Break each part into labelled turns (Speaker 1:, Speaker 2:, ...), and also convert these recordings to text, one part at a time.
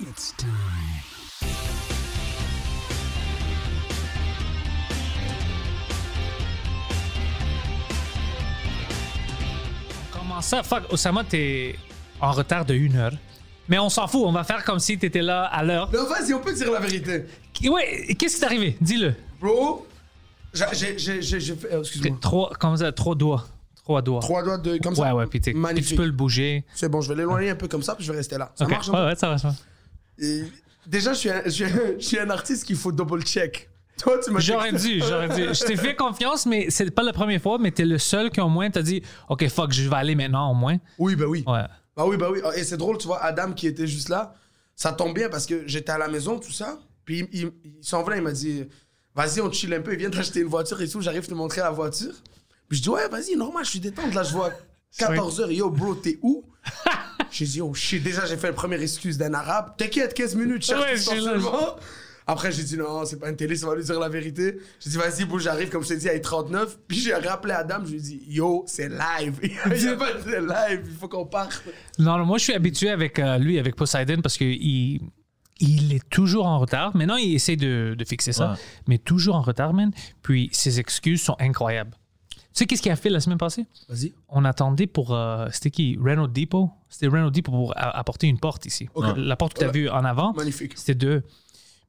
Speaker 1: It's time.
Speaker 2: Comment ça? Fuck, Osama, t'es en retard de une heure. Mais on s'en fout, on va faire comme si t'étais là à l'heure.
Speaker 3: Non, vas-y, on peut dire la vérité.
Speaker 2: Qu- Ouais, qu'est-ce qui t'est arrivé? Dis-le.
Speaker 3: Bro, j'a- j'ai. j'ai- j'ai- j'ai fait- euh, Excuse-moi.
Speaker 2: Trois, comme ça, trois doigts. Trois doigts.
Speaker 3: Trois doigts de. Comme
Speaker 2: ouais,
Speaker 3: ça.
Speaker 2: ouais, puis, t'es- puis tu
Speaker 3: Magnifique.
Speaker 2: peux le bouger.
Speaker 3: C'est bon, je vais l'éloigner un peu comme ça, puis je vais rester là. Ça
Speaker 2: Ok.
Speaker 3: marche
Speaker 2: ouais,
Speaker 3: hein?
Speaker 2: ouais, ça va, ça va.
Speaker 3: Et Déjà, je suis, un, je, suis un, je suis un artiste qu'il faut double-check. Toi, tu m'as dit-
Speaker 2: J'aurais dû, j'aurais dû. Je t'ai fait confiance, mais c'est pas la première fois, mais t'es le seul qui au moins t'a dit OK, fuck, je vais aller maintenant au moins.
Speaker 3: Oui, bah oui.
Speaker 2: Ouais.
Speaker 3: Bah oui, bah oui. Et c'est drôle, tu vois, Adam qui était juste là, ça tombe bien parce que j'étais à la maison, tout ça. Puis il, il- il s'en venait, il m'a dit Vas-y, on chill un peu, il vient d'acheter une voiture et tout. J'arrive te montrer la voiture. Puis je dis Ouais, vas-y, normal, je suis détente. Là, je vois 14h, yo, bro, t'es où J'ai dit Oh shit, déjà, j'ai fait la première excuse d'un arabe. T'inquiète, 15 minutes, je cherche
Speaker 2: Ouais,
Speaker 3: du temps
Speaker 2: je suis là,
Speaker 3: seulement. Après, j'ai dit non, c'est pas une télé, ça va lui dire la vérité. J'ai dit, vas-y, bon, j'arrive, comme je t'ai dit, à 39. Puis j'ai rappelé Adam, je lui ai dit, yo, c'est live. Il y a pas de live, il faut qu'on parte.
Speaker 2: Non, non, moi je suis habitué avec euh, lui, avec Poseidon, parce que il, il est toujours en retard. Maintenant, il essaie de, de fixer ça,
Speaker 4: Ouais.
Speaker 2: mais toujours en retard, man. Puis ses excuses sont incroyables. Tu sais, qu'est-ce qu'il a fait la semaine passée?
Speaker 3: Vas-y.
Speaker 2: On attendait pour. euh, C'était qui? Renault Depot? C'était Renault Depot pour a- apporter une porte ici. La porte que tu as vue en avant.
Speaker 3: Magnifique.
Speaker 2: C'était deux.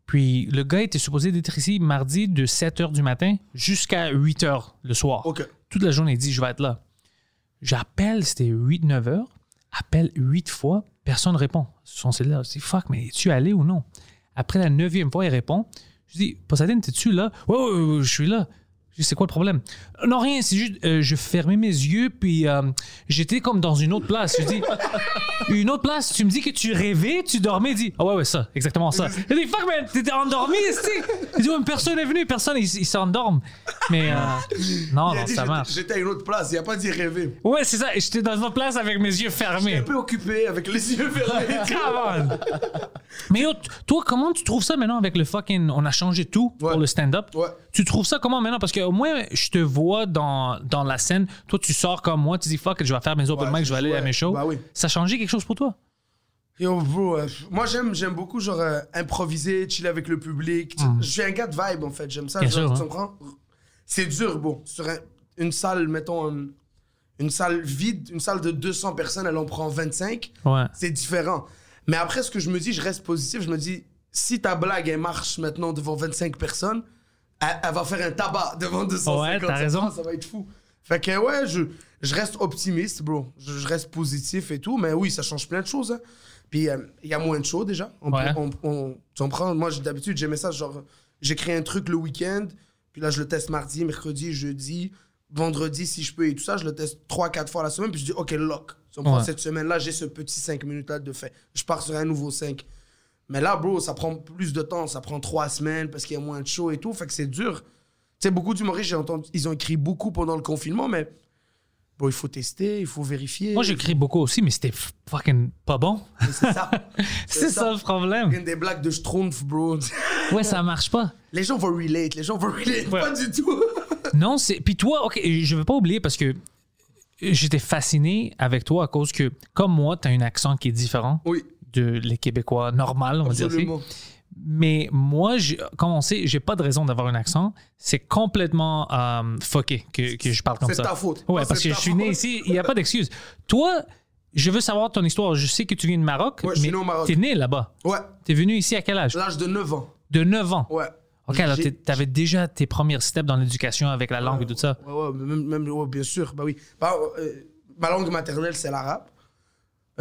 Speaker 2: Puis le gars était supposé d'être ici mardi de 7 h du matin jusqu'à 8 h le soir.
Speaker 3: Ok.
Speaker 2: Toute la journée, il dit Je vais être là. J'appelle, c'était 8-9 h Appelle 8 fois, personne répond. Son cellulaire, je dis Fuck, mais es-tu allé ou non Après la neuvième fois, il répond. Je dis Poseidon, t'es-tu là ouais, ouais, ouais, ouais, je suis là. Je dis, C'est quoi le problème Non, rien, c'est juste, euh, je fermais mes yeux, puis euh, j'étais comme dans une autre place. Je dis, une autre place, tu me dis que tu rêvais, tu dormais, dis, ah ouais, ouais, ça, exactement ça. Je dis, fuck, man, t'étais endormi, esti. Il dit, ouais, mais personne n'est venu, personne, ils ils s'endorment. Mais euh, non,
Speaker 3: Il
Speaker 2: non,
Speaker 3: a dit,
Speaker 2: ça
Speaker 3: j'étais-
Speaker 2: marche.
Speaker 3: J'étais à une autre place, il a pas dit rêver.
Speaker 2: Ouais, c'est ça, j'étais dans une autre place avec mes yeux fermés.
Speaker 3: Un peu occupé, avec les yeux fermés.
Speaker 2: Come on. Mais yo, t- toi, comment tu trouves ça maintenant avec le fucking. On a changé tout
Speaker 3: Ouais.
Speaker 2: pour le stand-up.
Speaker 3: Ouais.
Speaker 2: Tu trouves ça comment maintenant? Parce que au moins, je te vois dans, dans la scène. Toi, tu sors comme moi, tu dis fuck, je vais faire mes open
Speaker 3: Ouais,
Speaker 2: mic, je vais aller à
Speaker 3: ouais.
Speaker 2: mes shows.
Speaker 3: Bah oui.
Speaker 2: Ça a changé quelque chose pour toi?
Speaker 3: Yo, bro, euh, moi j'aime, j'aime beaucoup genre euh, improviser, chiller avec le public. Je suis un gars de vibe en fait, j'aime ça.
Speaker 2: Bien sûr,
Speaker 3: genre, tu
Speaker 2: hein.
Speaker 3: comprends C'est dur, bon, sur un- une salle, mettons euh, une salle vide, une salle de 200 personnes, elle en prend 25.
Speaker 2: Ouais.
Speaker 3: C'est différent. Mais après, ce que je me dis, je reste positif. Je me dis, si ta blague elle marche maintenant devant 25 personnes, elle, elle va faire un tabac devant 250.
Speaker 2: Ouais, t'as raison.
Speaker 3: Ça va être fou. Fait que ouais, je, je reste optimiste, bro. Je, je reste positif et tout. Mais oui, ça change plein de choses. hein. Puis euh, il y a moins de shows déjà. On,
Speaker 2: Ouais.
Speaker 3: on- on- tu comprends? Moi, j'ai- d'habitude, j'aimais ça. Genre, j'ai créé un truc le week-end. Puis là, je le teste mardi, mercredi, jeudi, vendredi si je peux et tout ça. Je le teste 3-4 fois la semaine. Puis je dis, OK, lock. Tu comprends?
Speaker 2: Ouais.
Speaker 3: Cette semaine-là, j'ai ce petit 5 minutes-là de fait. Je pars sur un nouveau 5. Mais là, bro, ça prend plus de temps. Ça prend 3 semaines parce qu'il y a moins de shows et tout. Fait que c'est dur. Tu sais, beaucoup d'humoristes, j'ai entendu, ils ont écrit beaucoup pendant le confinement, mais bon, il faut tester, il faut vérifier.
Speaker 2: Moi, j'écris beaucoup aussi, mais c'était f- fucking pas bon.
Speaker 3: Mais C'est ça.
Speaker 2: C'est ça le problème.
Speaker 3: Une des blagues de Schtroumpf, bro.
Speaker 2: Ouais, ça marche pas.
Speaker 3: Les gens vont relate, les gens vont relate.
Speaker 2: Ouais.
Speaker 3: Pas du tout.
Speaker 2: Non, c'est. Puis toi, ok, je veux pas oublier parce que j'étais fasciné avec toi à cause que, comme moi, t'as un accent qui est différent
Speaker 3: Oui,
Speaker 2: de les Québécois normal, on va dire.
Speaker 3: absolument.
Speaker 2: Mais moi, j'ai- comme on sait, j'ai pas de raison d'avoir un accent. C'est complètement euh, fucké que, que je parle comme
Speaker 3: C'est
Speaker 2: ça.
Speaker 3: ta faute.
Speaker 2: Ouais,
Speaker 3: Non,
Speaker 2: parce
Speaker 3: c'est
Speaker 2: que je
Speaker 3: ta
Speaker 2: suis né
Speaker 3: faute.
Speaker 2: ici, il n'y a pas d'excuse. Toi, je veux savoir ton histoire. Je sais que tu viens de Maroc,
Speaker 3: Ouais, je suis
Speaker 2: mais
Speaker 3: né au Maroc.
Speaker 2: t'es né là-bas.
Speaker 3: Ouais,
Speaker 2: T'es venu ici à quel âge?
Speaker 3: l'âge de 9 ans.
Speaker 2: De 9 ans.
Speaker 3: Ouais.
Speaker 2: OK,
Speaker 3: J'ai-
Speaker 2: alors t'es- t'avais déjà tes premières steps dans l'éducation avec la langue et tout ça.
Speaker 3: Ouais, ouais, même, même- ouais, bien sûr, bah oui. Bah, euh, ma langue maternelle, c'est l'arabe.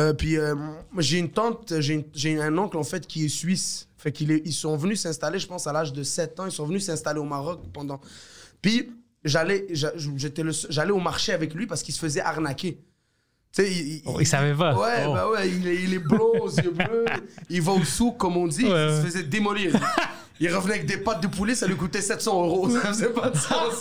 Speaker 3: Euh, puis euh, moi, j'ai une tante, j'ai une- j'ai un oncle en fait qui est suisse. Fait qu'il est- ils sont venus s'installer, je pense, à l'âge de 7 ans. Ils sont venus s'installer au Maroc pendant. Puis j'allais j'a- j'étais le seul- j'allais au marché avec lui parce qu'il se faisait arnaquer. sais, il,
Speaker 2: Oh, il savait pas.
Speaker 3: Ouais,
Speaker 2: Oh.
Speaker 3: bah ouais, il est, il est blond, aux yeux bleus. Il va au souk, comme on dit.
Speaker 2: Ouais,
Speaker 3: il
Speaker 2: ouais.
Speaker 3: se faisait démolir. Il revenait avec des pattes de poulet, ça lui coûtait 700 euros. Ça faisait pas de sens.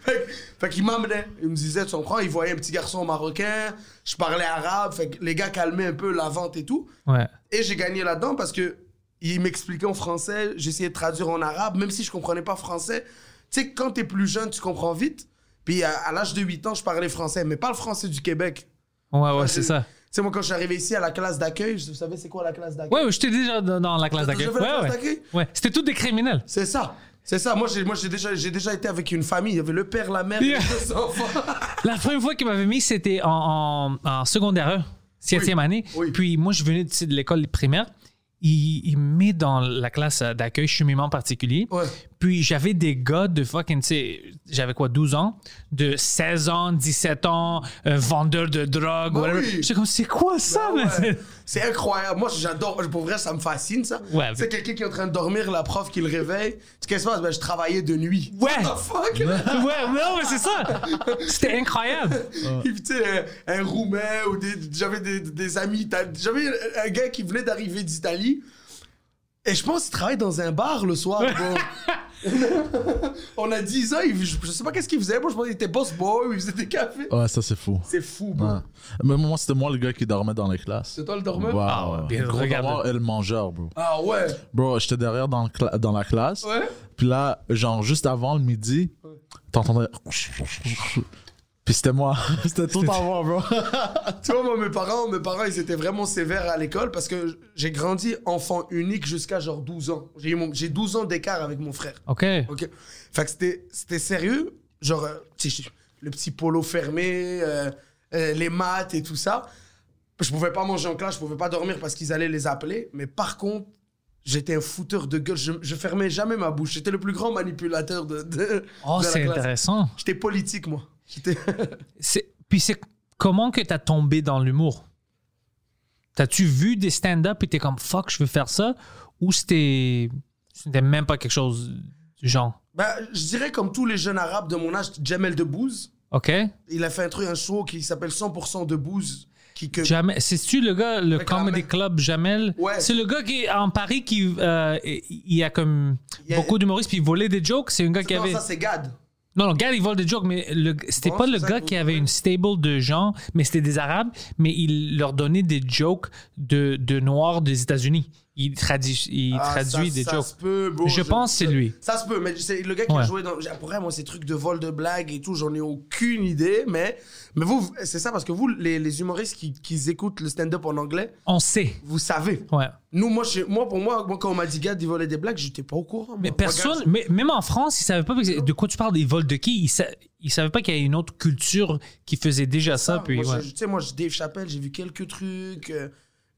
Speaker 3: fait que- fait qu'il m'amenait. Il me disait, tu comprends, il voyait un petit garçon marocain. Je parlais arabe. Fait que les gars calmaient un peu la vente et tout.
Speaker 2: Ouais.
Speaker 3: Et j'ai gagné là-dedans parce que il m'expliquait en français, j'essayais de traduire en arabe, même si je comprenais pas français. Tu sais, quand t'es plus jeune, tu comprends vite. Puis à, à l'âge de 8 ans, je parlais français, mais pas le français du Québec.
Speaker 2: Ouais, ouais, c'est ça.
Speaker 3: Tu sais, moi, quand je suis arrivé ici à la classe d'accueil, je- vous savez, c'est quoi la classe d'accueil?
Speaker 2: Ouais, ouais, je t'ai déjà dans dans la classe
Speaker 3: T'as déjà
Speaker 2: d'accueil.
Speaker 3: fait
Speaker 2: Ouais,
Speaker 3: la classe
Speaker 2: ouais.
Speaker 3: d'accueil
Speaker 2: ouais. C'était tous des criminels.
Speaker 3: C'est ça. C'est ça. Moi, j'ai, moi, j'ai déjà, j'ai déjà été avec une famille. Il y avait le père, la mère, et
Speaker 2: Yeah.
Speaker 3: les deux enfants.
Speaker 2: La première fois qu'il m'avait mis, c'était en, en, en secondaire 1, septième année.
Speaker 3: Oui.
Speaker 2: Puis moi, je venais d'ici de l'école primaire. Il, il me met dans la classe d'accueil cheminement particulier.
Speaker 3: Ouais.
Speaker 2: Puis j'avais des gars de fucking, tu sais, j'avais quoi, 12 ans, de 16 ans, 17 ans, euh, vendeur de drogue,
Speaker 3: Bah
Speaker 2: whatever.
Speaker 3: oui.
Speaker 2: J'étais comme, c'est quoi ça,
Speaker 3: Ah ouais.
Speaker 2: man?
Speaker 3: C'est incroyable. Moi, j'adore. Pour vrai, ça me fascine, ça.
Speaker 2: Ouais.
Speaker 3: C'est quelqu'un qui est en train de dormir, la prof qui le réveille. Tu sais, qu'est-ce qui se passe? Ben, je travaillais de nuit.
Speaker 2: Ouais.
Speaker 3: What the fuck?
Speaker 2: Ouais, non, mais c'est ça! C'était incroyable!
Speaker 4: Ah.
Speaker 3: Et puis, tu sais, euh, un Roumain ou des, j'avais des, des amis. itali- J'avais un gars qui venait d'arriver d'Italie. Et je pense qu'il travaille dans un bar le soir. bon. On a 10 ans, il- je je sais pas qu'est-ce qu'il faisait. Moi, je pense qu'il était boss boy, il faisait des cafés.
Speaker 4: Ouais, ça, c'est fou.
Speaker 3: C'est fou,
Speaker 4: Ouais.
Speaker 3: bro.
Speaker 4: Mais moi, c'était moi le gars qui dormait dans les classes.
Speaker 3: C'est toi le dormeur?
Speaker 4: Wow.
Speaker 2: Ah ouais, bien,
Speaker 4: Gros
Speaker 2: regarde.
Speaker 4: dormeur et le mangeur, bro.
Speaker 3: Ah ouais.
Speaker 4: Bro, j'étais derrière dans, le cla- dans la classe.
Speaker 3: Ouais.
Speaker 4: Puis là, genre, juste avant le midi, t'entendais. Puis c'était moi. c'était tout à moi, bro.
Speaker 3: Tu vois, moi, mes parents, mes parents, ils étaient vraiment sévères à l'école parce que j'ai grandi enfant unique jusqu'à genre 12 ans. J'ai eu mon- j'ai 12 ans d'écart avec mon frère.
Speaker 2: OK.
Speaker 3: Ok. Fait que c'était- c'était sérieux. Genre, euh, tu sais, le petit polo fermé, euh, euh, les maths et tout ça. Je pouvais pas manger en classe, je pouvais pas dormir parce qu'ils allaient les appeler. Mais par contre, j'étais un fouteur de gueule. Je, je fermais jamais ma bouche. J'étais le plus grand manipulateur de, de,
Speaker 2: Oh,
Speaker 3: de la
Speaker 2: c'est
Speaker 3: classe.
Speaker 2: intéressant.
Speaker 3: J'étais politique, moi. J'étais-
Speaker 2: C'est- Puis c'est comment que t'as tombé dans l'humour? T'as-tu vu des stand-up et t'es comme fuck, je veux faire ça? Ou c'était c'était même pas quelque chose du genre?
Speaker 3: Ben, je dirais comme tous les jeunes arabes de mon âge, Jamel Debbouze,
Speaker 2: OK?
Speaker 3: il a fait un truc, un show qui s'appelle 100% Debbouze. Qui, que,
Speaker 2: Jamel- C'est-tu le gars, le
Speaker 3: Avec la
Speaker 2: Comedy
Speaker 3: main.
Speaker 2: Club Jamel?
Speaker 3: Ouais.
Speaker 2: C'est le gars qui est en Paris qui. euh, il y a comme
Speaker 3: Il y a-
Speaker 2: beaucoup d'humoristes puis il volait des jokes. C'est un gars qui
Speaker 3: non,
Speaker 2: avait.
Speaker 3: ça, c'est Gad.
Speaker 2: Non, non, Gary vole des jokes, mais le- c'était
Speaker 3: Bon,
Speaker 2: pas
Speaker 3: c'est
Speaker 2: le
Speaker 3: ça
Speaker 2: gars
Speaker 3: que
Speaker 2: qui
Speaker 3: vous
Speaker 2: avait
Speaker 3: voulez.
Speaker 2: une stable de gens, mais c'était des Arabes, mais il leur donnait des jokes de, de Noirs des États-Unis. Il, tradu- il
Speaker 3: Ah,
Speaker 2: traduit
Speaker 3: ça-
Speaker 2: des
Speaker 3: ça
Speaker 2: jokes.
Speaker 3: se peut, bro,
Speaker 2: Je pense que c'est lui.
Speaker 3: Ça se peut, mais c'est le gars qui
Speaker 2: Ouais.
Speaker 3: a joué dans. Pour vrai, moi, ces trucs de vol de blagues et tout, j'en ai aucune idée, mais. Mais vous, c'est ça, parce que vous, les, les humoristes qui, qui écoutent le stand-up en anglais,
Speaker 2: On sait.
Speaker 3: vous savez.
Speaker 2: Ouais.
Speaker 3: Nous, moi, je- moi pour moi, moi, quand on m'a dit Gad, il volait des blagues, j'étais pas au courant.
Speaker 2: Mais
Speaker 3: moi.
Speaker 2: personne,
Speaker 3: Regarde,
Speaker 2: mais même en France, ils savaient pas de quoi tu parles, ils volent de qui. Ils, sa- ils savaient pas qu'il y avait une autre culture qui faisait déjà ça. puis,
Speaker 3: moi,
Speaker 2: ouais.
Speaker 3: je- Tu sais, moi, je- Dave Chappelle, j'ai vu quelques trucs. euh,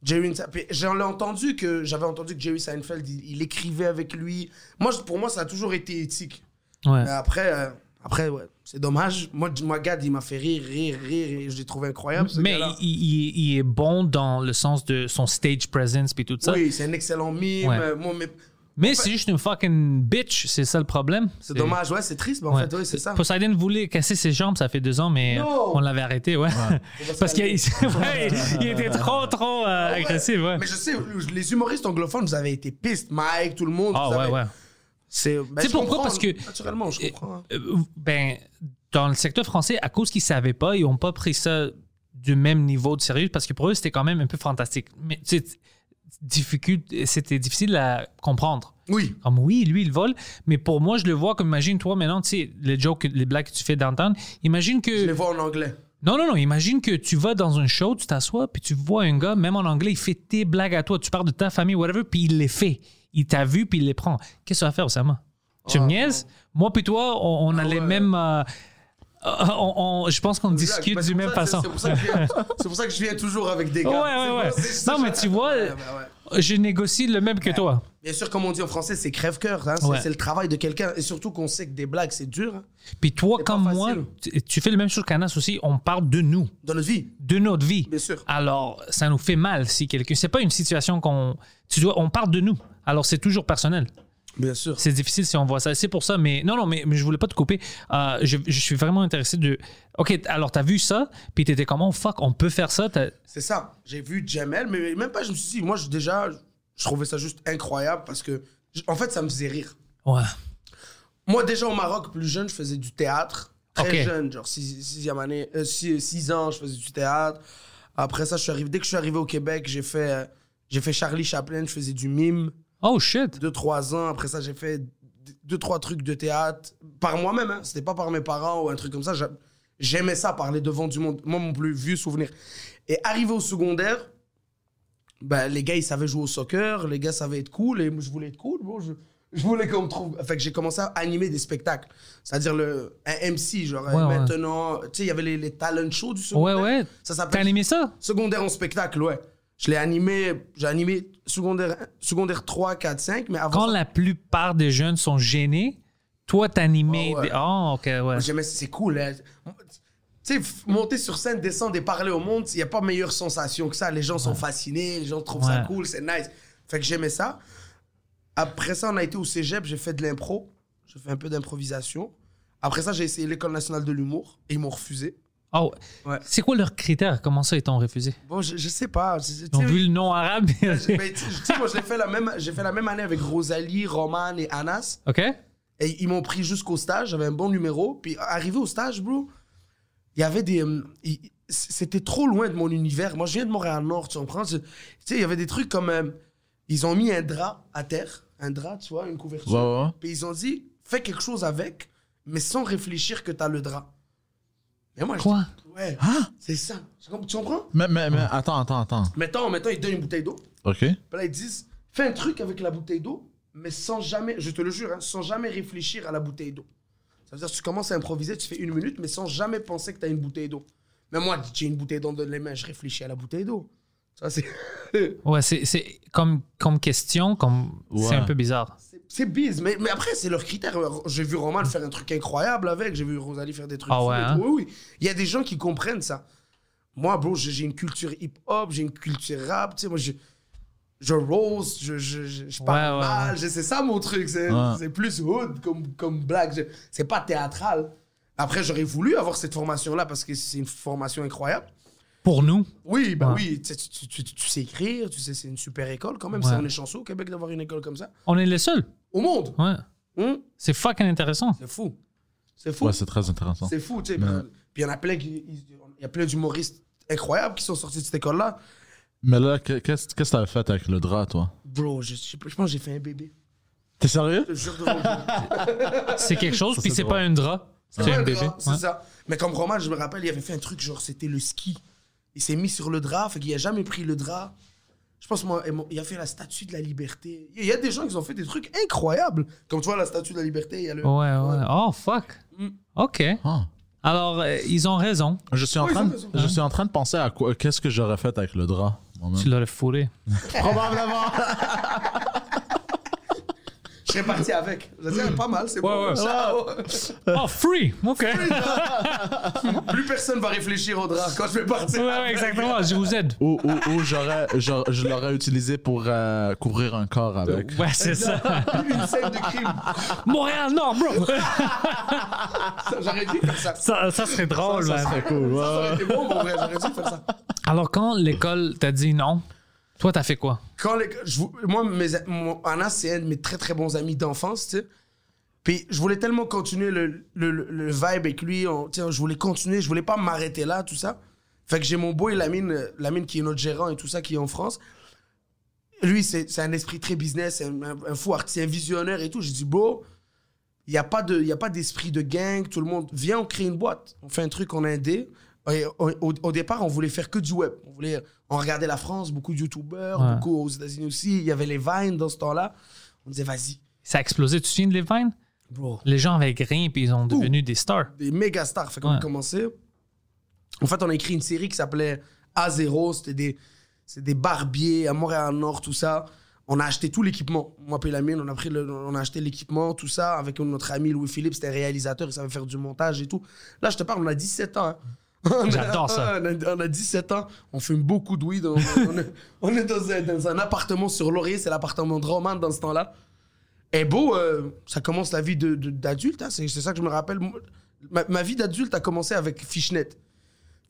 Speaker 3: j'ai eu une. puis J'en ai entendu que. J'avais entendu que Jerry Seinfeld, il, il écrivait avec lui. Moi, je- pour moi, ça a toujours été éthique.
Speaker 2: Ouais.
Speaker 3: Mais après, euh, après ouais, c'est dommage. Moi, d- moi, Gad, il m'a fait rire, rire, rire, et je l'ai trouvé incroyable. ce
Speaker 2: Mais
Speaker 3: gars-là.
Speaker 2: il, il- il est bon dans le sens de son stage presence puis tout ça.
Speaker 3: Oui, c'est un excellent mime.
Speaker 2: Ouais.
Speaker 3: euh, moi, mais
Speaker 2: mais c'est juste une fucking bitch, c'est ça le problème.
Speaker 3: c'est dommage, ouais, c'est triste, mais en
Speaker 2: Ouais.
Speaker 3: fait, oui, c'est ça.
Speaker 2: Poseidon voulait casser ses jambes, ça fait deux ans, mais
Speaker 3: Non.
Speaker 2: on l'avait arrêté, ouais. Parce qu'il ouais, il était trop, trop euh,
Speaker 3: Ah Ouais.
Speaker 2: agressif, ouais.
Speaker 3: Mais je sais, les humoristes anglophones, vous avez été pistes, Mike, tout le monde.
Speaker 2: Ah
Speaker 3: vous
Speaker 2: ouais,
Speaker 3: avez-
Speaker 2: ouais.
Speaker 3: C'est ben,
Speaker 2: Tu sais
Speaker 3: je
Speaker 2: pourquoi?
Speaker 3: comprends,
Speaker 2: Parce que-
Speaker 3: Naturellement, je comprends. hein.
Speaker 2: Euh, ben, dans le secteur français, à cause qu'ils savaient pas, ils n'ont pas pris ça du même niveau de sérieux, parce que pour eux, c'était quand même un peu fantastique. Mais tu sais, t- difficult- c'était difficile à comprendre.
Speaker 3: Oui.
Speaker 2: Comme oui, lui, il vole, mais pour moi, je le vois comme imagine, toi, maintenant, tu sais, les jokes, les blagues que tu fais d'entendre, imagine que.
Speaker 3: Je les vois en anglais.
Speaker 2: Non, non, non. Imagine que tu vas dans un show, tu t'assois, puis tu vois un gars, même en anglais, il fait tes blagues à toi. Tu parles de ta famille, whatever, puis il les fait. Il t'a vu, puis il les prend. Qu'est-ce que tu vas faire, Osama?
Speaker 3: Ah,
Speaker 2: Tu me niaises? Moi, puis toi, on, on a les mêmes. euh, euh, on- on- je pense qu'on discute
Speaker 3: Ben, c'est
Speaker 2: du
Speaker 3: pour
Speaker 2: même
Speaker 3: ça-
Speaker 2: façon.
Speaker 3: C'est pour, ça que je viens- c'est pour ça que je viens toujours avec des gars.
Speaker 2: Ouais,
Speaker 3: C'est
Speaker 2: ouais, ouais.
Speaker 3: pour- c'est-
Speaker 2: Non, mais tu vois,
Speaker 3: Ouais, ben, ouais.
Speaker 2: je négocie le même que toi.
Speaker 3: Bien sûr, comme on dit en français, c'est crève-cœur. hein. C'est
Speaker 2: Ouais.
Speaker 3: c'est le travail de quelqu'un. Et surtout qu'on sait que des blagues, c'est dur. hein.
Speaker 2: Puis toi,
Speaker 3: C'est pas
Speaker 2: comme moi,
Speaker 3: facile.
Speaker 2: tu, tu fais le même chose qu'Anas aussi. On parle de nous,
Speaker 3: Dans notre vie.
Speaker 2: de notre vie.
Speaker 3: Bien sûr.
Speaker 2: Alors, ça nous fait mal si quelqu'un. C'est pas une situation qu'on. Tu dois. On parle de nous. Alors, c'est toujours personnel.
Speaker 3: Bien sûr.
Speaker 2: C'est difficile si on voit ça. C'est pour ça, mais non, non, mais, mais je voulais pas te couper. Euh, je, je suis vraiment intéressé de. Ok, alors t'as vu ça, puis t'étais comment, fuck, on peut faire ça. t'as-
Speaker 3: C'est ça. J'ai vu Jamel, mais même pas, je me suis dit, moi, je- déjà, je trouvais ça juste incroyable parce que, j- en fait, ça me faisait rire.
Speaker 2: Ouais.
Speaker 3: Moi, déjà au Maroc, plus jeune, je faisais du théâtre. Très
Speaker 2: Ok.
Speaker 3: jeune, genre 6 année, 6 ans, je faisais du théâtre. Après ça, je suis arrivé, dès que je suis arrivé au Québec, j'ai fait, euh, j'ai fait Charlie Chaplin, je faisais du mime.
Speaker 2: Oh shit.
Speaker 3: 2-3 ans, après ça, j'ai fait 2-3 trucs de théâtre. Par moi-même, hein. c'était pas par mes parents ou un truc comme ça. J'a- J'aimais ça, parler devant du monde. Moi, mon plus vieux souvenir. Et arrivé au secondaire, ben, les gars, ils savaient jouer au soccer, les gars savaient être cool, et moi, je voulais être cool. Bon, je, je voulais qu'on me trouve. Fait que j'ai commencé à animer des spectacles. C'est-à-dire le, un MC, genre
Speaker 2: Ouais, ouais.
Speaker 3: maintenant. Tu sais, il y avait les, les talent shows du
Speaker 2: Ouais,
Speaker 3: secondaire.
Speaker 2: ouais.
Speaker 3: Ça
Speaker 2: T'as
Speaker 3: s'appelle
Speaker 2: animé ça?
Speaker 3: Secondaire en spectacle, ouais. Je l'ai animé, j'ai animé secondaire, secondaire 3, 4, 5, mais avant
Speaker 2: Quand
Speaker 3: ça,
Speaker 2: la plupart des jeunes sont gênés, toi t'animais.
Speaker 3: Ouais, ouais.
Speaker 2: des- Oh, ok, ouais.
Speaker 3: j'aimais, c'est cool. hein. Tu sais, f- monter sur scène, descendre et parler au monde, il n'y a pas meilleure sensation que ça. Les gens sont fascinés, les gens trouvent ça
Speaker 2: Ouais.
Speaker 3: cool, c'est nice. Fait que j'aimais ça. Après ça, on a été au cégep, j'ai fait de l'impro, j'ai fait un peu d'improvisation. Après ça, j'ai essayé l'École nationale de l'humour et ils m'ont refusé.
Speaker 2: Oh,
Speaker 3: Ouais.
Speaker 2: c'est quoi leurs critères? Comment ça ils t'ont refusé?
Speaker 3: Bon, je, je sais pas. je- tu
Speaker 2: Ils ont
Speaker 3: sais,
Speaker 2: vu le nom arabe?
Speaker 3: Mais tu tu sais, moi, je l'ai fait la même, j'ai fait la même année avec Rosalie, Roman et Anas.
Speaker 2: ok?
Speaker 3: Et ils m'ont pris jusqu'au stage, j'avais un bon numéro. Puis arrivé au stage, bro, il y avait des. hum, il- C'était trop loin de mon univers. Moi, je viens de Montréal-Nord, tu comprends? C'est- Tu sais, il y avait des trucs comme. hum, ils ont mis un drap à terre, un drap, tu vois, une couverture.
Speaker 4: Ouais, ouais, ouais.
Speaker 3: Puis ils ont dit, fais quelque chose avec, mais sans réfléchir que t'as le drap. Mais moi, je
Speaker 2: Quoi?
Speaker 3: dis, Ouais,
Speaker 4: Ah!
Speaker 3: c'est ça. Tu comprends- tu comprends?
Speaker 4: Mais, mais, mais attends, attends, attends.
Speaker 3: Mettons, mettons, ils te donnent une bouteille d'eau.
Speaker 4: OK?
Speaker 3: Puis là, ils disent, fais un truc avec la bouteille d'eau, mais sans jamais, je te le jure, hein, sans jamais réfléchir à la bouteille d'eau. Ça veut dire que tu commences à improviser, tu fais une minute, mais sans jamais penser que tu as une bouteille d'eau. Mais moi, j'ai une bouteille d'eau dans les mains, je réfléchis à la bouteille d'eau. Ça, c'est.
Speaker 2: Ouais, c'est c'est comme, comme question, comme c'est
Speaker 4: Ouais.
Speaker 2: un peu bizarre.
Speaker 3: C'est bise, mais, mais après, c'est leur critère. J'ai vu Roman faire un truc incroyable avec, j'ai vu Rosalie faire des trucs.
Speaker 2: Ah
Speaker 3: fous et
Speaker 2: ouais,
Speaker 3: tout.
Speaker 2: hein?
Speaker 3: Oui, oui. Il y a des gens qui comprennent ça. Moi, bro, j'ai j'ai une culture hip-hop, j'ai une culture rap, tu sais, moi, je, je roast, je, je, je, je parle
Speaker 2: Ouais, ouais,
Speaker 3: mal, je- c'est ça mon truc, c'est
Speaker 4: Ouais.
Speaker 3: c'est plus hood comme, comme blague, je- c'est pas théâtral. Après, j'aurais voulu avoir cette formation-là parce que c'est une formation incroyable.
Speaker 2: Pour nous,
Speaker 3: Oui, bah
Speaker 2: Ouais.
Speaker 3: oui, tu, sais, tu- tu- tu- tu sais écrire, tu sais, c'est une super école quand même,
Speaker 2: Ouais.
Speaker 3: si on est chanceux au Québec d'avoir une école comme ça.
Speaker 2: on est les seuls.
Speaker 3: Au monde,
Speaker 2: Ouais.
Speaker 3: Hum?
Speaker 2: C'est fucking intéressant.
Speaker 3: C'est fou. C'est fou.
Speaker 4: Ouais, c'est très intéressant.
Speaker 3: c'est fou, tu sais.
Speaker 4: Mais-
Speaker 3: Puis puis il y en a plein qui. ils- Il y a plein d'humoristes incroyables qui sont sortis de cette école-là.
Speaker 4: Mais là, que- qu'est-ce qu'est-ce que t'avais fait avec le drap, toi?
Speaker 3: Bro, je, sais pas, je pense que j'ai fait un bébé.
Speaker 4: T'es sérieux?
Speaker 3: Je te jure devant Dieu.
Speaker 2: C'est quelque chose,
Speaker 4: Ça,
Speaker 2: puis
Speaker 4: c'est
Speaker 2: c'est
Speaker 4: drôle.
Speaker 2: pas un drap. C'est
Speaker 3: Ouais,
Speaker 2: un
Speaker 3: le
Speaker 2: bébé.
Speaker 3: drap, C'est
Speaker 2: Ouais.
Speaker 3: ça. Mais comme Roman, je me rappelle, il avait fait un truc genre c'était le ski. Il s'est mis sur le drap, fait qu'il a jamais pris le drap. Je pense moi, et mon- il a fait la statue de la liberté. Il y a des gens qui ont fait des trucs incroyables. Comme tu vois, la statue de la liberté, il y a le.
Speaker 2: Ouais, ouais. Oh, fuck.
Speaker 3: Mm.
Speaker 2: OK.
Speaker 4: Ah.
Speaker 2: Alors, euh, ils ont raison.
Speaker 4: Je suis, en
Speaker 3: Oui,
Speaker 4: train
Speaker 3: ça, ça,
Speaker 4: de, je suis en train de penser à quoi qu'est-ce que j'aurais fait avec le drap moi-même.
Speaker 2: Tu l'aurais fourré.
Speaker 4: Probablement.
Speaker 3: Je serais parti avec. Je dis, ah, pas mal, c'est bon.
Speaker 2: ouais.
Speaker 3: Ça,
Speaker 2: Oh, free. OK. ouais,
Speaker 3: Plus personne va réfléchir au drap quand je vais partir.
Speaker 2: ouais, exactement. Je vous aide.
Speaker 4: Ou, ou, ou j'aurais, j'aurais- je l'aurais utilisé pour euh, couvrir un corps avec.
Speaker 2: Ouais, c'est ça.
Speaker 3: Une scène de crime.
Speaker 2: Montréal, non, bro.
Speaker 3: Ça, J'aurais dû faire ça.
Speaker 2: Ça,
Speaker 3: Ça,
Speaker 2: ça serait drôle, man.
Speaker 4: C'est cool, ouais.
Speaker 3: ça aurait été bon, mon vrai. J'aurais dû faire ça.
Speaker 2: Alors, quand l'école t'a dit non, toi, t'as fait quoi?
Speaker 3: Quand les, je, vou- moi, mes, a- mon, Anna, c'est un de mes très, très bons amis d'enfance, tu sais. Puis je voulais tellement continuer le, le, le- le vibe avec lui. on- tu sais, je voulais continuer. Je voulais pas m'arrêter là, tout ça. Fait que j'ai mon boy Lamine, euh, Lamine qui est notre gérant et tout ça, qui est en France. Lui, c'est c'est un esprit très business, un, un- un fou artiste, un visionnaire et tout. J'ai dit, beau, il n'y a pas de- y a pas d'esprit de, gang, tout le monde. Viens, on crée une boîte. On fait un truc en indé. Et au, au- au départ, on voulait faire que du web. On, voulait, on regardait la France, beaucoup de youtubeurs,
Speaker 2: Ouais.
Speaker 3: beaucoup aux États-Unis aussi. Il y avait les Vines dans ce temps-là. On disait, vas-y,
Speaker 2: Ça a explosé. Tu te souviens de les vines?
Speaker 3: bro.
Speaker 2: Les gens avaient rien, puis ils ont devenu des stars.
Speaker 3: des méga stars. Fait qu'on
Speaker 2: Ouais.
Speaker 3: a commencé. En fait, on a écrit une série qui s'appelait A0. C'était des, c'est des barbiers à Montréal-Nord, tout ça. On a acheté tout l'équipement. Moi, puis la mienne, on a, pris le- on a acheté l'équipement, tout ça, avec notre ami Louis-Philippe. C'était un réalisateur, il savait faire du montage et tout. Là, je te parle, on a 17 ans. hein. On a-
Speaker 2: J'adore ça.
Speaker 3: On a, on a 17 ans, on fume beaucoup de weed. On, on est, on est dans, un, dans un appartement sur Laurier, c'est l'appartement de Roman dans ce temps-là. est beau, euh, ça commence la vie de- de- d'adulte. hein. C'est c'est ça que je me rappelle. Moi, Ma, ma vie d'adulte a commencé avec Fishnet.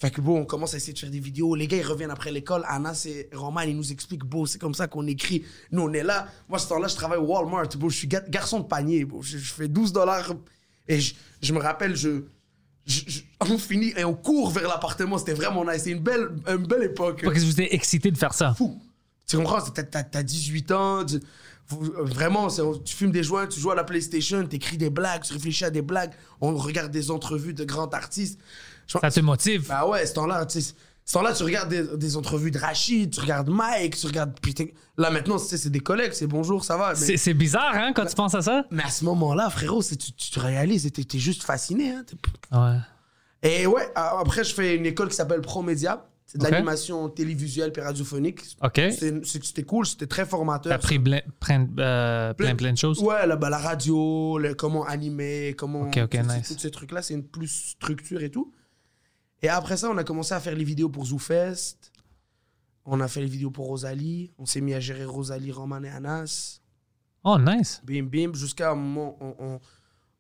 Speaker 3: Fait que bon, on commence à essayer de faire des vidéos. Les gars, ils reviennent après l'école. Anas et Roman, ils nous expliquent, beau, c'est comme ça qu'on écrit. Nous, on est là. Moi, ce temps-là, je travaille au Walmart. Beau, je suis ga- garçon de panier. Beau. Je, je fais 12 dollars. Et je, je me rappelle, je, je- je- on finit et on court vers l'appartement. C'était vraiment nice. C'était une belle, une belle époque.
Speaker 2: Parce que vous étiez excité de faire ça.
Speaker 3: Fou. Tu comprends? c'est- T'as, t'as- t'as 18 ans. tu- vous- euh, vraiment, c'est- tu fumes des joints, tu joues à la PlayStation, t'écris des blagues, tu réfléchis à des blagues. On regarde des entrevues de grands artistes. Je-
Speaker 2: Ça te motive.
Speaker 3: bah ouais, ce temps-là, tu sais, ce temps-là, tu regardes des, des entrevues de Rachid, tu regardes Mike, tu regardes. Putain, là maintenant, tu sais, c'est des collègues, c'est bonjour, ça va. Mais,
Speaker 2: C'est c'est bizarre, hein, quand tu penses à ça?
Speaker 3: mais à ce moment-là, frérot, c'est, tu, tu te réalises, et t'es, t'es juste fasciné. hein, t'es-
Speaker 2: Ouais.
Speaker 3: Et ouais, a- après, je fais une école qui s'appelle Promédia. C'est de
Speaker 2: Ok.
Speaker 3: l'animation télévisuelle puis radiophonique.
Speaker 2: OK.
Speaker 3: C'est- c'est- C'était cool, c'était très
Speaker 2: T'as
Speaker 3: formateur.
Speaker 2: appris plein, plein, euh, plein, plein de choses.
Speaker 3: Ouais, là, bah, la radio, le- comment animer, comment.
Speaker 2: Ok, ok,
Speaker 3: tu sais,
Speaker 2: nice.
Speaker 3: Tous ces trucs-là, c'est une plus structure et tout. Et après ça, on a commencé à faire les vidéos pour ZooFest. On a fait les vidéos pour Rosalie. On s'est mis à gérer Rosalie, Roman et Anas.
Speaker 2: Oh, nice.
Speaker 3: Bim, bim, jusqu'à un moment où on, on,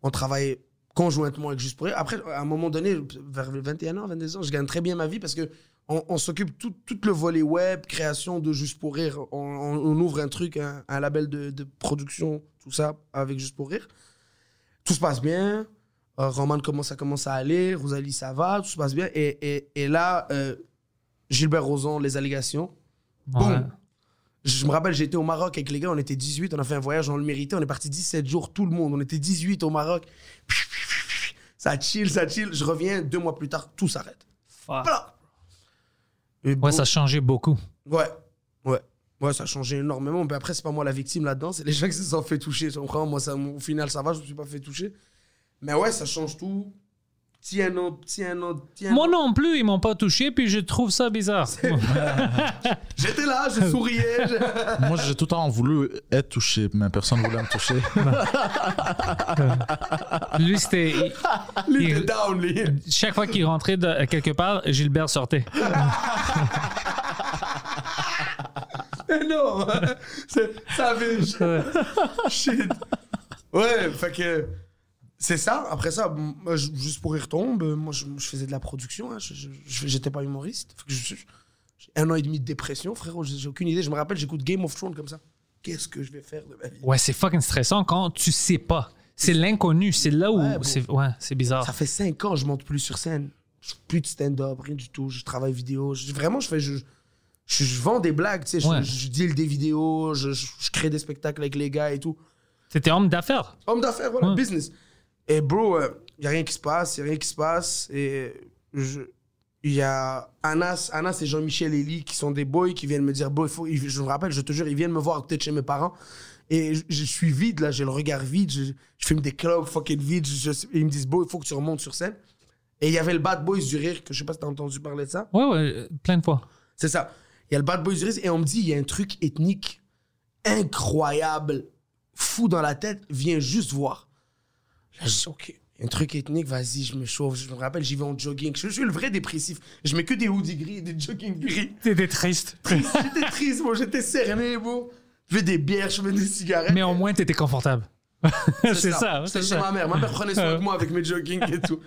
Speaker 3: on travaillait conjointement avec Juste pour Rire. Après, à un moment donné, vers 21 ans, 22 ans, je gagne très bien ma vie parce que on, on s'occupe tout, tout le volet web, création de Juste pour Rire. On, on- on ouvre un truc, un, un label de, de production, tout ça, avec Juste pour Rire. Tout se passe bien. Euh, Roman commence à, commence à aller. Rosalie, ça va. Tout se passe bien. Et, et- et là, euh, Gilbert Rozon, les allégations. Boum.
Speaker 2: Ouais.
Speaker 3: Je me rappelle, j'étais au Maroc avec les gars, on était 18, on a fait un voyage, on le méritait, on est parti 17 jours, tout le monde, on était 18 au Maroc. Ça chill, ça chill. Je reviens, deux mois plus tard, tout s'arrête.
Speaker 2: Fuck.
Speaker 3: Voilà. Et bon-
Speaker 2: Ouais, ça a changé beaucoup.
Speaker 3: Ouais, ouais. Ouais, ça a changé énormément. Mais après, c'est pas moi la victime là-dedans, c'est les gens qui se sont fait toucher. Tu comprends Moi, ça, au final, ça va, je me suis pas fait toucher. Mais ouais, ça change tout. Petit un an, petit un an, petit un an.
Speaker 2: Moi non plus, ils m'ont pas touché, puis je trouve ça bizarre.
Speaker 3: J'étais là, je souriais. je-
Speaker 4: Moi, j'ai tout le temps voulu être touché, mais personne voulait me toucher.
Speaker 2: Lui, c'était. il-
Speaker 3: Lui,
Speaker 2: Il-
Speaker 3: t'es down, lui.
Speaker 2: Chaque fois qu'il rentrait de- quelque part, Gilbert sortait.
Speaker 3: Mais Eh non, c'est- ça fait- Shit. Ouais, fait que. C'est ça. Après ça, m- moi, je- juste pour y retombe, moi, je, je faisais de la production. hein. Je- je- je- J'étais pas humoriste. Fait que je- je- j'ai un an et demi de dépression, frérot. J'ai j'ai aucune idée. Je me rappelle, j'écoute Game of Thrones comme ça. Qu'est-ce que je vais faire de ma vie
Speaker 2: Ouais, c'est fucking stressant quand tu sais pas. C'est l'inconnu, c'est là où.
Speaker 3: Ouais, bon.
Speaker 2: c'est, ouais, c'est bizarre.
Speaker 3: Ça fait cinq ans, je monte plus sur scène. Je fais plus de stand-up, rien du tout. Je travaille vidéo. Je- vraiment, je fais. Je, je- je vends des blagues, tu sais. Je-
Speaker 2: Ouais.
Speaker 3: Je, je deal des vidéos, je- je- je crée des spectacles avec les gars et tout.
Speaker 2: C'était homme d'affaires.
Speaker 3: Homme d'affaires, voilà,
Speaker 2: Ouais.
Speaker 3: business. Et bro, il n'y a rien qui se passe, il n'y a rien qui se passe. Et il y a Anas, Anas et Jean-Michel Elie qui sont des boys qui viennent me dire, bro, il faut, il- je me rappelle, je te jure, ils viennent me voir peut-être chez mes parents. Et je, je suis vide, là, j'ai le regard vide, je, je fume des clubs fucking vide. je- je- ils me disent, bro, il faut que tu remontes sur scène. Et il y avait le Bad Boys du Rire, que je sais pas si t'as entendu parler de ça.
Speaker 2: Ouais, ouais, euh, plein de fois.
Speaker 3: C'est ça. Il y a le Bad Boys du Riz et on me dit, il y a un truc ethnique incroyable, fou dans la tête, viens juste voir. Là, je dis, OK, un truc ethnique, vas-y, je me chauffe. Je me rappelle, j'y vais en jogging. Je, je suis le vrai dépressif. Je mets que des hoodies gris et des jogging gris.
Speaker 2: T'étais triste.
Speaker 3: J'étais triste, moi, j'étais cerné, bon. Je fais des bières, je fais des cigarettes.
Speaker 2: Mais au moins, t'étais confortable. c'est ça. c'est
Speaker 3: C'était chez
Speaker 2: ça.
Speaker 3: ma mère. Ma mère prenait soin de moi avec mes jogging et tout.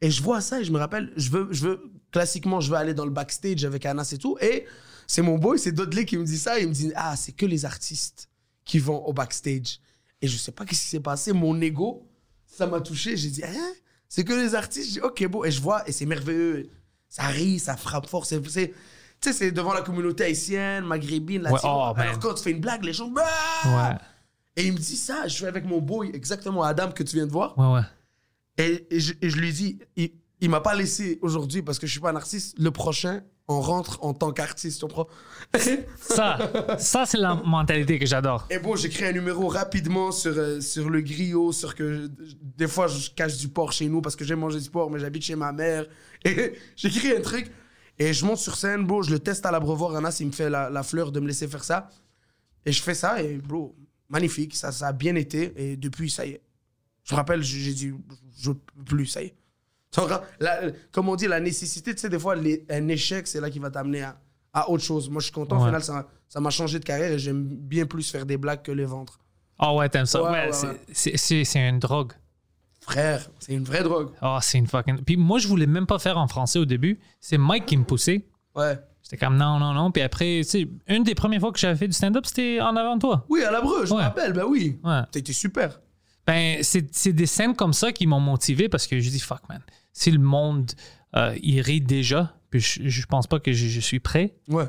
Speaker 3: Et je vois ça et je me rappelle, je veux, je veux, classiquement, je veux aller dans le backstage avec Anas et tout. Et c'est mon boy, c'est Dudley qui me dit ça. Il me dit, ah, c'est que les artistes qui vont au backstage. Et je sais pas qu'est-ce qui s'est passé. Mon ego, ça m'a touché. J'ai dit, hein, c'est que les artistes. J'ai dit, ok, bon. Et je vois, et c'est merveilleux. Ça rit, ça frappe fort. C'est, c'est- tu sais, c'est devant la communauté haïtienne, maghrébine,
Speaker 2: Ouais,
Speaker 3: latino.
Speaker 2: oh, man.
Speaker 3: Alors quand tu fais une blague, les gens. Ah
Speaker 2: Ouais,
Speaker 3: et il me dit ça, je suis avec mon boy, exactement Adam que tu viens de voir.
Speaker 2: ouais, ouais.
Speaker 3: Et, et je, et je lui dis, il, il m'a pas laissé aujourd'hui parce que je suis pas un artiste. Le prochain, on rentre en tant qu'artiste, tu comprends
Speaker 2: Ça, ça c'est la mentalité que j'adore.
Speaker 3: Et bon, j'ai créé un numéro rapidement sur, euh, sur le griot, sur que je- des fois je cache du porc chez nous parce que j'aime manger du porc, mais j'habite chez ma mère. Et j'ai créé un truc et je monte sur scène, bro, je le teste à l'abreuvoir. Anas, il me fait la, la fleur de me laisser faire ça. Et je fais ça et bro, magnifique, ça, ça a bien été. Et depuis, ça y est. Je me rappelle, j'ai j'ai dit, je peux plus, ça y est. Tu comprends? La- comme on dit, la nécessité, tu sais, des fois, les- un échec, c'est là qui va t'amener à, à autre chose. Moi, je suis content. Au
Speaker 2: Ouais.
Speaker 3: final, ça ça m'a changé de carrière et j'aime bien plus faire des blagues que les ventres.
Speaker 2: Ah ouais, t'aimes ça.
Speaker 3: Ouais,
Speaker 2: Ouais,
Speaker 3: ouais,
Speaker 2: c'est-
Speaker 3: ouais.
Speaker 2: c'est- c'est c'est une drogue.
Speaker 3: Frère, c'est une vraie drogue.
Speaker 2: Ah, c'est une fucking. Puis moi, je voulais même pas faire en français au début. C'est Mike qui me poussait.
Speaker 3: Ouais.
Speaker 2: C'était comme non, non, non. Puis après, tu sais, une des premières fois que j'avais fait du stand-up, c'était en avant de toi.
Speaker 3: Oui, à la breu, je me
Speaker 2: Ouais.
Speaker 3: rappelle, ben oui.
Speaker 2: Ouais.
Speaker 3: T'as été super.
Speaker 2: Ben, c'est c'est des scènes comme ça qui m'ont motivé parce que je dis fuck, man. Si le monde euh, il rit déjà, puis je, je pense pas que je, je suis prêt.
Speaker 3: Ouais.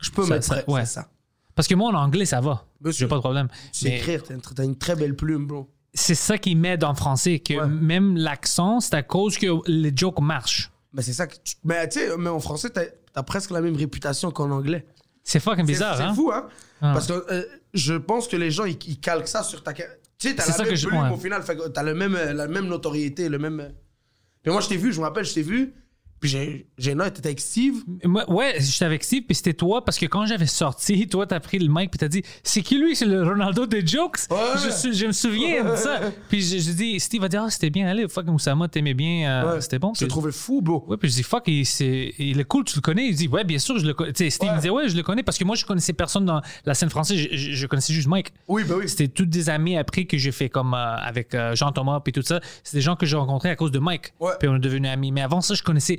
Speaker 3: Je peux
Speaker 2: Ça-
Speaker 3: mettre
Speaker 2: ça-
Speaker 3: ça.
Speaker 2: ouais.
Speaker 3: ça.
Speaker 2: Parce que moi, en anglais, ça va.
Speaker 3: Bien
Speaker 2: J'ai
Speaker 3: sûr.
Speaker 2: pas de problème.
Speaker 3: C'est
Speaker 2: Mais
Speaker 3: écrire, t'as une, t'as une très belle plume, bro.
Speaker 2: c'est ça qui m'aide en français, que
Speaker 3: Ouais.
Speaker 2: même l'accent, c'est à cause que les jokes marchent.
Speaker 3: Mais Bah, c'est ça que tu. Mais tu sais, mais en français, t'as as presque la même réputation qu'en anglais.
Speaker 2: C'est fucking
Speaker 3: C'est-
Speaker 2: bizarre,
Speaker 3: C'est
Speaker 2: hein?
Speaker 3: fou, hein? Parce que euh, je pense que les gens, ils, ils calquent ça sur ta. Tu sais, t'as
Speaker 2: C'est
Speaker 3: la
Speaker 2: ça
Speaker 3: même
Speaker 2: que je-
Speaker 3: plume
Speaker 2: ouais.
Speaker 3: au final. Fait que t'as le même, euh, la même notoriété, le même. euh. Mais moi, je t'ai vu, je me rappelle, je t'ai vu. Puis j'ai- j'ai noté, t'étais avec Steve.
Speaker 2: Moi, ouais, j'étais avec Steve, puis c'était toi, parce que quand j'avais sorti, toi, t'as pris le mic, puis t'as dit, c'est qui lui, c'est le Ronaldo des jokes?
Speaker 3: Ouais.
Speaker 2: Je, suis- je me souviens de ça. Puis je, je dis, Steve a dit, ah, c'était bien allé, fuck, Oussama, t'aimais bien, euh,
Speaker 3: Ouais.
Speaker 2: c'était bon.
Speaker 3: Je
Speaker 2: Puis,
Speaker 3: te trouvais fou, bro.
Speaker 2: ouais, puis je dis, fuck, il, c'est- il est cool, tu le connais? Il dit, ouais, bien sûr, je le connais. Tu sais, Steve
Speaker 3: Ouais.
Speaker 2: me disait, ouais, je le connais, parce que moi, je connaissais personne dans la scène française, je, je- je connaissais juste Mike.
Speaker 3: Oui, ben oui.
Speaker 2: C'était toutes des amis après que j'ai fait comme euh, avec euh, Jean-Thomas puis tout ça. C'est des gens que j'ai rencontrés à cause de Mike.
Speaker 3: Ouais.
Speaker 2: Puis on est devenus amis. Mais avant ça, je connaissais.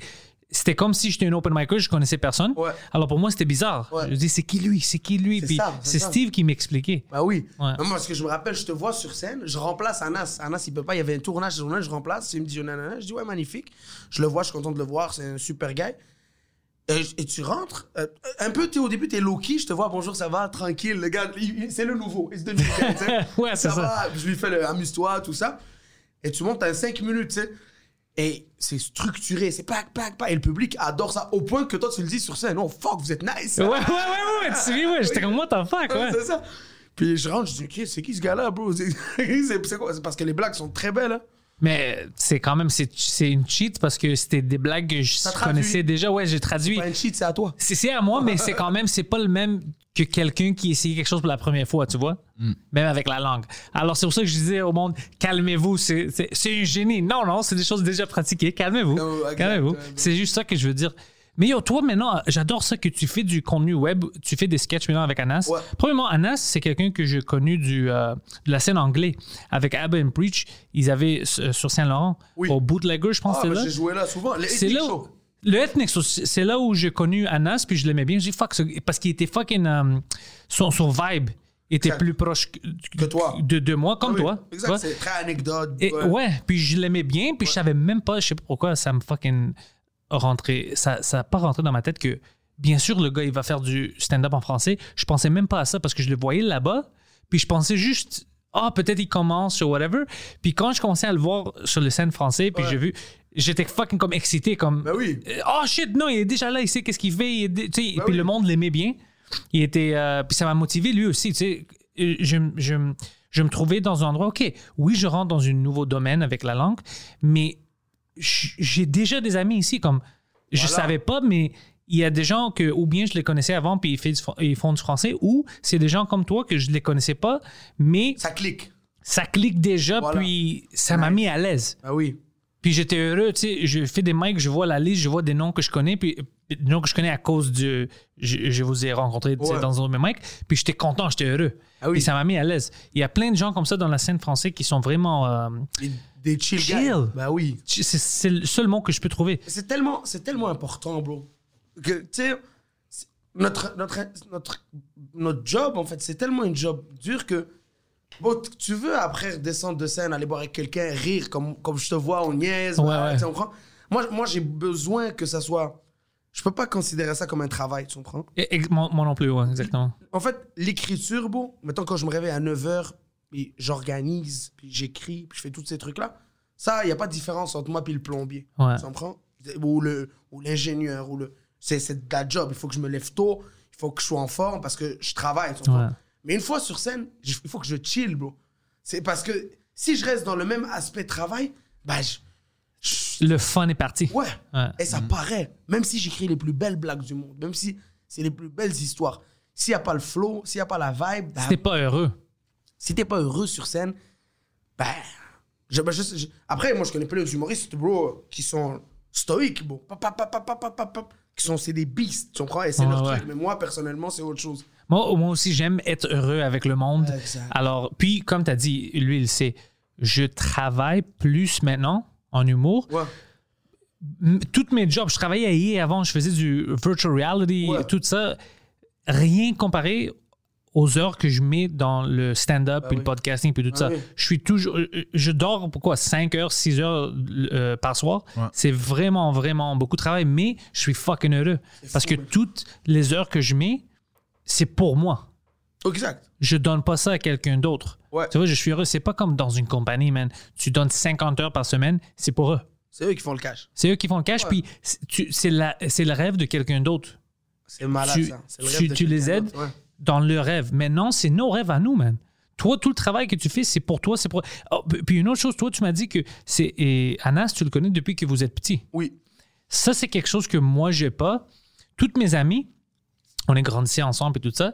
Speaker 2: C'était comme si j'étais un open micer, je connaissais personne.
Speaker 3: Ouais.
Speaker 2: Alors pour moi, c'était bizarre.
Speaker 3: Ouais.
Speaker 2: Je me dis, c'est qui lui C'est qui lui
Speaker 3: C'est
Speaker 2: Puis
Speaker 3: ça, c'est
Speaker 2: c'est
Speaker 3: ça.
Speaker 2: Steve qui m'expliquait.
Speaker 3: Bah oui.
Speaker 2: Ouais.
Speaker 3: Mais Moi, parce que je me rappelle, je te vois sur scène, je remplace Anas. Anas, il peut pas, il y avait un tournage, tournage, je remplace. Il me dit, oh, nanana. je dis, ouais, magnifique. Je le vois, je suis content de le voir, c'est un super gars. Et, et tu rentres, euh, un peu, t'es au début, t'es low-key, je te vois, bonjour, ça va, tranquille, le gars, il- il- c'est le nouveau, it's the new guy, tu sais.
Speaker 2: Ouais, c'est ça.
Speaker 3: va, je lui fais le amuse-toi, tout ça. Et tu montes à 5 minutes, tu sais. Et c'est structuré, c'est pac, pac, pac. Et le public adore ça, au point que toi, tu le dis sur scène, oh fuck, vous êtes nice.
Speaker 2: Ouais, ouais, ouais, ouais, ouais, tu te souviens, ouais, j'étais comme moi, t'en fuck,
Speaker 3: Ouais,
Speaker 2: ouais.
Speaker 3: c'est ça. Puis je rentre, je dis, OK, c'est qui ce gars-là, bro? C'est c'est- c'est quoi? C'est parce que les blagues sont très belles. Hein?
Speaker 2: Mais c'est quand même, c'est c'est une cheat parce que c'était des blagues que je
Speaker 3: traduit.
Speaker 2: connaissais déjà. Ouais, j'ai traduit.
Speaker 3: Pas un cheat, c'est à toi.
Speaker 2: C'est c'est à moi, mais c'est quand même, c'est pas le même que quelqu'un qui essayait quelque chose pour la première fois, tu vois?
Speaker 3: Mm.
Speaker 2: Même avec la langue. Alors, c'est pour ça que je disais au monde, calmez-vous, c'est c'est- c'est un génie. Non, non, c'est des choses déjà pratiquées, calmez-vous.
Speaker 3: Oh, exact,
Speaker 2: calmez-vous.
Speaker 3: ouais, ouais.
Speaker 2: C'est juste ça que je veux dire. Mais yo, toi, maintenant, j'adore ça que tu fais du contenu web, tu fais des sketchs maintenant avec Anas.
Speaker 3: Ouais.
Speaker 2: Premièrement, Anas, c'est quelqu'un que j'ai connu du, euh, de la scène anglaise. Avec Abba and Preach, ils avaient euh, sur Saint-Laurent,
Speaker 3: Oui.
Speaker 2: au Bootlegger, je pense
Speaker 3: Ah,
Speaker 2: que
Speaker 3: bah,
Speaker 2: c'était là.
Speaker 3: j'ai joué là souvent. Les
Speaker 2: C'est
Speaker 3: ethnic
Speaker 2: là où,
Speaker 3: shows.
Speaker 2: le ethnic, Show, c'est c'est là où j'ai connu Anas, puis je l'aimais bien. J'ai dit, fuck, ce- parce qu'il était fucking. euh, son, son vibe était
Speaker 3: Exact.
Speaker 2: plus proche que,
Speaker 3: Que toi.
Speaker 2: de, de moi, comme
Speaker 3: Ah Oui,
Speaker 2: toi.
Speaker 3: Exact,
Speaker 2: tu vois.
Speaker 3: c'est très anecdote.
Speaker 2: Et, ouais.
Speaker 3: ouais.
Speaker 2: puis je l'aimais bien, puis je savais même pas, je sais pas pourquoi, ça me fucking rentré. Ça ça a pas rentré dans ma tête que, bien sûr, le gars, il va faire du stand-up en français. Je pensais même pas à ça parce que je le voyais là-bas, puis je pensais juste, ah, peut-être il commence ou whatever. Puis quand je commençais à le voir sur le scène français, puis j'ai vu, j'étais fucking comme excité, comme.
Speaker 3: Ben oui.
Speaker 2: Euh, Oh shit, non, il est déjà là, il sait qu'est-ce qu'il fait. il est dé- tu sais,
Speaker 3: Ben
Speaker 2: puis
Speaker 3: oui.
Speaker 2: le monde l'aimait bien. Il était, euh, puis ça m'a motivé lui aussi. tu sais. Euh, Je, m- je, m- je me trouvais dans un endroit, ok, oui, je rentre dans un nouveau domaine avec la langue, mais j- j'ai déjà des amis ici. comme Je
Speaker 3: Voilà.
Speaker 2: savais pas, mais il y a des gens que, ou bien je les connaissais avant, puis ils, fait du fr- ils font du français, ou c'est des gens comme toi que je les connaissais pas, mais
Speaker 3: Ça clique.
Speaker 2: ça clique déjà,
Speaker 3: Voilà.
Speaker 2: puis ça m'a mis à l'aise.
Speaker 3: Ben oui.
Speaker 2: Puis j'étais heureux, tu sais, je fais des mics, je vois la liste, je vois des noms que je connais, puis puis des noms que je connais à cause du... Je, je vous ai rencontré tu sais,
Speaker 3: Ouais.
Speaker 2: dans un de mes mics, puis j'étais content, j'étais heureux.
Speaker 3: Ah oui.
Speaker 2: Et ça m'a mis à l'aise. Il y a plein de gens comme ça dans la scène française qui sont vraiment... euh,
Speaker 3: Des, des chill,
Speaker 2: Chill.
Speaker 3: guys. Ben oui.
Speaker 2: c'est c'est le seul mot que je peux trouver.
Speaker 3: C'est tellement, c'est tellement important, bro. Que, tu sais, c'est- notre, notre, notre, notre job, en fait, c'est tellement une job dure que, bon, t- tu veux après descendre de scène, aller boire avec quelqu'un, rire, comme, comme je te vois, on niaise,
Speaker 2: Ouais,
Speaker 3: voilà,
Speaker 2: ouais.
Speaker 3: tu sais, on prend- Moi, moi j'ai besoin que ça soit... Je peux pas considérer ça comme un travail, tu comprends
Speaker 2: Et- et- moi, moi non plus, ouais, exactement.
Speaker 3: en fait, l'écriture, bon, mettons quand je me réveille à 9h, puis j'organise, puis j'écris, puis je fais tous ces trucs-là, ça, il n'y a pas de différence entre moi puis le plombier.
Speaker 2: Ouais.
Speaker 3: Tu comprends? Ou le- ou l'ingénieur, ou le... C'est c'est de la job. Il faut que je me lève tôt, il faut que je sois en forme parce que je travaille. tu comprends?
Speaker 2: Ouais.
Speaker 3: Mais une fois sur scène, je- il faut que je chill, bro. C'est parce que si je reste dans le même aspect travail, bah, je- je-
Speaker 2: Le fun est parti.
Speaker 3: Ouais.
Speaker 2: Ouais.
Speaker 3: Et ça paraît. Même si j'écris les plus belles blagues du monde, même si c'est les plus belles histoires, s'il n'y a pas le flow, s'il n'y a pas la vibe, bah,
Speaker 2: Si t'es pas heureux,
Speaker 3: si t'es pas heureux sur scène, ben. je- ben, je sais- je- Après, moi, je connais plein d'humoristes, bro, qui sont stoïques, bro. Pap, pap, pap, pap, pap, pap, pap, pap. qui sont c'est des beasts, tu comprends? Et c'est
Speaker 2: Ouais,
Speaker 3: leur
Speaker 2: ouais.
Speaker 3: truc. Mais moi, personnellement, c'est autre chose.
Speaker 2: Moi, moi aussi, j'aime être heureux avec le monde.
Speaker 3: Ouais, exact.
Speaker 2: Alors, puis, comme tu as dit, lui, il sait, je travaille plus maintenant en humour.
Speaker 3: Ouais.
Speaker 2: M- Toutes mes jobs, je travaillais à IA avant, je faisais du virtual reality,
Speaker 3: Ouais.
Speaker 2: tout ça. Rien comparé aux heures que je mets dans le stand-up, puis
Speaker 3: oui.
Speaker 2: le podcasting, puis tout
Speaker 3: Ah
Speaker 2: ça.
Speaker 3: oui.
Speaker 2: Je suis toujours. euh, Je dors, pourquoi, 5 heures, 6 heures euh, par soir.
Speaker 4: Ouais.
Speaker 2: C'est vraiment, vraiment beaucoup de travail, mais je suis fucking heureux. Parce que toutes les heures que je mets, c'est pour moi
Speaker 3: Exact.
Speaker 2: je donne pas ça à quelqu'un d'autre.
Speaker 3: Ouais.
Speaker 2: Tu vois, je suis heureux. C'est pas comme dans une compagnie, man. Tu donnes 50 heures par semaine, c'est pour eux.
Speaker 3: C'est eux qui font le cash.
Speaker 2: C'est eux qui font le cash,
Speaker 3: Ouais.
Speaker 2: puis c'est- tu- c'est la- c'est le rêve de quelqu'un d'autre.
Speaker 3: C'est malade,
Speaker 2: Tu-
Speaker 3: ça. C'est le
Speaker 2: tu-
Speaker 3: rêve de
Speaker 2: tu les
Speaker 3: quelqu'un
Speaker 2: aides?
Speaker 3: d'autre, ouais.
Speaker 2: Dans leur rêve. Maintenant, c'est nos rêves à nous, man. Toi, tout le travail que tu fais, c'est pour toi, c'est pour. Oh, puis- puis une autre chose, toi, tu m'as dit que c'est. Et Anas, tu le connais depuis que vous êtes petit.
Speaker 3: Oui.
Speaker 2: Ça, c'est quelque chose que moi, j'ai pas. Toutes mes amies, on est grandissés ensemble et tout ça,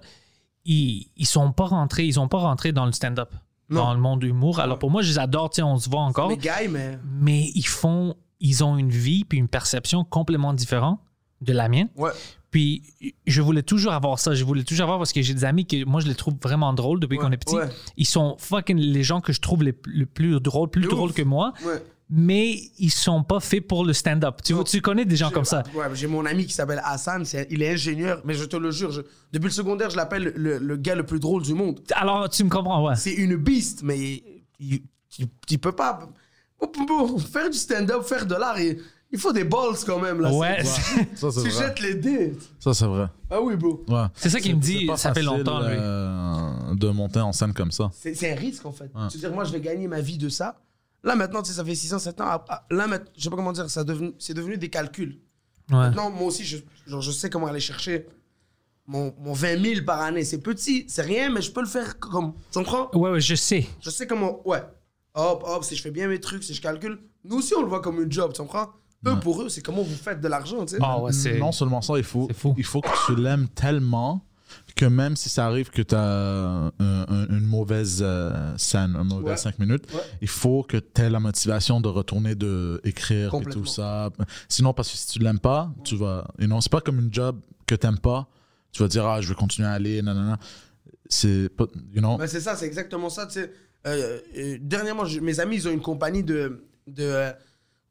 Speaker 2: ils, ils sont pas rentrés, ils ont pas rentré dans le stand-up,
Speaker 3: Non.
Speaker 2: dans le monde de l'humour. Alors pour moi, je les adore, tu sais, on se voit encore,
Speaker 3: Mais gars, mais.
Speaker 2: mais ils font, ils ont une vie puis une perception complètement différente de la mienne.
Speaker 3: Ouais.
Speaker 2: Puis je voulais toujours avoir ça, je voulais toujours avoir parce que j'ai des amis que moi je les trouve vraiment drôles depuis
Speaker 3: Ouais,
Speaker 2: qu'on est petit.
Speaker 3: ouais.
Speaker 2: Ils sont fucking les gens que je trouve les, le plus drôles, plus
Speaker 3: De
Speaker 2: drôles
Speaker 3: ouf.
Speaker 2: que moi,
Speaker 3: Ouais.
Speaker 2: mais ils sont pas faits pour le stand-up. Tu,
Speaker 3: Non.
Speaker 2: tu connais des gens
Speaker 3: J'ai-
Speaker 2: comme ça.
Speaker 3: Ouais, j'ai mon ami qui s'appelle Hassan, c'est- il est ingénieur, mais je te le jure, je- depuis le secondaire, je l'appelle le, le gars le plus drôle du monde.
Speaker 2: Alors, tu me comprends, ouais.
Speaker 3: C'est une beast, mais il, il- il peut pas. Pour faire du stand-up, faire de l'art, il, il faut des balls quand même. Là,
Speaker 2: Ouais,
Speaker 3: C'est-
Speaker 2: c'est-
Speaker 4: Ça, c'est
Speaker 3: Tu
Speaker 4: vrai.
Speaker 3: jettes les dés.
Speaker 4: Ça, c'est vrai.
Speaker 3: Ah oui, bro.
Speaker 4: Ouais.
Speaker 2: c'est ça qu'il me
Speaker 4: C'est
Speaker 2: dit,
Speaker 4: pas
Speaker 2: ça fait
Speaker 4: facile,
Speaker 2: longtemps, lui.
Speaker 4: euh, de monter en scène comme ça.
Speaker 3: C'est c'est un risque en fait.
Speaker 4: Ouais.
Speaker 3: Tu veux dire, moi, je vais gagner ma vie de ça. Là, maintenant, tu sais, ça fait 6 ans, 7 ans. ah, ah, Là, maintenant, je sais pas comment dire, ça devenu- c'est devenu des calculs.
Speaker 2: Ouais.
Speaker 3: Maintenant, moi aussi, je, genre, je sais comment aller chercher mon, mon 20 000 par année. C'est petit, c'est rien, mais je peux le faire comme. Tu comprends
Speaker 2: ouais, ouais, je sais.
Speaker 3: Je sais comment. Ouais. Hop, hop, si je fais bien mes trucs, si je calcule. Nous aussi, on le voit comme une job, tu comprends Eux, pour eux, c'est comment vous faites de l'argent, tu sais.
Speaker 2: Ah ouais, c'est.
Speaker 4: Non seulement ça, il faut,
Speaker 2: c'est fou.
Speaker 4: il faut que tu l'aimes tellement que même si ça arrive que tu as une mauvaise euh, scène, un mauvais
Speaker 3: Ouais.
Speaker 4: 5 minutes,
Speaker 3: Ouais.
Speaker 4: il faut que tu aies la motivation de retourner de écrire et
Speaker 3: Complètement.
Speaker 4: tout ça. Sinon, parce que si tu l'aimes pas, tu vas. Et non, c'est pas comme une job que tu pas. Tu vas dire, ah, je vais continuer à aller, nanana. C'est pas. You know?
Speaker 3: Ben, c'est ça, c'est exactement ça. tu sais. Euh, euh, dernièrement, je- mes amis, ils ont une compagnie de, de, euh,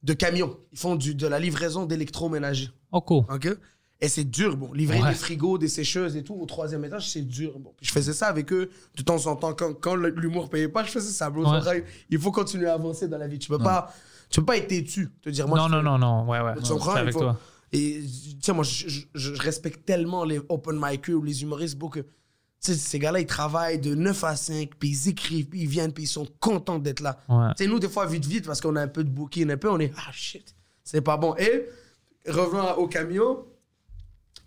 Speaker 3: de camions. Ils font du, de la livraison d'électroménager.
Speaker 2: Oh, cool.
Speaker 3: OK? Et c'est dur, bon. Livrer
Speaker 2: Ouais.
Speaker 3: des frigos, des sécheuses et tout au troisième étage, c'est dur, bon. Puis je faisais ça avec eux de temps en temps. Quand, quand le- l'humour payait pas, je faisais ça, bro.
Speaker 2: Ouais.
Speaker 3: C'est vrai, Il faut continuer à avancer dans la vie. Tu peux, pas, tu peux pas être têtu, te dire, Ah, moi,
Speaker 2: non,
Speaker 3: je
Speaker 2: non,
Speaker 3: fais-
Speaker 2: non, non. Ouais, ouais.
Speaker 3: Tu
Speaker 2: ouais,
Speaker 3: comprends?
Speaker 2: c'est
Speaker 3: Il
Speaker 2: avec
Speaker 3: faut-
Speaker 2: toi.
Speaker 3: Et tu sais, moi, je, je- je- je respecte tellement les open micers ou les humoristes, bro, que tu sais, ces gars-là, ils travaillent de 9 à 5, puis ils écrivent, puis ils viennent, puis ils sont contents d'être là.
Speaker 2: Ouais.
Speaker 3: Tu sais, nous, des fois, vite, vite, parce qu'on a un peu de booking, un peu, on est ah shit, c'est pas bon. Et revenant au camion,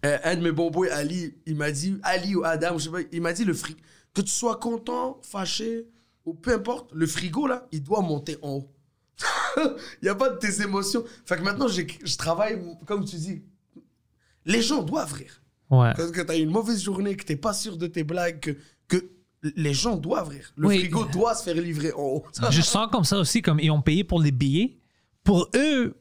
Speaker 3: euh, un de mes bons boys, Ali, il m'a dit, Ali ou Adam, je sais pas, il m'a dit le fric, que tu sois content, fâché, ou peu importe, le frigo, là, il doit monter en haut. Il n'y a pas de tes émotions. Fait que maintenant, j'ai- je travaille, comme tu dis, les gens doivent rire.
Speaker 2: Ouais.
Speaker 3: Quand, tu as une mauvaise journée, que tu n'es pas sûr de tes blagues, que, que les gens doivent rire. Le
Speaker 2: Oui.
Speaker 3: frigo doit se faire livrer en haut.
Speaker 2: Je sens comme ça aussi, comme ils ont payé pour les billets. Pour eux,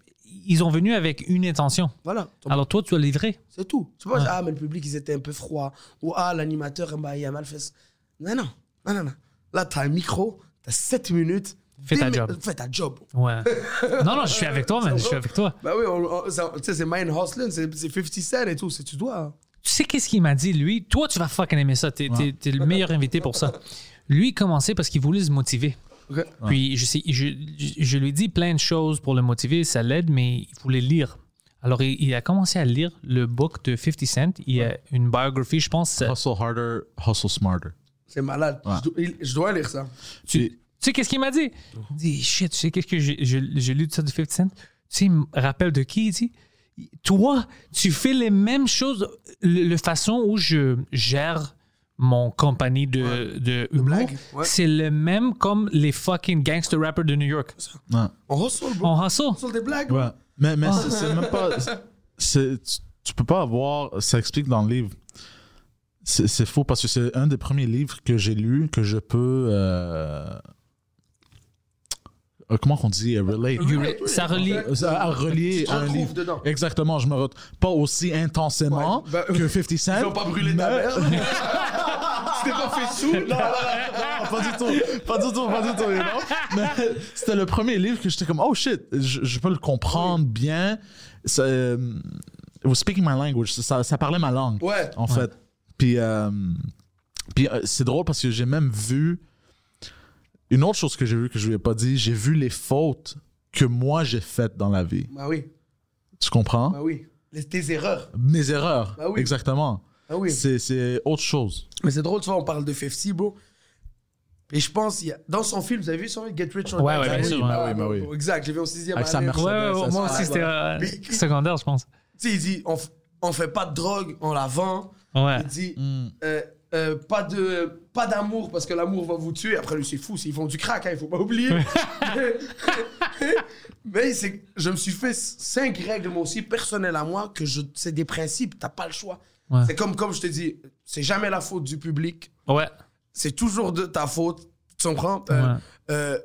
Speaker 2: ils ont venu avec une intention.
Speaker 3: Voilà. Ton-
Speaker 2: Alors toi, tu as livré.
Speaker 3: C'est tout. Tu vois, ah, mais le public, ils étaient un peu froids. Ou ah, l'animateur, bah, il a mal fait. ça. Non, non, non, non. non. Là, t'as un micro, t'as 7 minutes.
Speaker 2: Fais ta
Speaker 3: Déme-
Speaker 2: job.
Speaker 3: Fais ta job.
Speaker 2: Ouais. non, non, je suis avec toi, man. Je suis avec toi.
Speaker 3: Bah oui, on- on- ça- tu sais, c'est Mind Hustling, c'est c'est 50 Cent et tout, c'est tu dois. hein.
Speaker 2: Tu sais qu'est-ce qu'il m'a dit, lui? Toi, tu vas fucking aimer ça. T'es t'es- t'es le meilleur invité pour ça. Lui, il commençait parce qu'il voulait se motiver.
Speaker 3: Ok.
Speaker 2: Puis je, sais, je, je- je lui ai dit plein de choses pour le motiver, ça l'aide, mais il voulait lire. Alors il, il a commencé à lire le book de 50 Cent. Il y a une biographie, je pense. ça-
Speaker 4: Hustle harder, hustle smarter.
Speaker 3: C'est malade.
Speaker 4: Ouais.
Speaker 3: Je, dois, il- je dois lire ça.
Speaker 2: Tu, tu sais qu'est-ce qu'il m'a dit? Il dit shit, tu sais qu'est-ce que j'ai je- j'ai lu de ça de 50 Cent? Tu sais, il me rappelle de qui? Il dit Toi, tu fais les mêmes choses, le, le façon où je gère mon compagnie de, de humour,
Speaker 3: blagues, ouais.
Speaker 2: c'est le même comme les fucking gangster rappers de New York.
Speaker 4: Ouais.
Speaker 3: On hustle, bro.
Speaker 2: On hustle.
Speaker 3: On hustle des blagues.
Speaker 4: Oh. Ouais. Mais, mais c'est- c'est même pas. c'est- c'est- tu, tu peux pas avoir. Ça explique dans le livre. C'est c'est faux parce que c'est un des premiers livres que j'ai lu que je peux. euh, euh, comment qu'on dit euh, relate
Speaker 2: You re- ça relie.
Speaker 4: Euh, ça a relié
Speaker 3: Tu te
Speaker 4: à un
Speaker 3: retrouves
Speaker 4: livre.
Speaker 3: dedans.
Speaker 4: Exactement, je me retrouve pas aussi intensément
Speaker 3: Ouais, bah,
Speaker 4: que 50 Cent.
Speaker 3: Ils ont pas brûlé ta
Speaker 4: mais-
Speaker 3: mère. C'était pas fait sous. Non, non, non.
Speaker 4: Ah, pas du tout, pas du tout, pas du tout, you know? Mais c'était le premier livre que j'étais comme, oh shit, je, je peux le comprendre bien. Ça, euh, it was speaking my language, ça, ça parlait ma langue,
Speaker 3: Ouais.
Speaker 4: en fait. Puis, euh, puis euh, c'est drôle parce que j'ai même vu une autre chose que j'ai vu que je lui ai pas dit, j'ai vu les fautes que moi j'ai faites dans la vie.
Speaker 3: Bah oui,
Speaker 4: Tu comprends?
Speaker 3: bah oui. Les- Tes erreurs.
Speaker 4: Mes erreurs,
Speaker 3: Bah oui.
Speaker 4: exactement.
Speaker 3: Ah oui.
Speaker 4: C'est- C'est autre chose.
Speaker 3: Mais c'est drôle, tu vois, on parle de 50, bro. Et je pense, il y a- dans son film, vous avez vu son film, Get Rich or
Speaker 2: Ouais,
Speaker 3: Die
Speaker 2: ouais,
Speaker 3: Trying?
Speaker 2: bien sûr,
Speaker 4: ouais. Ah oui, bah oui.
Speaker 3: Exact, j'ai vu en sixième
Speaker 4: Avec sa
Speaker 3: année.
Speaker 4: mère.
Speaker 2: Ouais, ouais,
Speaker 4: Ça,
Speaker 2: ouais,
Speaker 4: ça,
Speaker 2: moi
Speaker 4: ça,
Speaker 2: aussi,
Speaker 4: ouais,
Speaker 2: c'était euh,
Speaker 3: Mais-
Speaker 2: secondaire, je pense.
Speaker 3: Tu sais, il dit, on, f- on fait pas de drogue, on la vend.
Speaker 2: Ouais.
Speaker 3: Il dit,
Speaker 2: Hmm.
Speaker 3: euh, euh, pas de pas d'amour parce que l'amour va vous tuer. Après, lui, c'est fou, c'est- ils font du crack, hein, il faut pas oublier. Mais c'est- je me suis fait cinq règles, moi aussi, personnelles à moi, que je- c'est des principes, t'as pas le choix.
Speaker 2: Ouais.
Speaker 3: C'est comme, comme je te dis, c'est jamais la faute du public,
Speaker 2: Ouais.
Speaker 3: c'est toujours de ta faute. Tu comprends? Euh,
Speaker 2: Ouais.
Speaker 3: euh,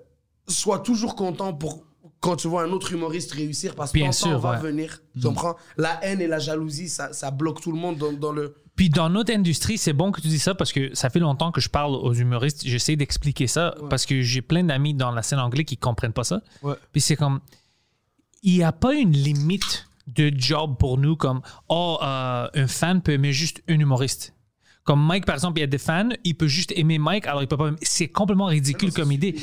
Speaker 3: sois toujours content pour quand tu vois un autre humoriste réussir parce que
Speaker 2: Bien
Speaker 3: ton
Speaker 2: sûr,
Speaker 3: temps va
Speaker 2: ouais. Mm.
Speaker 3: venir. Tu comprends? La haine et la jalousie, ça, ça bloque tout le monde dans, dans le.
Speaker 2: Puis dans notre industrie, c'est bon que tu dis ça parce que ça fait longtemps que je parle aux humoristes. J'essaie d'expliquer ça parce que j'ai plein d'amis dans la scène anglaise qui comprennent pas ça.
Speaker 3: Ouais.
Speaker 2: Puis c'est comme, il n'y a pas une limite de job pour nous comme, oh, euh, un fan peut aimer juste un humoriste. Comme Mike, par exemple, il y a des fans, il peut juste aimer Mike, alors il peut pas. aimer- C'est complètement ridicule comme idée.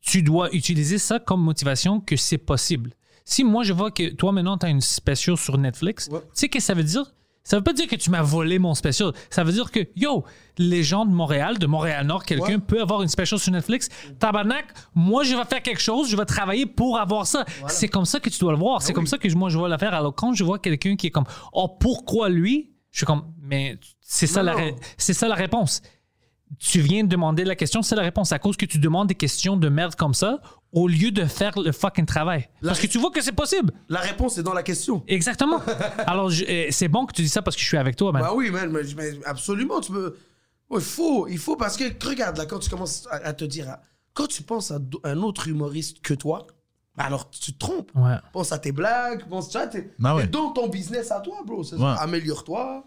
Speaker 2: Tu dois utiliser ça comme motivation que c'est possible. Si moi je vois que toi maintenant tu as une spécial sur Netflix, tu sais qu'est-ce que ça veut dire? Ça veut pas dire que tu m'as volé mon spécial. Ça veut dire que, yo, les gens de Montréal, de Montréal-Nord, quelqu'un peut avoir une spécial sur Netflix. Tabarnak, moi, je vais faire quelque chose, je vais travailler pour avoir ça. C'est comme ça que tu dois le
Speaker 3: Ah
Speaker 2: voir. C'est comme ça que moi, je vois la faire. Alors, quand je vois quelqu'un qui est comme, oh, pourquoi lui? Je suis comme, mais c'est ça, la,
Speaker 3: Non.
Speaker 2: ré- c'est ça la réponse tu viens de demander la question, c'est la réponse. À cause que tu demandes des questions de merde comme ça, au lieu de faire le fucking travail. Parce que tu vois que c'est possible.
Speaker 3: La réponse est dans la question.
Speaker 2: Exactement. Alors, je- euh, c'est bon que tu dis ça parce que je suis avec toi, man.
Speaker 3: Bah oui, man, mais, mais absolument, tu peux. Ouais, Il faut, il faut, parce que regarde, là, quand tu commences à, à te dire, à- quand tu penses à do- un autre humoriste que toi, bah alors tu te trompes.
Speaker 2: Ouais. Bah
Speaker 3: Pense à tes blagues, pense à t'es
Speaker 4: Ah ouais.
Speaker 3: t'es dans ton business à toi, bro. c'est ça.
Speaker 4: Ouais.
Speaker 3: Améliore-toi.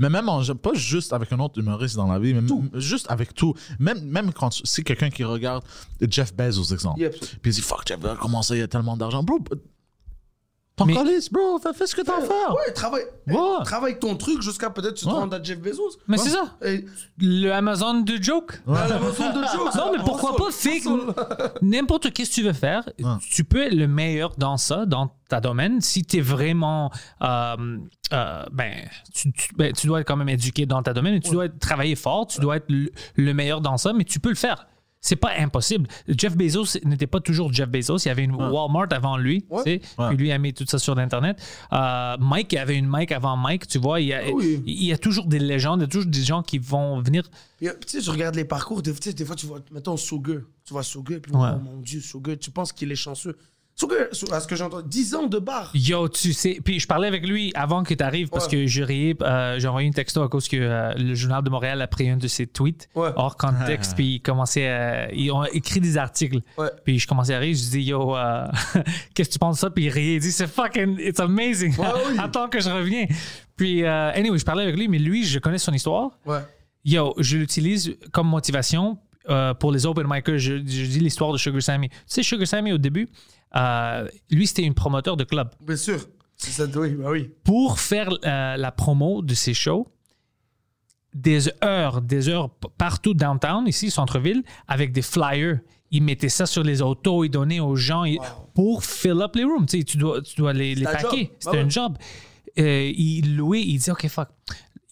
Speaker 4: Mais même en, pas juste avec un autre humoriste dans la vie, mais m- juste avec tout. Même, même quand tu- si quelqu'un qui regarde Jeff Bezos, exemple,
Speaker 3: Yep.
Speaker 4: puis il dit Fuck, Jeff, Bezos, comment ça, il y a tellement d'argent. Bro, t'en
Speaker 2: Mais-
Speaker 4: calisses, bro, fais, fais ce que t'as à faire.
Speaker 3: Ouais, travaille, eh,
Speaker 4: Ouais.
Speaker 3: travaille ton truc jusqu'à peut-être tu te
Speaker 4: Ouais.
Speaker 3: rendes à Jeff Bezos.
Speaker 2: Mais c'est ça.
Speaker 3: Et-
Speaker 2: Le Amazon de joke.
Speaker 3: Ah, la leçon de Joe, ça,
Speaker 2: Non, mais
Speaker 3: on
Speaker 2: pourquoi
Speaker 3: saute,
Speaker 2: pas
Speaker 3: on
Speaker 2: fake?
Speaker 3: saute.
Speaker 2: N'importe qu'est-ce que tu veux faire, tu peux être le meilleur dans ça, dans ta domaine, si tu es vraiment. euh, euh, ben, tu, tu- ben, tu dois être quand même éduqué dans ta domaine, et tu dois être- travailler fort, tu dois être le, le meilleur dans ça, mais tu peux le faire. C'est pas impossible. Jeff Bezos n'était pas toujours Jeff Bezos. Il y avait une Walmart avant lui. Tu sais,
Speaker 4: Ouais.
Speaker 2: Puis lui a mis tout ça sur l'Internet. Euh, Mike, il y avait une Mike avant Mike. Tu vois, il y, a,
Speaker 3: Oui.
Speaker 2: il y a toujours des légendes, il y a toujours des gens qui vont venir.
Speaker 3: Et, euh, Tu sais, je regarde les parcours, des, tu sais, des fois tu vois, mettons Sogueux, tu vois Sogueux, puis
Speaker 2: Ouais.
Speaker 3: oh mon dieu, Sogueux, tu penses qu'il est chanceux. Sogueux, Sou- à ce que j'entends, 10 ans de bar.
Speaker 2: Yo, tu sais, puis je parlais avec lui avant que tu arrives parce
Speaker 3: Ouais.
Speaker 2: que je riais, euh, j'ai envoyé un texto à cause que euh, le journal de Montréal a pris un de ses tweets
Speaker 3: Ouais.
Speaker 2: hors contexte, puis ils commençaient à- ils ont écrit des articles.
Speaker 3: Ouais.
Speaker 2: Puis je commençais à rire, je dis yo, euh, qu'est-ce que tu penses de ça? Puis il riait, il dit c'est fucking, it's amazing.
Speaker 3: oui.
Speaker 2: Attends que je reviens. Puis euh, anyway, je parlais avec lui, mais lui, je connais son histoire.
Speaker 3: Ouais.
Speaker 2: Yo, je l'utilise comme motivation euh, pour les open micers. Je, je dis l'histoire de Sugar Sammy. Tu sais, Sugar Sammy, au début, euh, lui, c'était un promoteur de club.
Speaker 3: Bien sûr. C'est ça, oui, bah oui.
Speaker 2: Pour faire euh, la promo de ces shows, des heures, des heures p- partout downtown, ici, centre-ville, avec des flyers. Ils mettaient ça sur les autos, ils donnaient aux gens ils- pour fill up les rooms. Tu, sais, tu dois, tu dois les, les
Speaker 3: un job.
Speaker 2: paquer. C'était
Speaker 3: Ah ouais.
Speaker 2: un job. Euh, il louait, il dit OK, fuck.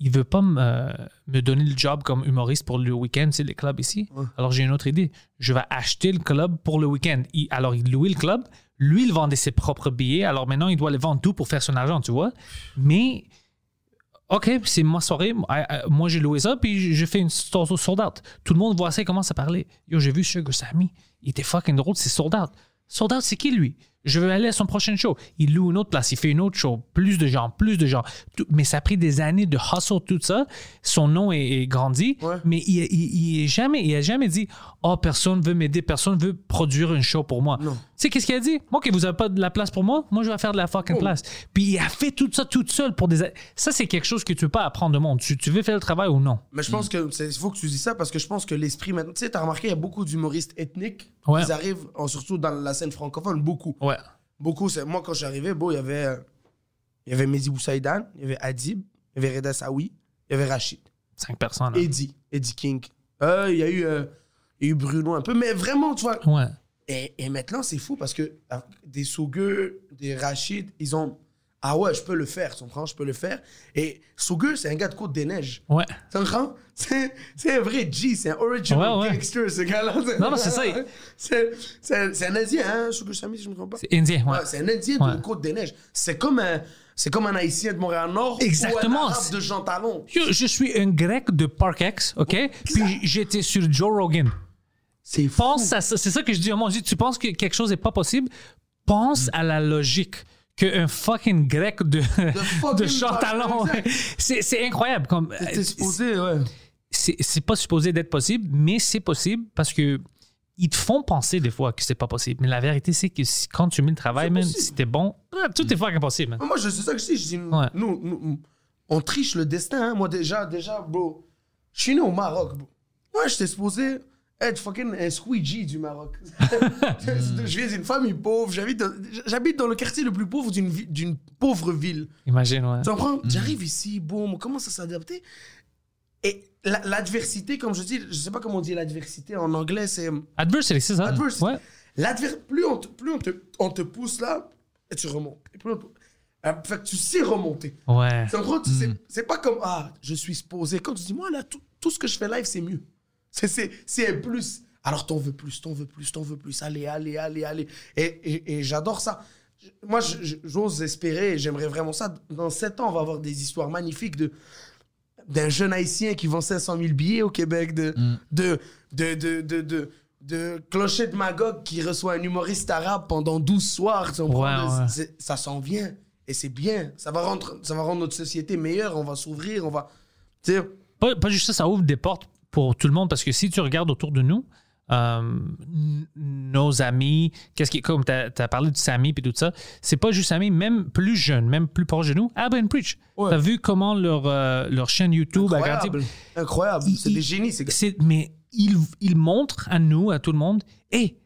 Speaker 2: Il veut pas me, euh, me donner le job comme humoriste pour le week-end, c'est les clubs ici. Alors j'ai une autre idée. Je vais acheter le club pour le week-end. Il- alors il louait le club. Lui, il vendait ses propres billets. Alors maintenant, il doit les vendre tout pour faire son argent, tu vois. Mais OK, c'est ma soirée. I- I- Moi, j'ai loué ça, puis je fais une sorte sold out. Tout le monde voit ça et commence à parler. Yo, j'ai vu Sugar Sammy. Il était fucking drôle, c'est sold out. Sold out, c'est qui lui? Je veux aller à son prochain show. Il loue une autre place, il fait une autre show. Plus de gens, plus de gens. Tout- mais ça a pris des années de hustle, tout ça. Son nom est, est grandi,
Speaker 3: Ouais.
Speaker 2: mais il, il, il est jamais, il a jamais dit Oh, personne veut m'aider, personne veut produire une show pour moi. Tu sais, qu'est-ce qu'il a dit Moi, que vous n'avez pas de la place pour moi, moi, je vais faire de la fucking
Speaker 3: Oh.
Speaker 2: place. Puis il a fait tout ça tout seul pour des. a- Ça, c'est quelque chose que tu peux pas apprendre au monde. Tu, tu veux faire le travail ou non
Speaker 3: Mais je pense que c'est- il faut que tu dis ça parce que je pense que l'esprit maintenant. Tu sais, t'as remarqué, il y a beaucoup d'humoristes ethniques.
Speaker 2: Ouais.
Speaker 3: Ils arrivent, en- surtout dans la scène francophone, beaucoup.
Speaker 2: Ouais.
Speaker 3: Beaucoup. c'est- Moi, quand j'arrivais, bon, il y avait, euh, il y avait Mehdi Boussaïdan, il y avait Adib, il y avait Reda Saoui, il y avait Rachid,
Speaker 2: Cinq personnes. hein.
Speaker 3: Eddie, Eddie King. Euh, il y a eu, euh, il y a eu Bruno un peu, mais vraiment, tu vois.
Speaker 2: Ouais.
Speaker 3: Et, et maintenant, c'est fou parce que euh, des Sougueux, des Rachid, ils ont. Ah ouais, je peux le faire, tu comprends, je peux le faire. Et Sougueux, c'est un gars de Côte-des-Neiges.
Speaker 2: Ouais.
Speaker 3: Tu comprends? C'est c'est un vrai G, c'est un original
Speaker 2: Ouais, ouais.
Speaker 3: gangster, ce gars-là.
Speaker 2: Non, mais c'est ça, il-
Speaker 3: C'est- C'est un- c'est un Indien, hein? Sugar Sammy, si je me trompe pas.
Speaker 2: C'est indien. Ouais.
Speaker 3: Ouais, c'est un Indien
Speaker 2: Ouais.
Speaker 3: de Côte-des-Neiges. C'est comme, un- c'est comme un Haïtien de Montréal-Nord ou
Speaker 2: Exactement.
Speaker 3: un Arabe de Jean Talon.
Speaker 2: Yo, je suis un grec de Park X, OK?
Speaker 3: Oh.
Speaker 2: Puis j'étais sur Joe Rogan.
Speaker 3: C'est fou.
Speaker 2: Pense à ça. C'est ça que je dis à mon Dieu. Tu penses que quelque chose n'est pas possible? Pense
Speaker 3: Mm.
Speaker 2: à la logique qu'un fucking grec de, de
Speaker 3: fucking
Speaker 2: Jean
Speaker 3: Park
Speaker 2: Talon.
Speaker 3: X.
Speaker 2: C'est c'est incroyable. Comme, euh,
Speaker 3: C'était supposé, ouais.
Speaker 2: c'est c'est pas supposé d'être possible, mais c'est possible parce que ils te font penser des fois que c'est pas possible. Mais la vérité, c'est que si- quand tu mets le travail, même si t'es bon, ah, tout est fucking possible. man.
Speaker 3: Moi, je c'est ça que je dis. Je dis,
Speaker 2: Ouais.
Speaker 3: nous, nous, on triche le destin. hein. Moi, déjà, déjà, bro, je suis né au Maroc, bro. Moi, j'étais supposé être fucking un squeegee du Maroc. je viens d'une famille pauvre. J'habite dans, j'habite dans le quartier le plus pauvre d'une, vi- d'une pauvre ville.
Speaker 2: Imagine, ouais.
Speaker 3: Tu comprends? J'arrive ici, bon, on commence à s'adapter. Et la- l'adversité, comme je dis, je sais pas comment on dit l'adversité en anglais, c'est...
Speaker 2: Adversity, c'est ça? hein?
Speaker 3: Adversity.
Speaker 2: Ouais.
Speaker 3: L'adver- plus on, te, plus on, te, on te pousse là, et tu remontes. Et plus on te- Euh, Fait que tu sais remonter.
Speaker 2: Ouais. Mm.
Speaker 3: C'est en gros, tu- c'est- c'est pas comme Ah, je suis posé. Quand tu dis, moi, là, tout, tout ce que je fais live, c'est mieux. C'est- C'est c'est un plus. Alors, t'en veux plus, t'en veux plus, t'en veux plus. Allez, allez, allez, allez. Et, et- et j'adore ça. Je- Moi, je- je- j'ose espérer, et j'aimerais vraiment ça. Dans 7 ans, on va avoir des histoires magnifiques de d'un jeune haïtien qui vend 500 000 billets au Québec, de,
Speaker 2: Mm.
Speaker 3: de, de, de, de, de, de Clochette Magog qui reçoit un humoriste arabe pendant 12 soirs. tu comprends?
Speaker 2: Ouais, ouais.
Speaker 3: C'est- Ça s'en vient. Et c'est bien. Ça va, rendre, ça va rendre notre société meilleure. On va s'ouvrir. On va. Tu sais,
Speaker 2: pas, pas juste ça, ça ouvre des portes pour tout le monde parce que si tu regardes autour de nous, euh, n- nos amis, qu'est-ce qui comme tu as, parlé de Samy et tout ça, c'est pas juste Samy, même plus jeune, même plus proche de nous, Abba and Preach.
Speaker 3: Ouais.
Speaker 2: T'as vu comment leur, euh, leur chaîne YouTube a grandi.
Speaker 3: incroyable. Incroyable.
Speaker 2: Il-
Speaker 3: C'est
Speaker 2: il-
Speaker 3: des génies, ces gars.
Speaker 2: C'est- Mais ils ils montrent à nous, à tout le monde, et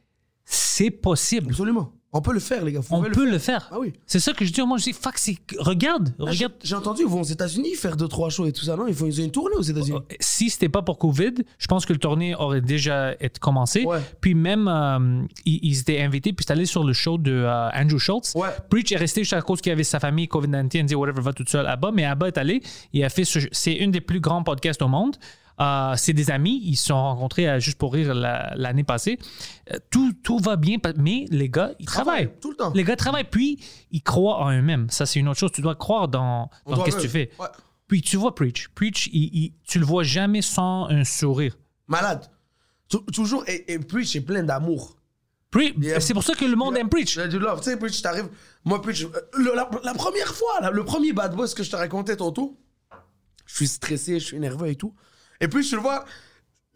Speaker 2: c'est possible.
Speaker 3: Absolument. On peut le faire, les gars. Vous
Speaker 2: On
Speaker 3: pouvez le
Speaker 2: peut
Speaker 3: faire.
Speaker 2: le faire.
Speaker 3: Ah oui. Ah,
Speaker 2: C'est ça que je dis. Moi, je dis, fuck, c'est- regarde, regarde.
Speaker 3: J'ai entendu, ils vont aux États-Unis faire deux, trois shows et tout ça. Non, ils font ils ont une tournée aux
Speaker 2: Euh,
Speaker 3: États-Unis.
Speaker 2: si c'était pas pour Covid, je pense que le tournée aurait déjà été commencé.
Speaker 3: Ouais.
Speaker 2: Puis même, euh, ils, ils étaient invités, puis c'est allé sur le show de euh, Andrew Schultz.
Speaker 3: Ouais.
Speaker 2: Preach est resté juste à cause qu'il y avait sa famille, COVID-19, dit whatever, va tout seul à bas. Mais Abba est allé, il a fait ce- c'est une des plus grands podcasts au monde. Euh, c'est des amis, ils se sont rencontrés à Juste pour rire la- l'année passée. Euh, tout, tout va bien, pa- mais les gars, ils travaillent.
Speaker 3: Travaillent, tout le temps.
Speaker 2: Les gars travaillent, puis ils croient en eux-mêmes. Ça, c'est une autre chose. Tu dois croire dans,
Speaker 3: On
Speaker 2: dans
Speaker 3: doit
Speaker 2: qu'est-ce que tu
Speaker 3: le-
Speaker 2: fais.
Speaker 3: Ouais.
Speaker 2: Puis tu vois Preach. Preach, il- il- tu le vois jamais sans un sourire.
Speaker 3: Malade. Tou- toujours. Et, et puis, j'ai plein d'amour.
Speaker 2: Preach,
Speaker 3: Yeah.
Speaker 2: C'est pour ça que le monde aime Preach.
Speaker 3: J'ai du love. Tu sais, Preach, t'arrives. Moi, Preach, euh, le- la, la première fois, là, le premier bad boss que je te racontais tantôt, je suis stressé, je suis nerveux et tout. Et puis, je le vois,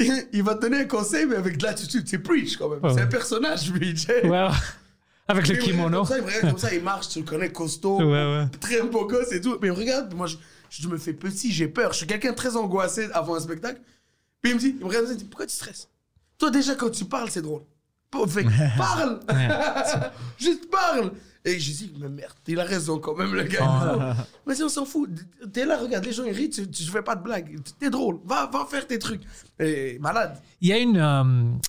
Speaker 3: il, il va te donner un conseil, mais avec de l'attitude. C'est Preach, quand même.
Speaker 2: Ouais,
Speaker 3: C'est un
Speaker 2: ouais.
Speaker 3: personnage, Preach.
Speaker 2: Ouais, ouais. Avec le
Speaker 3: Il me regarde
Speaker 2: kimono.
Speaker 3: Comme ça, il me regarde comme ça, il marche, tu le connais, costaud,
Speaker 2: Ouais, ouais.
Speaker 3: très beau gosse et tout. Mais regarde, moi, je, je me fais petit, j'ai peur. Je suis quelqu'un de très angoissé avant un spectacle. Puis il me dit, il me regarde, il me dit, pourquoi tu stresses Toi, déjà, quand tu parles, c'est drôle. Bon, fait que parle Juste parle Et j'ai dit, mais merde, il a raison quand même, le gars.
Speaker 2: Oh.
Speaker 3: mais si on s'en fout, t'es là, regarde, les gens, ils rient, tu, tu fais pas de blagues. T'es drôle, va, va faire tes trucs. Et, malade.
Speaker 2: Il y a une, euh,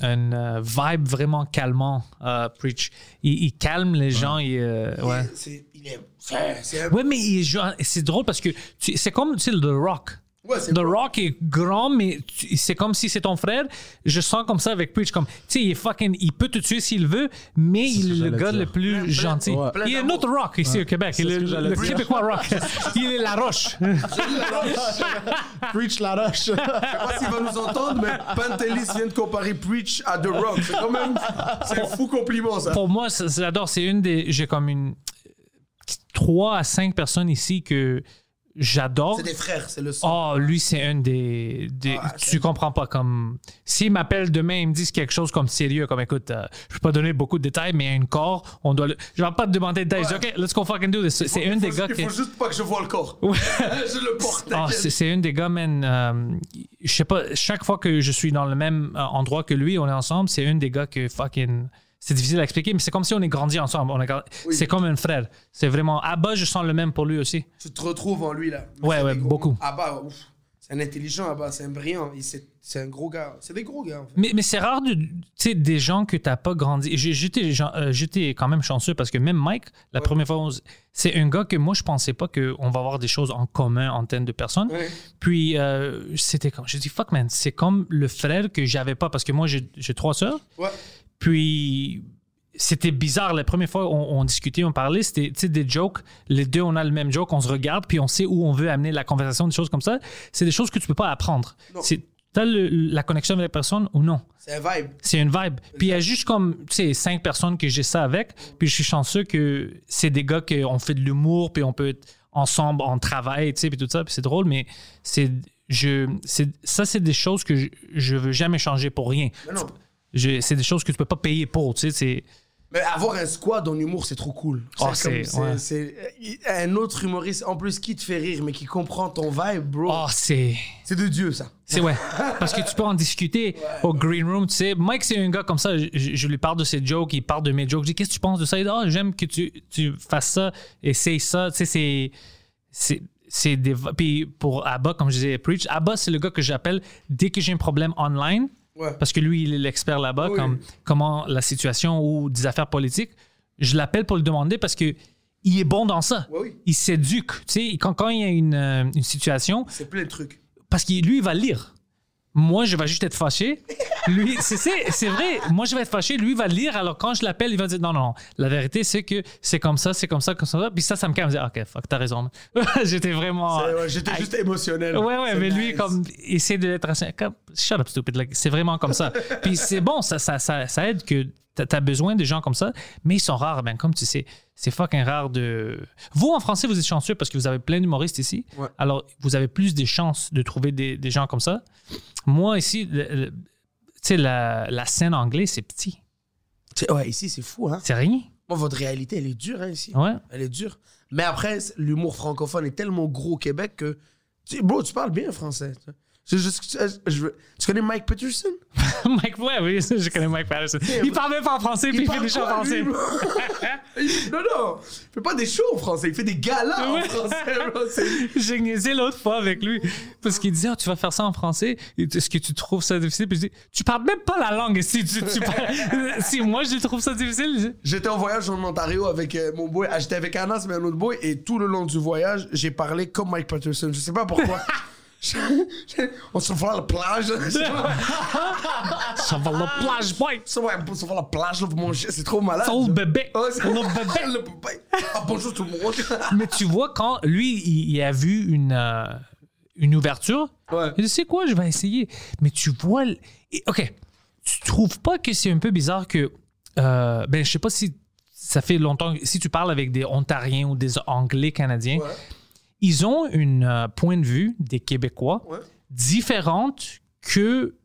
Speaker 2: une euh, vibe vraiment calmant, euh, Preach. Il, il calme les gens. Il, euh, ouais.
Speaker 3: C'est- c'est- il est. C'est c'est un
Speaker 2: Ouais, mais il est genre- c'est drôle parce que tu- c'est comme tu sais, le Rock.
Speaker 3: Ouais, c'est
Speaker 2: The
Speaker 3: pas-
Speaker 2: Rock est grand, mais tu- c'est comme si c'est ton frère. Je sens comme ça avec Preach. Comme, tu sais, il est fucking, il peut te tuer s'il veut, mais il
Speaker 4: que
Speaker 2: est le
Speaker 4: j'allais
Speaker 2: gars
Speaker 4: dire.
Speaker 2: le plus gentil.
Speaker 4: ouais.
Speaker 3: plein
Speaker 2: Il est
Speaker 3: d'amour.
Speaker 2: notre Rock ici au Québec. Il
Speaker 4: ce
Speaker 2: est
Speaker 4: que
Speaker 2: le,
Speaker 4: j'allais
Speaker 2: le
Speaker 4: dire.
Speaker 2: Québécois Rock. il est la roche.
Speaker 4: Preach la roche.
Speaker 3: Je sais pas s'il va nous entendre, mais Pantelis vient de comparer Preach à The Rock. C'est quand même. C'est un fou compliment, ça.
Speaker 2: Pour moi, c'est- c'est- j'adore. C'est une des. J'ai comme une. Trois à cinq personnes ici que j'adore.
Speaker 3: C'est des frères, c'est le sang.
Speaker 2: Oh, lui, c'est un des. des-
Speaker 3: Ah, c'est-
Speaker 2: tu comprends pas. comme S'il m'appelle demain, il me dit quelque chose comme sérieux, comme écoute, euh, je peux pas donner beaucoup de détails, mais il y a une corps, on doit. le- Je vais pas te demander de détails. Je dis, OK, let's go fucking do this. C'est- C'est
Speaker 3: Il
Speaker 2: un
Speaker 3: faut-
Speaker 2: des gars
Speaker 3: Il
Speaker 2: qui.
Speaker 3: faut juste pas que je vois le corps. je le porte.
Speaker 2: Ah, c'est c'est un des gars, man. euh, je sais pas, chaque fois que je suis dans le même euh, endroit que lui, on est ensemble, c'est un des gars que fucking. C'est difficile à expliquer, mais c'est comme si on est grandi ensemble. On a gra- C'est comme un frère. C'est vraiment. À bas, je sens le même pour lui aussi.
Speaker 3: tu te retrouves en lui là.
Speaker 2: Ouais,
Speaker 3: C'est
Speaker 2: ouais,
Speaker 3: des gros-
Speaker 2: beaucoup.
Speaker 3: Abba, ouf. C'est un intelligent, Abba, c'est un brillant. Il- C'est c'est un gros gars. C'est des gros gars, en fait.
Speaker 2: Mais, mais c'est rare de, tu sais, des gens que t'as pas grandi. J'ai- J'étais gen- euh, j'étais quand même chanceux parce que même Mike, la première fois, on s- c'est un gars que moi, je pensais pas qu'on va avoir des choses en commun en termes de personnes.
Speaker 3: Ouais.
Speaker 2: Puis euh, c'était comme, je dis fuck man, c'est comme le frère que j'avais pas parce que moi, j'ai j'ai trois sœurs.
Speaker 3: Ouais.
Speaker 2: Puis c'était bizarre. La première fois, on, on discutait, on parlait, c'était tu sais, des jokes. Les deux, on a le même joke, on se regarde, puis on sait où on veut amener la conversation, des choses comme ça. C'est des choses que tu peux pas apprendre.
Speaker 3: Non.
Speaker 2: C'est T'as le- la connexion avec la personne ou non?
Speaker 3: C'est un vibe.
Speaker 2: C'est une vibe. Puis il y a juste comme, tu sais, cinq personnes que j'ai ça avec. Puis je suis chanceux que c'est des gars qu'on fait de l'humour, puis on peut être ensemble, on travaille, tu sais, puis tout ça. Puis c'est drôle, mais c'est. Je, c'est- ça, c'est des choses que je, je veux jamais changer pour rien.
Speaker 3: Mais non.
Speaker 2: Je- C'est des choses que tu peux pas payer pour, tu sais. c'est-
Speaker 3: Mais avoir un squad en humour, c'est trop cool.
Speaker 2: Oh,
Speaker 3: comme-
Speaker 2: c'est- ouais.
Speaker 3: c'est- euh, un autre humoriste, en plus, qui te fait rire, mais qui comprend ton vibe, bro.
Speaker 2: Oh, c'est.
Speaker 3: C'est de Dieu, ça.
Speaker 2: C'est ouais. Parce que tu peux en discuter au green room, tu sais. Mike, c'est un gars comme ça. Je, je- je lui parle de ses jokes, il parle de mes jokes. Je dis, qu'est-ce que tu penses de ça? Il dit, oh, j'aime que tu, tu fasses ça, essaye ça. Tu sais, c'est. c'est- C'est des. va- Puis pour Abba, comme je disais, Preach, Abba, c'est le gars que j'appelle dès que j'ai un problème online.
Speaker 3: Ouais.
Speaker 2: Parce que lui, il est l'expert là-bas, comme comment la situation ou des affaires politiques. Je l'appelle pour le demander parce que il est bon dans ça.
Speaker 3: Ouais, oui.
Speaker 2: Il s'éduque. Tu sais, quand, quand il y a une, euh, une situation,
Speaker 3: C'est plein de trucs.
Speaker 2: parce que lui, il va lire. Moi, je vais juste être fâché. Lui, c'est- c'est c'est vrai. Moi, je vais être fâché. Lui, il va lire. Alors, quand je l'appelle, il va dire non, non, non. La vérité, c'est que c'est comme ça, c'est comme ça, comme ça. Puis ça, ça me calme. Je dis, OK, fuck, t'as raison. J'étais vraiment.
Speaker 3: C'est- ouais, J'étais juste émotionnel.
Speaker 2: Ah, Ouais, ouais,
Speaker 3: C'est
Speaker 2: mais lui,
Speaker 3: nice.
Speaker 2: comme, il essaie de l'être assez. Comme, Shut up, stupid. Like, c'est vraiment comme ça. Puis c'est bon, ça, ça, ça, ça aide que t'as as besoin de gens comme ça, mais ils sont rares, ben, comme tu sais. C'est fucking rare de. Vous, en français, vous êtes chanceux parce que vous avez plein d'humoristes ici.
Speaker 3: Ouais.
Speaker 2: Alors, vous avez plus de chances de trouver des, des gens comme ça. Moi, ici, le- le- tu sais, la, la scène anglaise, c'est petit.
Speaker 3: C'est- Ouais, ici, c'est fou, hein.
Speaker 2: C'est rien.
Speaker 3: Moi, votre réalité, elle est dure, hein, ici.
Speaker 2: Ouais.
Speaker 3: Elle est dure. Mais après, c'est- l'humour francophone est tellement gros au Québec que. Tu, bro, tu parles bien français. tu vois. C'est juste que tu- euh, je veux- tu connais Mike Peterson
Speaker 2: Mike, ouais, oui, je connais Mike Patterson. Il parle même pas en français, puis il fait
Speaker 3: parle
Speaker 2: des choses en
Speaker 3: quoi,
Speaker 2: français.
Speaker 3: lui, bro non, non, il fait pas des shows en français, il fait des galas en
Speaker 2: Ouais.
Speaker 3: français. bro, c'est-
Speaker 2: J'ai niaisé l'autre fois avec lui parce qu'il disait Ah, tu vas faire ça en français. Est-ce que tu trouves ça difficile Puis je dis Tu parles même pas la langue. Si, tu, tu parles- si moi je trouve ça difficile,
Speaker 3: J'étais en voyage en Ontario avec euh, mon boy, ah, j'étais avec Anas, mais un autre boy, et tout le long du voyage, j'ai parlé comme Mike Peterson. Je sais pas pourquoi. Je- je- on se voit à la plage. là, je sais pas.
Speaker 2: je- ça va la plage, boy.
Speaker 3: Ça, ouais, on se voit à la plage, là, pour manger, c'est trop malade.
Speaker 2: Ça, le bébé.
Speaker 3: Ouais, c'est-
Speaker 2: Le bébé.
Speaker 3: Le bébé. Ah, bonjour tout le monde.
Speaker 2: Mais tu vois, quand lui, il, il a vu une, euh, une ouverture,
Speaker 3: Ouais.
Speaker 2: il dit C'est quoi, je vais essayer. Mais tu vois. l- et- OK. Tu trouves pas que c'est un peu bizarre que. euh, ben, je sais pas si ça fait longtemps. Si tu parles avec des Ontariens ou des Anglais canadiens, ils ont un point de vue des Québécois
Speaker 3: Ouais.
Speaker 2: différente que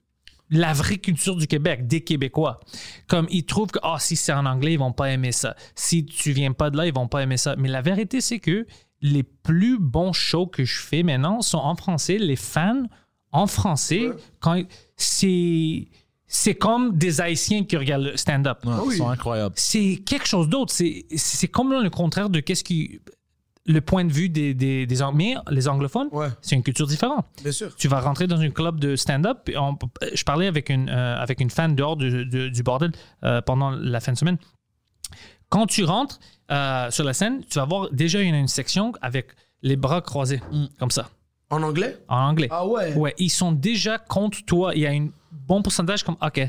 Speaker 2: la vraie culture du Québec, des Québécois. Comme ils trouvent que ah si c'est en anglais, ils vont pas aimer ça. Si tu viens pas de là, ils vont pas aimer ça. Mais la vérité, c'est que les plus bons shows que je fais maintenant sont en français. Les fans en français, quand ils- c'est c'est comme des Haïtiens qui regardent le stand-up
Speaker 4: Ouais, Ils sont incroyables.
Speaker 2: c'est quelque chose d'autre. C'est- C'est comme le contraire de qu'est-ce qui. Le point de vue des, des, des Ang- mais les anglophones,
Speaker 3: Ouais.
Speaker 2: c'est une culture différente.
Speaker 3: Bien sûr.
Speaker 2: Tu vas rentrer dans un club de stand-up. et on- Je parlais avec une, euh, avec une fan dehors du, du- du bordel euh, pendant la fin de semaine. Quand tu rentres euh, sur la scène, tu vas voir déjà une, une section avec les bras croisés, comme ça.
Speaker 3: En anglais?
Speaker 2: en anglais.
Speaker 3: Ah ouais?
Speaker 2: Ouais, ils sont déjà contre toi. Il y a un bon pourcentage comme, OK,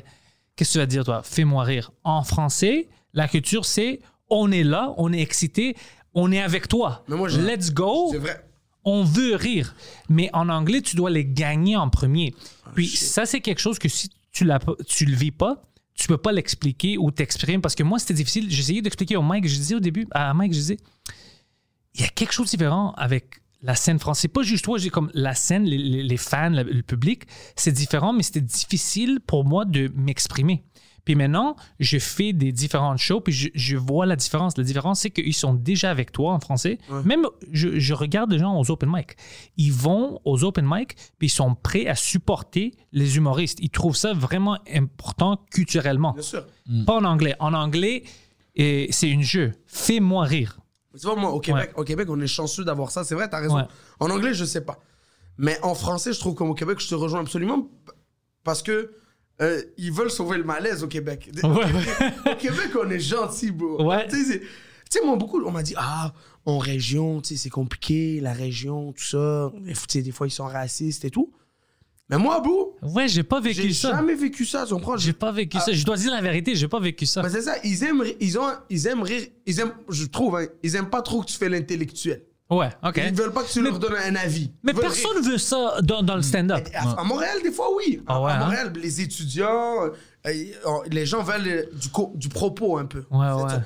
Speaker 2: qu'est-ce que tu vas dire, toi? Fais-moi rire. En français, la culture, c'est on est là, on est excité, on est avec toi.
Speaker 3: Mais moi, j'ai-
Speaker 2: Let's go.
Speaker 3: C'est vrai.
Speaker 2: On veut rire. Mais en anglais, tu dois les gagner en premier.
Speaker 3: Ah,
Speaker 2: Puis ça, c'est quelque chose que si tu l'as pas- tu le vis pas, tu peux pas l'expliquer ou t'exprimer. Parce que moi, c'était difficile. J'essayais d'expliquer au Mike, je disais au début, à Mike, je disais, il y a quelque chose de différent avec la scène française. Pas juste toi, j'ai comme la scène, les, les- les fans, le, le public, c'est différent, mais c'était difficile pour moi de m'exprimer. Puis maintenant, je fais des différentes shows, puis je, je vois la différence. La différence, c'est qu'ils sont déjà avec toi en français. Même, je, je regarde les gens aux open mic. Ils vont aux open mic, puis ils sont prêts à supporter les humoristes. Ils trouvent ça vraiment important culturellement.
Speaker 3: Bien sûr.
Speaker 2: Pas en anglais. En anglais, eh, c'est une jeu. Fais-moi rire.
Speaker 3: Mais Tu vois, moi, au Québec, au Québec, on est chanceux d'avoir ça. C'est vrai, t'as raison.
Speaker 2: Ouais.
Speaker 3: En anglais, je sais pas. Mais en français, je trouve comme au Québec, je te rejoins absolument p- parce que euh, ils veulent sauver le malaise au Québec. au Québec, on est gentil, bro.
Speaker 2: Ouais.
Speaker 3: Tu sais, c'est- tu sais, moi, beaucoup, on m'a dit, ah, en région, tu sais, c'est compliqué, la région, tout ça. Et, tu sais, des fois, ils sont racistes et tout. Mais moi, bro,
Speaker 2: Ouais, j'ai pas vécu
Speaker 3: j'ai
Speaker 2: ça.
Speaker 3: jamais Ah. vécu ça, tu comprends?
Speaker 2: J'ai pas vécu ça. Je dois dire la vérité, j'ai pas vécu ça.
Speaker 3: Ben, c'est ça, ils aiment, ri- ils, ont, ils aiment rire, ils aiment, je trouve, hein, ils aiment pas trop que tu fais l'intellectuel.
Speaker 2: Ouais, ok.
Speaker 3: Ils veulent pas que tu leur donnes un avis.
Speaker 2: Mais
Speaker 3: Ils veulent
Speaker 2: personne veut ça dans, dans le stand-up.
Speaker 3: rire. Mm. À, à Montréal, des fois, oui. À-
Speaker 2: Ah ouais,
Speaker 3: à
Speaker 2: hein?
Speaker 3: Montréal, les étudiants, euh, euh, les gens veulent euh, du, co- du propos un peu.
Speaker 2: Ouais,
Speaker 3: C'est
Speaker 2: ouais.
Speaker 3: ça.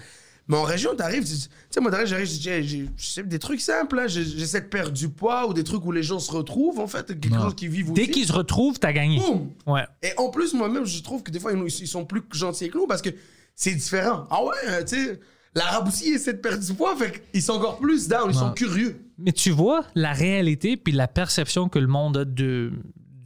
Speaker 3: Mais en région, t'arrives, tu tu sais, moi, t'arrives, j'arrive, je dis, hey, j'ai- je sais, des trucs simples, hein, j'ai- j'essaie de perdre du poids ou des trucs où les gens se retrouvent, en fait, quelque chose qui vivent
Speaker 2: Dès
Speaker 3: aussi.
Speaker 2: qu'ils se retrouvent, t'as gagné.
Speaker 3: Boum!
Speaker 2: Ouais.
Speaker 3: Et en plus, moi-même, je trouve que des fois, ils, nous- ils sont plus gentils que nous parce que c'est différent. Ah ouais, euh, tu sais, l'arabe aussi essaie de perdre du poids, fait qu'ils sont encore plus down, ils sont curieux.
Speaker 2: Mais tu vois la réalité puis la perception que le monde a de,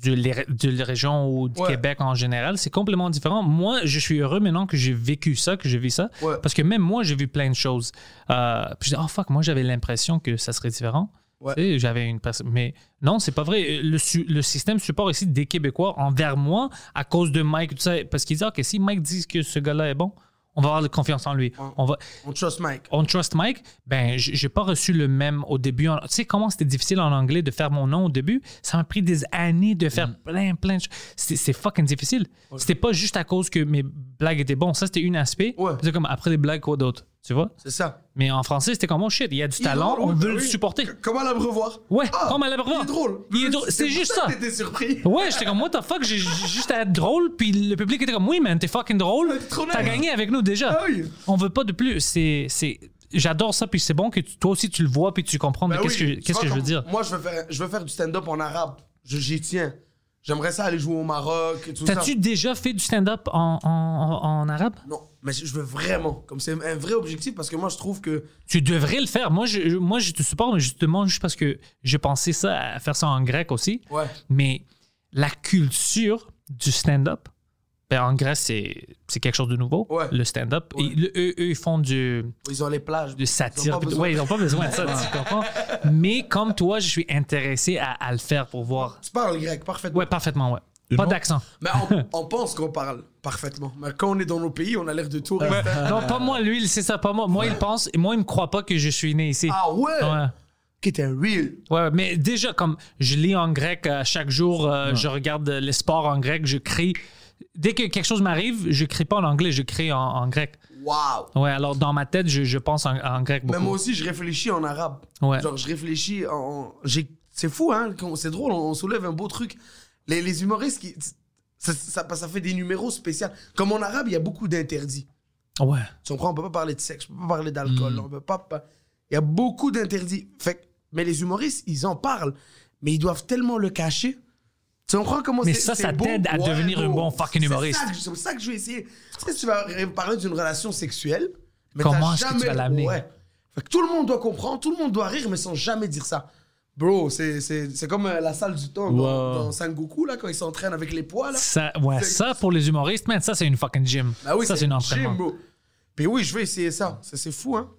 Speaker 2: de, les- de la région ou du
Speaker 3: Ouais.
Speaker 2: Québec en général, c'est complètement différent. Moi, je suis heureux maintenant que j'ai vécu ça, que j'ai vu ça,
Speaker 3: Ouais.
Speaker 2: parce que même moi, j'ai vu plein de choses. Euh, puis je dis, oh fuck, moi j'avais l'impression que ça serait différent.
Speaker 3: Ouais.
Speaker 2: Tu sais, J'avais une personne, mais non, c'est pas vrai. Le, su- le système support ici des Québécois envers moi à cause de Mike, tout ça, parce qu'ils disent, ok, si Mike dit que ce gars-là est bon, on va avoir confiance en lui. On va,
Speaker 3: On trust Mike.
Speaker 2: on Trust Mike, ben, j- j'ai pas reçu le même au début. En- Tu sais comment c'était difficile en anglais de faire mon nom au début? Ça m'a pris des années de
Speaker 3: Mm.
Speaker 2: faire plein, plein de choses. C'est c'est fucking difficile. C'était pas juste à cause que mes blagues étaient bonnes. Ça, c'était un aspect.
Speaker 3: Ouais.
Speaker 2: C'est comme après les blagues, quoi d'autre? Tu vois?
Speaker 3: C'est ça.
Speaker 2: Mais en français, c'était comme, oh shit, il y a du
Speaker 3: Il est
Speaker 2: talent,
Speaker 3: drôle,
Speaker 2: on
Speaker 3: oui,
Speaker 2: veut
Speaker 3: bah
Speaker 2: le
Speaker 3: oui.
Speaker 2: supporter.
Speaker 3: C- Comment la revoir
Speaker 2: Ouais, comme à la revoir.
Speaker 3: Ah, Il est drôle.
Speaker 2: Il est drôle, c'est
Speaker 3: pour
Speaker 2: juste
Speaker 3: ça.
Speaker 2: ça.
Speaker 3: que T'étais surpris.
Speaker 2: Ouais, j'étais comme, what the fuck, j'ai j'ai juste à être drôle, puis le public était comme, oui, man, t'es fucking drôle,
Speaker 3: T'es trop
Speaker 2: t'as
Speaker 3: nice.
Speaker 2: gagné avec nous déjà.
Speaker 3: Ah oui.
Speaker 2: On veut pas de plus. C'est, c'est, j'adore ça, puis c'est bon que tu- toi aussi tu le vois, puis tu comprends
Speaker 3: Ben
Speaker 2: mais qu'est-ce
Speaker 3: oui,
Speaker 2: que,
Speaker 3: tu
Speaker 2: qu'est-ce
Speaker 3: vois,
Speaker 2: que je veux
Speaker 3: comme
Speaker 2: dire.
Speaker 3: Moi, je veux faire, je veux faire du stand-up en arabe. Je- J'y tiens. J'aimerais ça aller jouer au Maroc et tout ça.
Speaker 2: T'as-tu déjà fait du stand-up en, en- en- en arabe?
Speaker 3: Non, mais je je veux vraiment. Comme c'est un vrai objectif parce que moi, je trouve que.
Speaker 2: Tu devrais le faire. Moi, je, je- moi, je te supporte, mais justement, juste parce que j'ai pensé ça, à faire ça en grec aussi.
Speaker 3: Ouais.
Speaker 2: Mais la culture du stand-up, ben, en Grèce, c'est, c'est quelque chose de nouveau,
Speaker 3: Ouais.
Speaker 2: le stand-up. Et le- eux, eux, ils font du,
Speaker 3: Ils ont les plages.
Speaker 2: de satire.
Speaker 3: pas besoin.
Speaker 2: Ouais, ils n'ont pas besoin de ça, tu comprends? Mais comme toi, je suis intéressé à, à le faire pour voir.
Speaker 3: Tu parles grec parfaitement.
Speaker 2: Ouais, parfaitement, ouais. Pas
Speaker 4: autre?
Speaker 2: d'accent.
Speaker 3: Mais on, on pense qu'on parle parfaitement. Mais quand on est dans nos pays, on a l'air de touristes. hein.
Speaker 2: Non, pas moi, lui, c'est ça, pas moi. Moi, il pense, et moi, il me croit pas que je suis né ici.
Speaker 3: Ah ouais?
Speaker 2: Ouais.
Speaker 3: Qui était real.
Speaker 2: Ouais, mais déjà, comme je lis en grec euh, chaque jour, euh, je regarde euh, les sports en grec, je crie. Dès que quelque chose m'arrive, je crie pas en anglais, je crie en, en grec.
Speaker 3: Waouh!
Speaker 2: Ouais, alors dans ma tête, je, je pense en, en grec
Speaker 3: Mais
Speaker 2: beaucoup.
Speaker 3: moi aussi, je réfléchis en arabe.
Speaker 2: Ouais.
Speaker 3: Genre, je réfléchis en. j'ai- C'est fou, hein? qu'on- C'est drôle, on on soulève un beau truc. Les, les humoristes qui. Ça, ça, ça fait des numéros spéciaux. Comme en arabe, il y a beaucoup d'interdits.
Speaker 2: Ouais.
Speaker 3: Tu comprends? On peut pas parler de sexe, on peut pas parler d'alcool,
Speaker 2: Hmm.
Speaker 3: on peut pas. pas- Il y a beaucoup d'interdits. Fait que- Mais les humoristes, ils en parlent, mais ils doivent tellement le cacher. Tu comprends comment
Speaker 2: Mais
Speaker 3: c'est-
Speaker 2: ça,
Speaker 3: c'est
Speaker 2: ça
Speaker 3: beau?
Speaker 2: t'aide à devenir un
Speaker 3: bro.
Speaker 2: bon fucking
Speaker 3: C'est ça
Speaker 2: humoriste.
Speaker 3: que- C'est pour ça que je vais essayer. Tu sais, tu vas ré- parler d'une relation sexuelle, mais
Speaker 2: Comment
Speaker 3: t'as
Speaker 2: est-ce que tu
Speaker 3: jamais-
Speaker 2: vas l'amener?
Speaker 3: Ouais. Fait que tout le monde doit comprendre, tout le monde doit rire, mais sans jamais dire ça. Bro, c'est- c'est c'est comme euh, la salle du temps dans, dans Sangoku, là, quand ils s'entraînent avec les poids, là.
Speaker 2: Ça, ouais,
Speaker 3: C'est-
Speaker 2: ça pour les humoristes, man, ça c'est une fucking gym.
Speaker 3: Bah oui,
Speaker 2: ça c'est
Speaker 3: une
Speaker 2: un entraînement.
Speaker 3: gym, bro. Puis oui, je vais essayer ça. Ça, c'est fou, hein.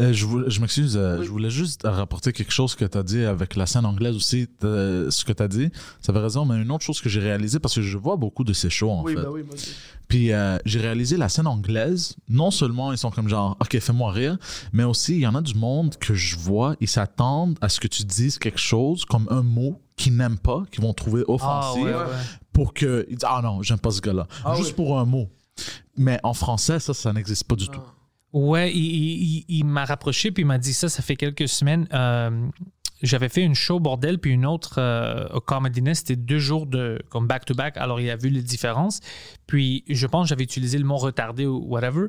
Speaker 4: Euh, je voulais- je m'excuse, euh,
Speaker 3: Oui.
Speaker 4: je voulais juste rapporter quelque chose que tu as dit avec la scène anglaise aussi. t'as- Ce que tu as dit, ça avait raison, mais une autre chose que j'ai réalisé, parce que je vois beaucoup de ces shows en
Speaker 3: Oui,
Speaker 4: fait.
Speaker 3: bah oui, moi aussi.
Speaker 4: Puis euh, j'ai réalisé la scène anglaise, non seulement ils sont comme genre, ok, fais-moi rire, mais aussi il y en a du monde que je vois, ils s'attendent à ce que tu dises quelque chose comme un mot qu'ils n'aiment pas, qu'ils vont trouver
Speaker 2: Ah,
Speaker 4: offensif,
Speaker 2: ouais, ouais.
Speaker 4: pour que. ils disent, ah non, j'aime pas ce gars-là.
Speaker 3: Ah
Speaker 4: Juste
Speaker 3: oui.
Speaker 4: pour un mot. Mais en français, ça, ça n'existe pas du tout.
Speaker 2: Ouais, il, il- il- il m'a rapproché puis il m'a dit ça, ça fait quelques semaines. euh, j'avais fait une show bordel puis une autre euh, au Comedy Nest. C'était deux jours de comme back to back. Alors il a vu les différences. Puis je pense que j'avais utilisé le mot retardé ou whatever.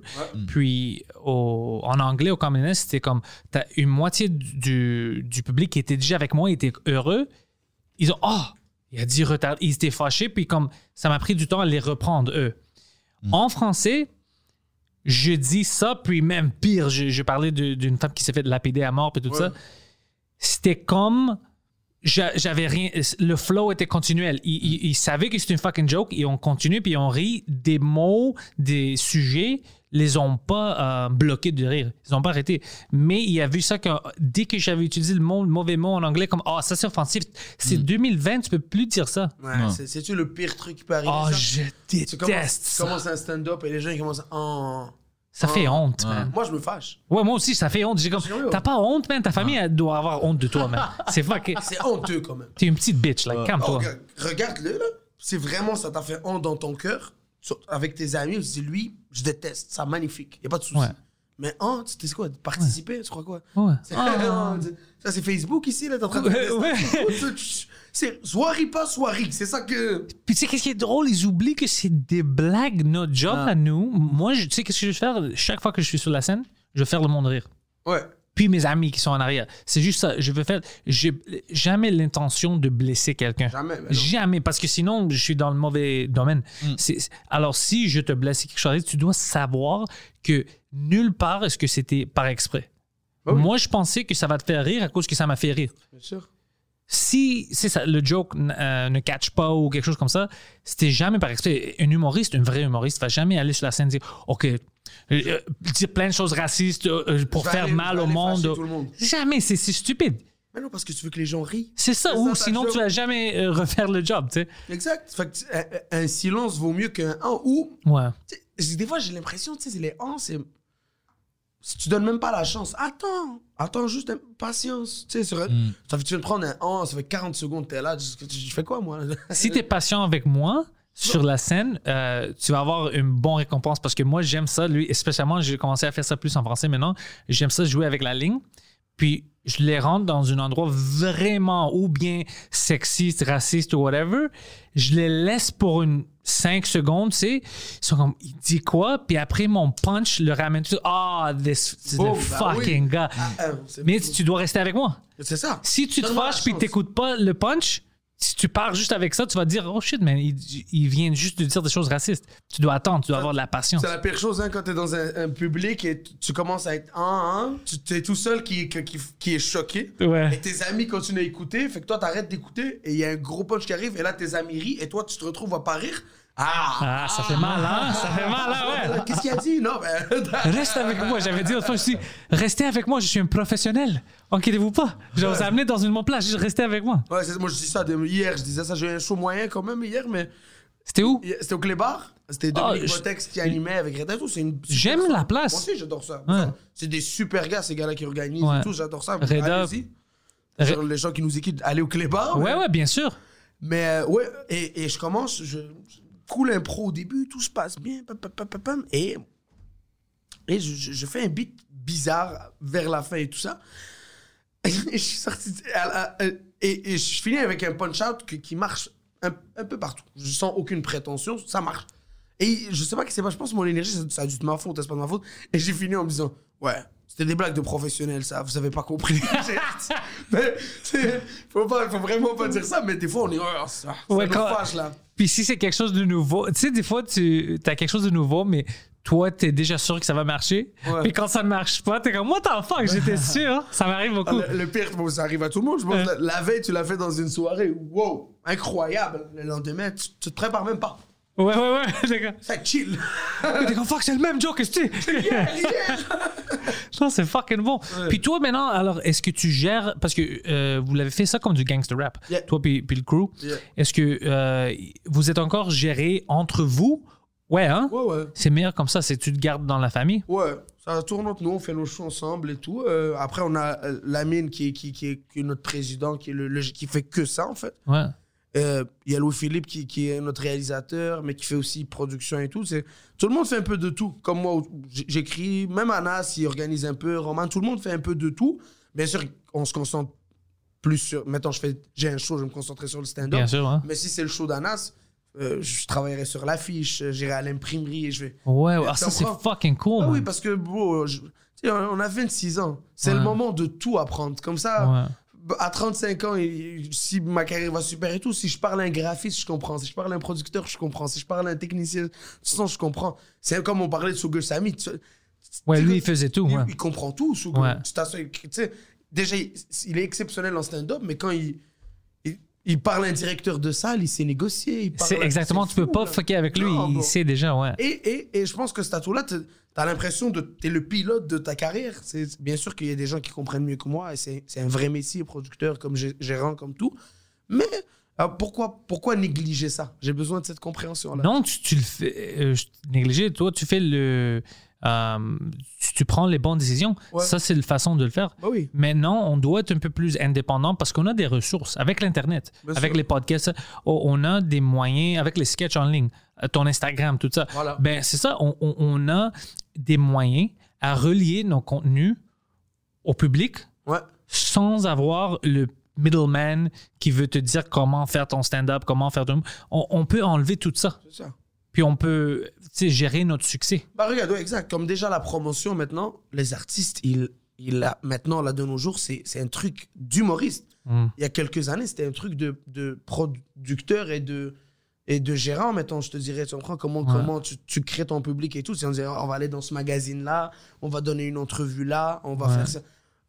Speaker 2: Puis au- en anglais au Comedy Nest, c'était comme t'as une moitié du, du public qui était déjà avec moi, était heureux. Ils ont oh il a dit retardé, ils étaient fâchés puis comme ça m'a pris du temps à les reprendre eux. En français, je dis ça, puis même pire, je, je parlais de- d'une femme qui s'est fait lapider à mort, puis tout
Speaker 3: Ouais.
Speaker 2: ça. C'était comme. j'a- J'avais rien. Le flow était continuel. Ils, ils- ils savaient que c'était une fucking joke, et on continue, puis on rit. Des mots, des sujets, les ont pas euh, bloqués de rire. Ils ont pas arrêté. Mais il a vu ça que dès que j'avais utilisé le, mot, le mauvais mot en anglais, comme Ah, ça c'est offensif. C'est
Speaker 3: Mm.
Speaker 2: 2020, tu peux plus dire ça.
Speaker 3: Ouais, c'est- C'est-tu le pire truc qui peut arriver?
Speaker 2: Ah,
Speaker 3: ça?
Speaker 2: je
Speaker 3: Tu
Speaker 2: déteste
Speaker 3: commences, tu
Speaker 2: ça.
Speaker 3: commences un stand-up et les gens ils commencent en.
Speaker 2: Ça fait honte, man.
Speaker 3: Moi, je me fâche.
Speaker 2: Ouais, moi aussi, ça fait honte. J'ai comme,
Speaker 3: Sérieux? Ah.
Speaker 2: t'as pas honte, man. Ta famille, elle doit avoir honte de toi, man. C'est fucking.
Speaker 3: C'est honteux quand même.
Speaker 2: T'es une petite bitch, like,
Speaker 3: Oh,
Speaker 2: calme-toi.
Speaker 3: regarde- Regarde-le, là. Si vraiment ça t'a fait honte dans ton cœur, sur- avec tes amis, tu dis lui, je déteste, ça magnifique, y a pas de souci.
Speaker 2: Ouais.
Speaker 3: Mais honte, c'était quoi de Participer, tu crois quoi
Speaker 2: Ouais. Ah.
Speaker 3: C'est- non, c'est- Ça, c'est Facebook ici, là, t'es en train de.
Speaker 2: Ouais, ouais.
Speaker 3: C'est soit ri pas, soit ri. C'est ça que.
Speaker 2: Puis tu sais, qu'est-ce qui est drôle? Ils oublient que c'est des blagues, notre job
Speaker 3: Ah.
Speaker 2: à nous. Moi, je- tu sais, qu'est-ce que je vais faire? Chaque fois que je suis sur la scène, je vais faire le monde rire.
Speaker 3: Ouais.
Speaker 2: Puis mes amis qui sont en arrière. C'est juste ça. Je veux faire. J'ai jamais l'intention de blesser quelqu'un.
Speaker 3: Jamais, mais non. Hmm.
Speaker 2: Jamais. Parce que sinon, je suis dans le mauvais domaine. C'est- Alors, si je te blesse quelque chose, tu dois savoir que nulle part est-ce que c'était par exprès.
Speaker 3: Ah oui.
Speaker 2: Moi, je pensais que ça va te faire rire à cause que ça m'a fait rire.
Speaker 3: Bien sûr.
Speaker 2: Si c'est ça, le joke n- euh, ne catch pas ou quelque chose comme ça, c'était jamais par exprès. Un humoriste, un vrai humoriste, va jamais aller sur la scène dire OK, euh, euh, dire plein de choses racistes euh, euh, pour
Speaker 3: Je vais
Speaker 2: faire
Speaker 3: aller- je
Speaker 2: mal
Speaker 3: vais
Speaker 2: au
Speaker 3: aller
Speaker 2: monde.
Speaker 3: fâcher tout le monde.
Speaker 2: Jamais, c'est c'est stupide.
Speaker 3: Mais non, parce que tu veux que les gens rient.
Speaker 2: C'est ça,
Speaker 3: C'est
Speaker 2: ou
Speaker 3: ça, ta
Speaker 2: sinon
Speaker 3: job.
Speaker 2: tu vas jamais euh, refaire le job, tu sais.
Speaker 3: Exact. Fait que, euh, un, silence vaut mieux qu'un un ou
Speaker 2: Ouais.
Speaker 3: Tu sais, j'ai- Des fois, j'ai l'impression, tu sais, les ans, c'est. Si tu donnes même pas la chance, attends, attends juste un- patience. Tu sais, sur un-
Speaker 2: Hmm.
Speaker 3: ça fait, tu viens de prendre un an, ça fait 40 secondes, t'es là, tu- tu- je fais quoi, moi Euh,
Speaker 2: Si tu es patient avec moi sur la scène, euh, tu vas avoir une bonne récompense parce que moi, j'aime ça. Lui, et spécialement, j'ai commencé à faire ça plus en français maintenant. J'aime ça jouer avec la ligne. Puis, je les rentre dans un endroit vraiment ou bien sexiste, raciste ou whatever. Je les laisse pour une 5 secondes, tu sais. Ils sont comme, il dit quoi? Puis après, mon punch le ramène. tout- Ah, this, this
Speaker 3: Boom, bah oui.
Speaker 2: fucking gars.
Speaker 3: Ah, euh, c'est-
Speaker 2: Mais tu dois rester avec moi.
Speaker 3: C'est ça.
Speaker 2: Si tu te
Speaker 3: Donne-moi la
Speaker 2: fâches puis
Speaker 3: chance.
Speaker 2: t'écoutes pas le punch, si tu pars juste avec ça, tu vas dire oh shit man, il, il vient juste de dire des choses racistes. Tu dois attendre, tu dois avoir de la patience.
Speaker 3: C'est la pire chose hein, quand t'es dans un, un public et tu, tu commences à être en, en, tu t'es tout seul qui, qui, qui, qui est choqué.
Speaker 2: Ouais.
Speaker 3: Et tes amis continuent à écouter, fait que toi t'arrêtes d'écouter et il y a un gros punch qui arrive et là tes amis rient et toi tu te retrouves à pas rire. Ah,
Speaker 2: Ah, ça fait mal, hein? Ça fait mal, hein? Ouais.
Speaker 3: Euh, Qu'est-ce qu'il a dit Non, ben.
Speaker 2: Reste avec moi. J'avais dit autrefois, je suis restez avec moi, je suis un professionnel. Inquiétez-vous pas. Je vous ai amené dans une mon place, juste restez avec moi.
Speaker 3: Ouais, c'est- moi je dis ça de- hier, je disais ça, j'ai eu un show moyen quand même hier, mais
Speaker 2: C'était où?
Speaker 3: hier- c'était au Clébar. C'était
Speaker 2: Ah,
Speaker 3: Dominique
Speaker 2: je-
Speaker 3: Botex qui animait avec Reda et tout. c'est Une...
Speaker 2: J'aime
Speaker 3: super-
Speaker 2: la place.
Speaker 3: Moi aussi j'adore ça.
Speaker 2: Ouais.
Speaker 3: C'est des super gars ces gars-là qui organisent
Speaker 2: Ouais.
Speaker 3: et tout, j'adore ça.
Speaker 2: Reda-
Speaker 3: Allez-y.
Speaker 2: Re-
Speaker 3: Genre, les gens qui nous écoutent, allez au Clébar.
Speaker 2: Ouais, ouais, bien sûr.
Speaker 3: Mais euh, ouais, et, et je commence, je je- cool impro au début, tout se passe bien, pam, pam, pam, pam, pam, et, et je, je- je fais un beat bizarre vers la fin et tout ça. et je suis sorti, de- à la- et, et je finis avec un punch-out que- qui marche un, un peu partout. Je sens aucune prétention, ça marche. Et je sais pas qu'est-ce qui s'est passé, je pense que mon énergie, ça, ça a dû être ma faute, c'est pas de ma faute. Et j'ai fini en me disant, ouais, c'était des blagues de professionnels, ça, vous avez pas compris. J'ai- mais, c'est- faut, pas, faut vraiment pas dire ça, mais des fois, on est, oh, ça, ça
Speaker 2: Ouais,
Speaker 3: nous
Speaker 2: quand-
Speaker 3: fâche, là.
Speaker 2: Puis si c'est quelque chose de nouveau, tu sais, des fois, tu as quelque chose de nouveau, mais toi, t'es déjà sûr que ça va marcher.
Speaker 3: Ouais.
Speaker 2: Puis quand ça ne marche pas, t'es comme, moi, t'en fuck, j'étais sûr. hein. Ça m'arrive beaucoup.
Speaker 3: Ah, Le, le pire, bon, ça arrive à tout le monde. Je pense que la, la veille, tu l'as fait dans une soirée, wow, incroyable. Le lendemain, tu, tu te prépares même pas.
Speaker 2: Ouais, ouais, ouais. D'accord.
Speaker 3: Ça chill.
Speaker 2: T'es comme, fuck, c'est le même joke que tu sais.
Speaker 3: Ah, Yeah.
Speaker 2: Non, c'est fucking bon. Puis toi, maintenant, alors, est-ce que tu gères. Parce que euh, vous l'avez fait ça comme du gangster rap,
Speaker 3: Yeah.
Speaker 2: toi puis, puis le crew.
Speaker 3: Yeah.
Speaker 2: Est-ce que euh, vous êtes encore géré entre vous Ouais, hein
Speaker 3: Ouais, ouais.
Speaker 2: C'est meilleur comme ça, c'est tu te gardes dans la famille.
Speaker 3: Ouais, ça tourne entre nous, on fait nos shows ensemble et tout. Euh, après, on a euh, Lamine qui est, qui, qui est, qui est notre président, qui, est le, le- qui fait que ça, en fait.
Speaker 2: Ouais.
Speaker 3: Euh, Il y a Louis-Philippe qui, qui est notre réalisateur, mais qui fait aussi production et tout. C'est- Tout le monde fait un peu de tout. Comme moi, j- j'écris, même Anas, il organise un peu, Roman, tout le monde fait un peu de tout. Bien sûr, on se concentre plus sur... Mettons, je fais- j'ai un show, je vais me concentrer sur le stand-up.
Speaker 2: Bien sûr, hein.
Speaker 3: Mais si c'est le show d'Anas, euh, je travaillerai sur l'affiche, euh, j'irai à l'imprimerie et je vais...
Speaker 2: Ouais, ouais.
Speaker 3: Mais
Speaker 2: Ah, ça,
Speaker 3: t'en
Speaker 2: c'est
Speaker 3: prends.
Speaker 2: fucking cool.
Speaker 3: Ah oui,
Speaker 2: man.
Speaker 3: parce que bro, je- tu sais, on on a 26 ans. C'est
Speaker 2: Ouais.
Speaker 3: le moment de tout apprendre. Comme ça,
Speaker 2: Ouais.
Speaker 3: b- à 35 ans, il- si ma carrière va super et tout, si je parle à un graphiste, je comprends. Si je parle à un producteur, je comprends. Si je parle à un technicien, de toute façon, je comprends. C'est comme on parlait de Sugar Sammy. tu-
Speaker 2: Ouais,
Speaker 3: tu-
Speaker 2: lui, il faisait tout,
Speaker 3: Il,
Speaker 2: ouais.
Speaker 3: il comprend tout, Sugar.
Speaker 2: Ouais.
Speaker 3: Tu t'assois, tu sais, déjà, il, il est exceptionnel en stand-up, mais quand il, il, il parle à un directeur de salle, il sait négocier. il parle
Speaker 2: C'est
Speaker 3: à-
Speaker 2: exactement,
Speaker 3: c'est
Speaker 2: tu peux
Speaker 3: fou,
Speaker 2: pas
Speaker 3: là.
Speaker 2: fucker avec lui,
Speaker 3: Non,
Speaker 2: il
Speaker 3: bro.
Speaker 2: sait déjà, ouais.
Speaker 3: Et, et, et je pense que ce tatou-là, t'as t'as l'impression de t'es le pilote de ta carrière. C'est bien sûr qu'il y a des gens qui comprennent mieux que moi. Et c'est c'est un vrai métier, producteur, comme gé- gérant, comme tout. Mais euh, pourquoi, pourquoi négliger ça J'ai besoin de cette compréhension-là.
Speaker 2: Non, tu, tu le fais euh, je- négligé. Toi, tu fais le. euh, tu, tu prends les bonnes décisions.
Speaker 3: Ouais.
Speaker 2: Ça, c'est la façon de le faire.
Speaker 3: Bah oui.
Speaker 2: Maintenant, on doit être un peu plus indépendant parce qu'on a des ressources avec l'Internet,
Speaker 3: Bien
Speaker 2: avec
Speaker 3: sûr.
Speaker 2: les podcasts. On on a des moyens, avec les sketchs en ligne, euh, ton Instagram, tout ça.
Speaker 3: Voilà.
Speaker 2: Ben, c'est ça. On, on- on a des moyens à relier nos contenus au public
Speaker 3: Ouais.
Speaker 2: sans avoir le middleman qui veut te dire comment faire ton stand-up, comment faire ton... On, on peut enlever tout ça.
Speaker 3: C'est ça.
Speaker 2: Puis on peut tu sais, gérer notre succès.
Speaker 3: Bah regarde, ouais, exact. Comme déjà la promotion maintenant, les artistes, ils, ils, a- maintenant, là, de nos jours, c'est c'est un truc d'humoriste.
Speaker 2: Mm.
Speaker 3: Il y a quelques années, c'était un truc de, de producteur et de, et de gérant, mettons, je te dirais. Tu comprends comment, comment tu, tu crées ton public et tout. C'est on dirait, on va aller dans ce magazine-là, on va donner une entrevue là, on va
Speaker 2: Ouais.
Speaker 3: faire ça.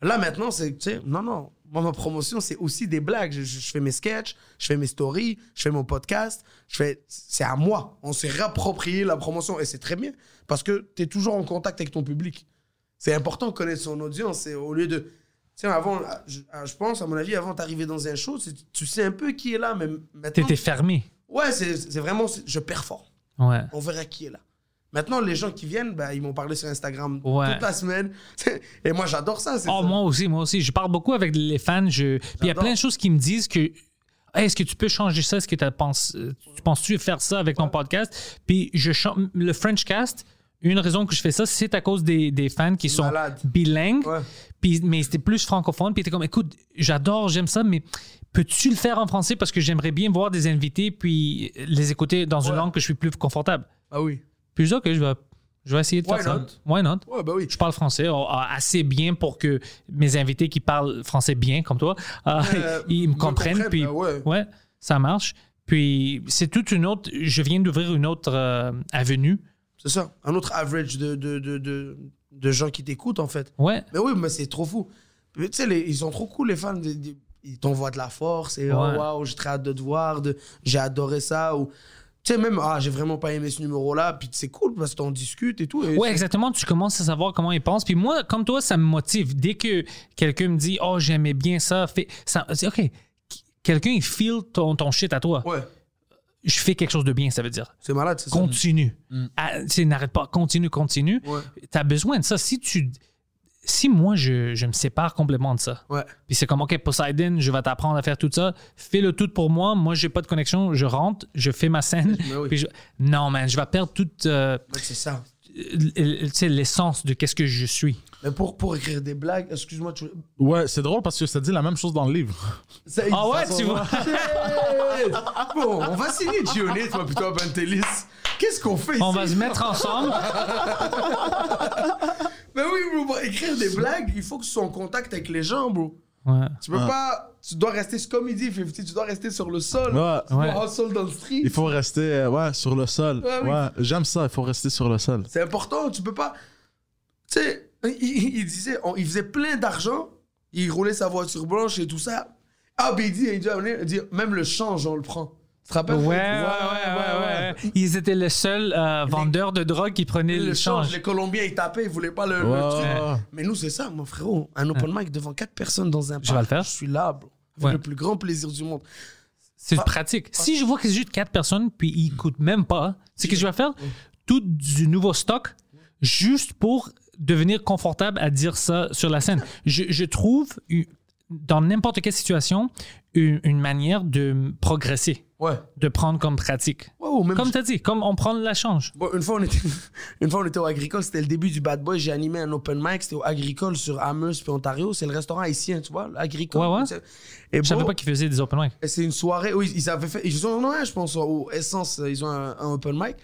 Speaker 3: Là, maintenant, c'est, tu sais, non, non. Moi, ma promotion, c'est aussi des blagues. Je, je- je fais mes sketchs, je fais mes stories, je fais mon podcast. Je fais, c'est à moi. On s'est réapproprié la promotion et c'est très bien parce que tu es toujours en contact avec ton public. C'est important de connaître son audience et au lieu de. Tu sais, avant, ah, je, je pense, à mon avis, avant d'arriver dans un show, c'est- tu sais un peu qui est là, mais maintenant.
Speaker 2: T'étais fermé. Ah,
Speaker 3: Ouais, c'est c'est vraiment, c'est- je performe.
Speaker 2: Ouais.
Speaker 3: On verra qui est là. Maintenant, les gens qui viennent, bah, ils m'ont parlé sur Instagram
Speaker 2: Ouais.
Speaker 3: toute la semaine. Et moi, j'adore ça. c'est
Speaker 2: Oh,
Speaker 3: ça.
Speaker 2: moi aussi, moi aussi. Je parle beaucoup avec les fans. Je... Puis il y a
Speaker 3: J'adore.
Speaker 2: plein de choses qui me disent que. Hey, est-ce que tu peux changer ça? Est-ce que t'as penses- euh, tu penses-tu faire ça avec ton podcast? Puis je chan- le Frenchcast, une raison que je fais ça, c'est à cause des, des fans qui sont
Speaker 3: Malade.
Speaker 2: bilingues.
Speaker 3: Ouais.
Speaker 2: Puis, mais c'était plus francophone. Puis t'es comme, écoute, j'adore, j'aime ça, mais peux-tu le faire en français? Parce que j'aimerais bien voir des invités puis les écouter dans une
Speaker 3: Ouais.
Speaker 2: langue que je suis plus confortable.
Speaker 3: Ah oui.
Speaker 2: Puis je dis, OK, je vais, je vais essayer de
Speaker 3: Why
Speaker 2: faire
Speaker 3: not?
Speaker 2: ça. Why not?
Speaker 3: Ouais, bah oui.
Speaker 2: Je parle français oh, ah, assez bien pour que mes invités qui parlent français bien, comme toi, ah,
Speaker 3: Euh,
Speaker 2: ils me
Speaker 3: me
Speaker 2: comprennent.
Speaker 3: comprennent,
Speaker 2: puis,
Speaker 3: ben ouais.
Speaker 2: ça marche. Puis c'est toute une autre. Je viens d'ouvrir une autre euh, avenue.
Speaker 3: C'est ça. Un autre average de, de, de, de, de gens qui t'écoutent, en fait.
Speaker 2: Ouais.
Speaker 3: Mais oui, mais c'est trop fou. Mais tu sais, les- ils sont trop cool, les fans. Ils- Ils ils t'envoient de la force et oh,
Speaker 2: Ouais.
Speaker 3: waouh, j'ai très hâte de te voir, de, j'ai adoré ça. Ou, tu sais, même, ah, j'ai vraiment pas aimé ce numéro-là. Puis c'est cool parce qu'on discute et tout. Et
Speaker 2: Ouais, exactement. Tu commences à savoir comment ils pensent. Puis moi, comme toi, ça me motive. Dès que quelqu'un me dit, oh, j'aimais bien ça, fais ça. c'est OK. Quelqu'un, il feel ton, ton shit à toi.
Speaker 3: Ouais,
Speaker 2: Je fais quelque chose de bien, ça veut dire.
Speaker 3: c'est malade, c'est ça.
Speaker 2: Continue. Ah, tu sais, N'arrête pas. Continue, continue.
Speaker 3: Ouais.
Speaker 2: Tu as besoin de ça. Si tu. Si moi, je, je me sépare complètement de ça,
Speaker 3: Ouais.
Speaker 2: puis c'est comme, OK, Poseidon, je vais t'apprendre à faire tout ça, fais le tout pour moi, moi, j'ai pas de connexion, je rentre, je fais ma scène,
Speaker 3: Mais oui.
Speaker 2: puis je- Non, man, je vais perdre toute euh,
Speaker 3: Ouais, c'est ça.
Speaker 2: l- l- tu sais, l'essence de qu'est-ce que je suis.
Speaker 3: Mais pour, pour écrire des blagues, excuse-moi, tu.
Speaker 4: Ouais, c'est drôle parce que ça dit la même chose dans le livre.
Speaker 3: Ça,
Speaker 2: Ah ouais,
Speaker 3: ça, ça
Speaker 2: tu
Speaker 3: va.
Speaker 2: vois.
Speaker 3: Shit. bon, on va signer Gionet, toi, plutôt Pantelis. Qu'est-ce qu'on fait
Speaker 2: On
Speaker 3: ici?
Speaker 2: va se mettre ensemble.
Speaker 3: Mais oui, bro, pour écrire des blagues, il faut que tu sois en contact avec les gens, bro.
Speaker 2: Ouais.
Speaker 3: Tu
Speaker 4: Ah.
Speaker 3: peux pas. Tu dois rester, c'est comme il dit, 50, tu dois rester sur le sol.
Speaker 4: Ouais.
Speaker 3: Tu
Speaker 2: Ouais.
Speaker 3: dois hustle dans le street.
Speaker 4: Il faut rester euh, ouais, sur le sol.
Speaker 3: Ouais, oui.
Speaker 4: Ouais, j'aime ça, il faut rester sur le sol.
Speaker 3: C'est important, tu peux pas. Tu sais, il, il- il disait, on- il faisait plein d'argent, il roulait sa voiture blanche et tout ça. Ah, ben il dit, il dit, il dit, même le change, on le prend. Tu te rappelles?
Speaker 2: Ouais, ouais, ouais, ouais, ouais. Ils étaient les seuls euh, vendeurs de drogue qui prenaient
Speaker 3: Le
Speaker 2: le
Speaker 3: change,
Speaker 2: change.
Speaker 3: les Colombiens, ils tapaient, ils voulaient pas le, le
Speaker 4: Ouais.
Speaker 3: truc. Mais nous, c'est ça, mon frérot. Un open mic devant quatre personnes dans un parc.
Speaker 2: Je vais le faire.
Speaker 3: Je suis là, bro. Avec
Speaker 2: Ouais.
Speaker 3: le plus grand plaisir du monde.
Speaker 2: C'est
Speaker 3: Ah.
Speaker 2: pratique. Si je vois que c'est juste quatre personnes, puis ils coûtent même pas, c'est que je vais faire tout du nouveau stock juste pour devenir confortable à dire ça sur la scène. Je, je trouve, une- dans n'importe quelle situation, une, une manière de progresser,
Speaker 3: Ouais.
Speaker 2: de prendre comme pratique.
Speaker 3: Ouais, ou même
Speaker 2: Comme tu as dit, comme on prend la change.
Speaker 3: Bon, une, fois, on était, une fois, on était au Agricole, c'était le début du Bad Boy. J'ai animé un open mic, c'était au Agricole sur Amherst puis Ontario. C'est le restaurant haïtien, tu vois, l'Agricole.
Speaker 2: Ouais, ouais.
Speaker 3: Tu sais. Et
Speaker 2: Je savais
Speaker 3: bro,
Speaker 2: pas qu'ils faisaient des open mic.
Speaker 3: et c'est une soirée où ils, ils avaient fait. Ils ont un, je pense, au Essence, ils ont un, un open mic.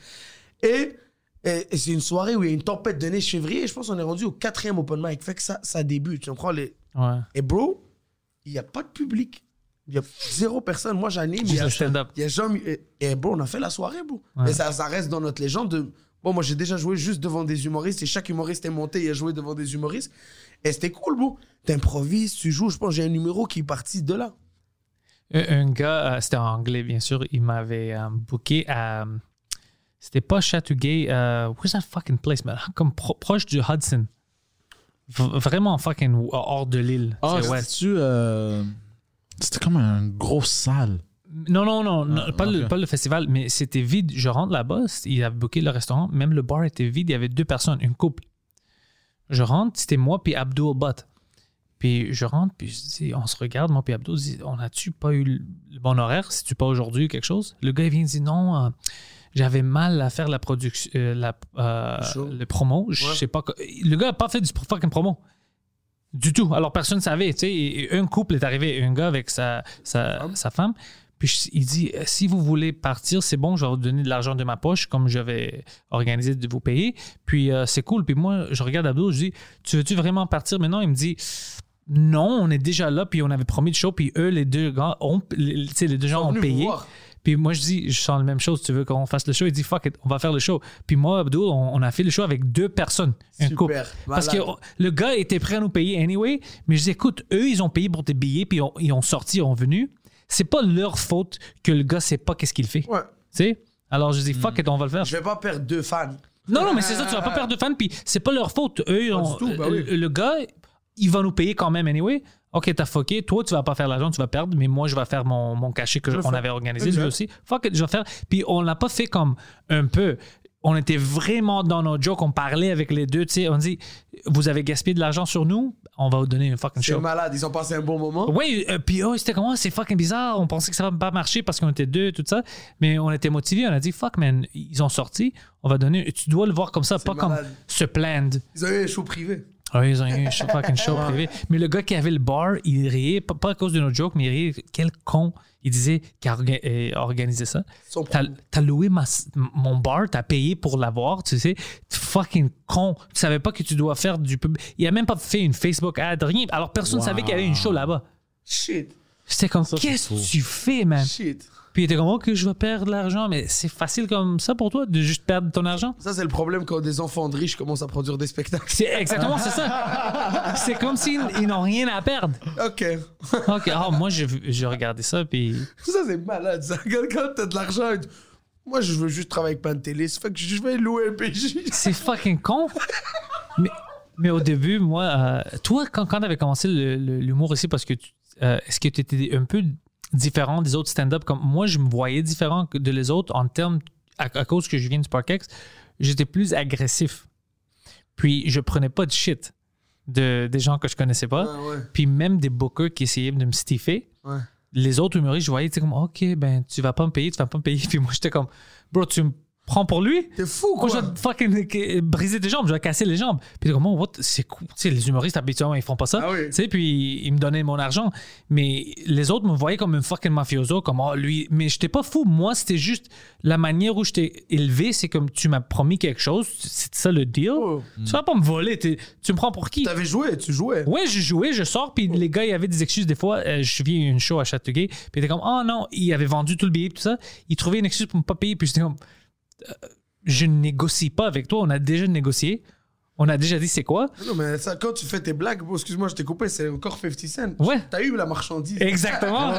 Speaker 3: Et, et- et c'est une soirée où il y a une tempête de neige février. Et je pense qu'on est rendu au quatrième open mic. Fait que ça, ça débute. Tu comprends les.
Speaker 2: Ouais.
Speaker 3: Et bro, il n'y a pas de public. Il y a zéro personne. Moi, j'anime. il y
Speaker 2: Juste
Speaker 3: a-
Speaker 2: le stand-up.
Speaker 3: il y a jamais. Et, et bro, on a fait la soirée, bro. Et ça, ça reste dans notre légende. De... Bon, moi, j'ai déjà joué juste devant des humoristes et chaque humoriste est monté et a joué devant des humoristes. Et c'était cool, bro. T'improvises, tu joues. Je pense que j'ai un numéro qui est parti de là.
Speaker 2: Un, un gars, euh, c'était en anglais, bien sûr, il m'avait euh, booké à. C'était pas Chatouguay, euh, where's that fucking place, man? Ah, Comme pro- proche du Hudson. V- vraiment fucking ho- hors de l'île.
Speaker 4: Ah,
Speaker 2: C'est ouest.
Speaker 4: c'était-tu. euh, C'était comme un gros salle.
Speaker 2: Non, non, non, non,
Speaker 4: Ah,
Speaker 2: pas, le,
Speaker 4: ok.
Speaker 2: pas le festival, mais c'était vide. Je rentre là-bas, c- il avait booké le restaurant, même le bar était vide, il y avait deux personnes, une couple. Je rentre, c'était moi puis Abdul Bot. Puis je rentre, puis je dis, on se regarde, moi puis Abdul, je dis, on a-tu pas eu le le bon horaire, si tu pas aujourd'hui ou quelque chose? Le gars, il vient, il dit, non, euh, j'avais mal à faire la production, euh, la, euh,
Speaker 3: Show.
Speaker 2: le promo, je
Speaker 3: Ouais.
Speaker 2: sais pas. quoi. Le gars a pas fait du pro- fucking promo. Du tout. Alors, personne ne savait. tu sais. Et un couple est arrivé, un gars avec sa, sa, sa femme. Puis je- il dit euh, si vous voulez partir, c'est bon, je vais vous donner de l'argent de ma poche, comme je vais organiser de vous payer. Puis euh, c'est cool. Puis moi, je regarde Abdul, je dis tu veux-tu vraiment partir maintenant Il me dit non, on est déjà là, puis on avait promis de show, puis eux, les deux gars, ont, les, tu sais, les deux gens ont
Speaker 3: venus me
Speaker 2: payé.
Speaker 3: voir.
Speaker 2: Puis moi, je dis, je sens la même chose, tu veux qu'on fasse le show? Il dit, fuck it, on va faire le show. Puis moi, Abdul, on, on a fait le show avec deux personnes, un
Speaker 3: Super,
Speaker 2: couple. Parce que
Speaker 3: malade.
Speaker 2: on- le gars était prêt à nous payer anyway, mais je dis, écoute, eux, ils ont payé pour tes billets, puis on- ils ont sorti, ils ont venu. C'est pas leur faute que le gars sait pas qu'est-ce qu'il fait.
Speaker 3: Ouais.
Speaker 2: Tu sais? Alors je dis, fuck it, on va le faire.
Speaker 3: Je vais pas perdre deux fans.
Speaker 2: Non, non, mais c'est ça, tu vas pas perdre de fans, puis c'est pas leur faute. Eux, on- euh,
Speaker 3: du tout, bah oui.
Speaker 2: le, le gars, il va nous payer quand même anyway. Ok, t'as fucké, toi tu vas pas faire l'argent, tu vas perdre, mais moi je vais faire mon, mon cachet
Speaker 3: vais
Speaker 2: qu'on
Speaker 3: faire.
Speaker 2: avait organisé
Speaker 3: Exact.
Speaker 2: lui aussi. Fuck it, je vais faire. Puis on l'a pas fait comme un peu. On était vraiment dans nos jokes, on parlait avec les deux, tu sais, on dit, vous avez gaspillé de l'argent sur nous, on va vous donner une fucking
Speaker 3: C'est
Speaker 2: show.
Speaker 3: malade, ils ont passé un bon moment.
Speaker 2: Oui, euh, puis oh, c'était comment? C'est fucking bizarre. On pensait que ça va pas marcher parce qu'on était deux, tout ça. Mais on était motivés. On a dit, fuck, man, ils ont sorti. On va donner. Tu dois le voir comme ça, pas
Speaker 3: malade.
Speaker 2: comme se plaindre.
Speaker 3: Ils ont eu un show privé.
Speaker 2: Ah, ils ont eu un show- fucking show privé. Mais le gars qui avait le bar, il riait, pas, pas à cause de nos jokes, mais il riait. Quel con. Il disait qu'il a orga- euh, organisé ça.
Speaker 3: Son
Speaker 2: T'as t'as loué ma- mon bar, t'as payé pour l'avoir, tu sais. Fucking con. Tu savais pas que tu dois faire du pub. Il a même pas fait une Facebook ad, rien. Alors personne savait qu'il y avait une show là-bas.
Speaker 3: Shit,
Speaker 2: C'était comme,
Speaker 4: c'est
Speaker 2: qu'est-ce
Speaker 4: fou.
Speaker 2: que tu fais, man?
Speaker 3: shit.
Speaker 2: Puis il était comme, oh, que je vais perdre de l'argent. Mais c'est facile comme ça pour toi de juste perdre ton argent?
Speaker 3: Ça, c'est le problème quand des enfants de riches commencent à produire des spectacles.
Speaker 2: C'est exactement, c'est ça. C'est comme s'ils ils n'ont rien à perdre.
Speaker 3: Ok.
Speaker 2: OK, ah, moi, j'ai vu- j'ai regardé ça, puis...
Speaker 3: Ça, c'est malade. Ça. Quand, quand t'as de l'argent, et tout. moi, je veux juste travailler avec Pantelis. Fait que je vais louer un PJ.
Speaker 2: C'est fucking con. Mais, mais au début, moi, euh, toi, quand, quand t'avais commencé le- le- l'humour ici, parce que tu- euh, est-ce que tu étais un peu différent des autres stand-up? Comme moi, je me voyais différent que de les autres en termes, à, à cause que je viens du Parkex, j'étais plus agressif. Puis je prenais pas de shit de, des gens que je connaissais pas.
Speaker 3: Ah ouais.
Speaker 2: Puis même des bookers qui essayaient de me stiffer.
Speaker 3: Ouais.
Speaker 2: Les autres humoristes, je voyais, tu sais, comme, OK, ben, tu vas pas me payer, tu vas pas me payer. Puis moi, j'étais comme, bro, tu me prends pour lui?
Speaker 3: T'es fou,
Speaker 2: Pourquoi
Speaker 3: quoi.
Speaker 2: je vais fucking euh, briser tes jambes, je vais casser les jambes. Puis t'es comme, oh, what? c'est cool. Tu sais, les humoristes habituellement, ils font pas ça.
Speaker 3: Ah oui.
Speaker 2: Tu sais, puis ils me donnaient mon argent. Mais les autres me voyaient comme un fucking mafioso, comme, oh, lui. Mais j'étais pas fou. Moi, c'était juste la manière où j'étais élevé, c'est comme tu m'as promis quelque chose, c'est ça le deal.
Speaker 3: Oh.
Speaker 2: Tu vas pas me voler, t'es- tu me prends pour qui?
Speaker 3: T'avais joué, tu jouais.
Speaker 2: Ouais, j'ai joué, je sors, puis les gars, il y avait des excuses. Des fois, euh, je viens une show à Châteauguay, puis ils étaient comme, oh non, il avait vendu tout le billet, tout ça. Ils trouvaient une excuse pour ne pas payer, puis j'étais comme, Euh, je négocie pas avec toi, on a déjà négocié. On a déjà dit c'est quoi?
Speaker 3: Non, mais ça, quand tu fais tes blagues, bon, excuse-moi, je t'ai coupé, c'est encore 50 cents.
Speaker 2: Ouais.
Speaker 3: T'as eu la marchandise.
Speaker 2: Exactement.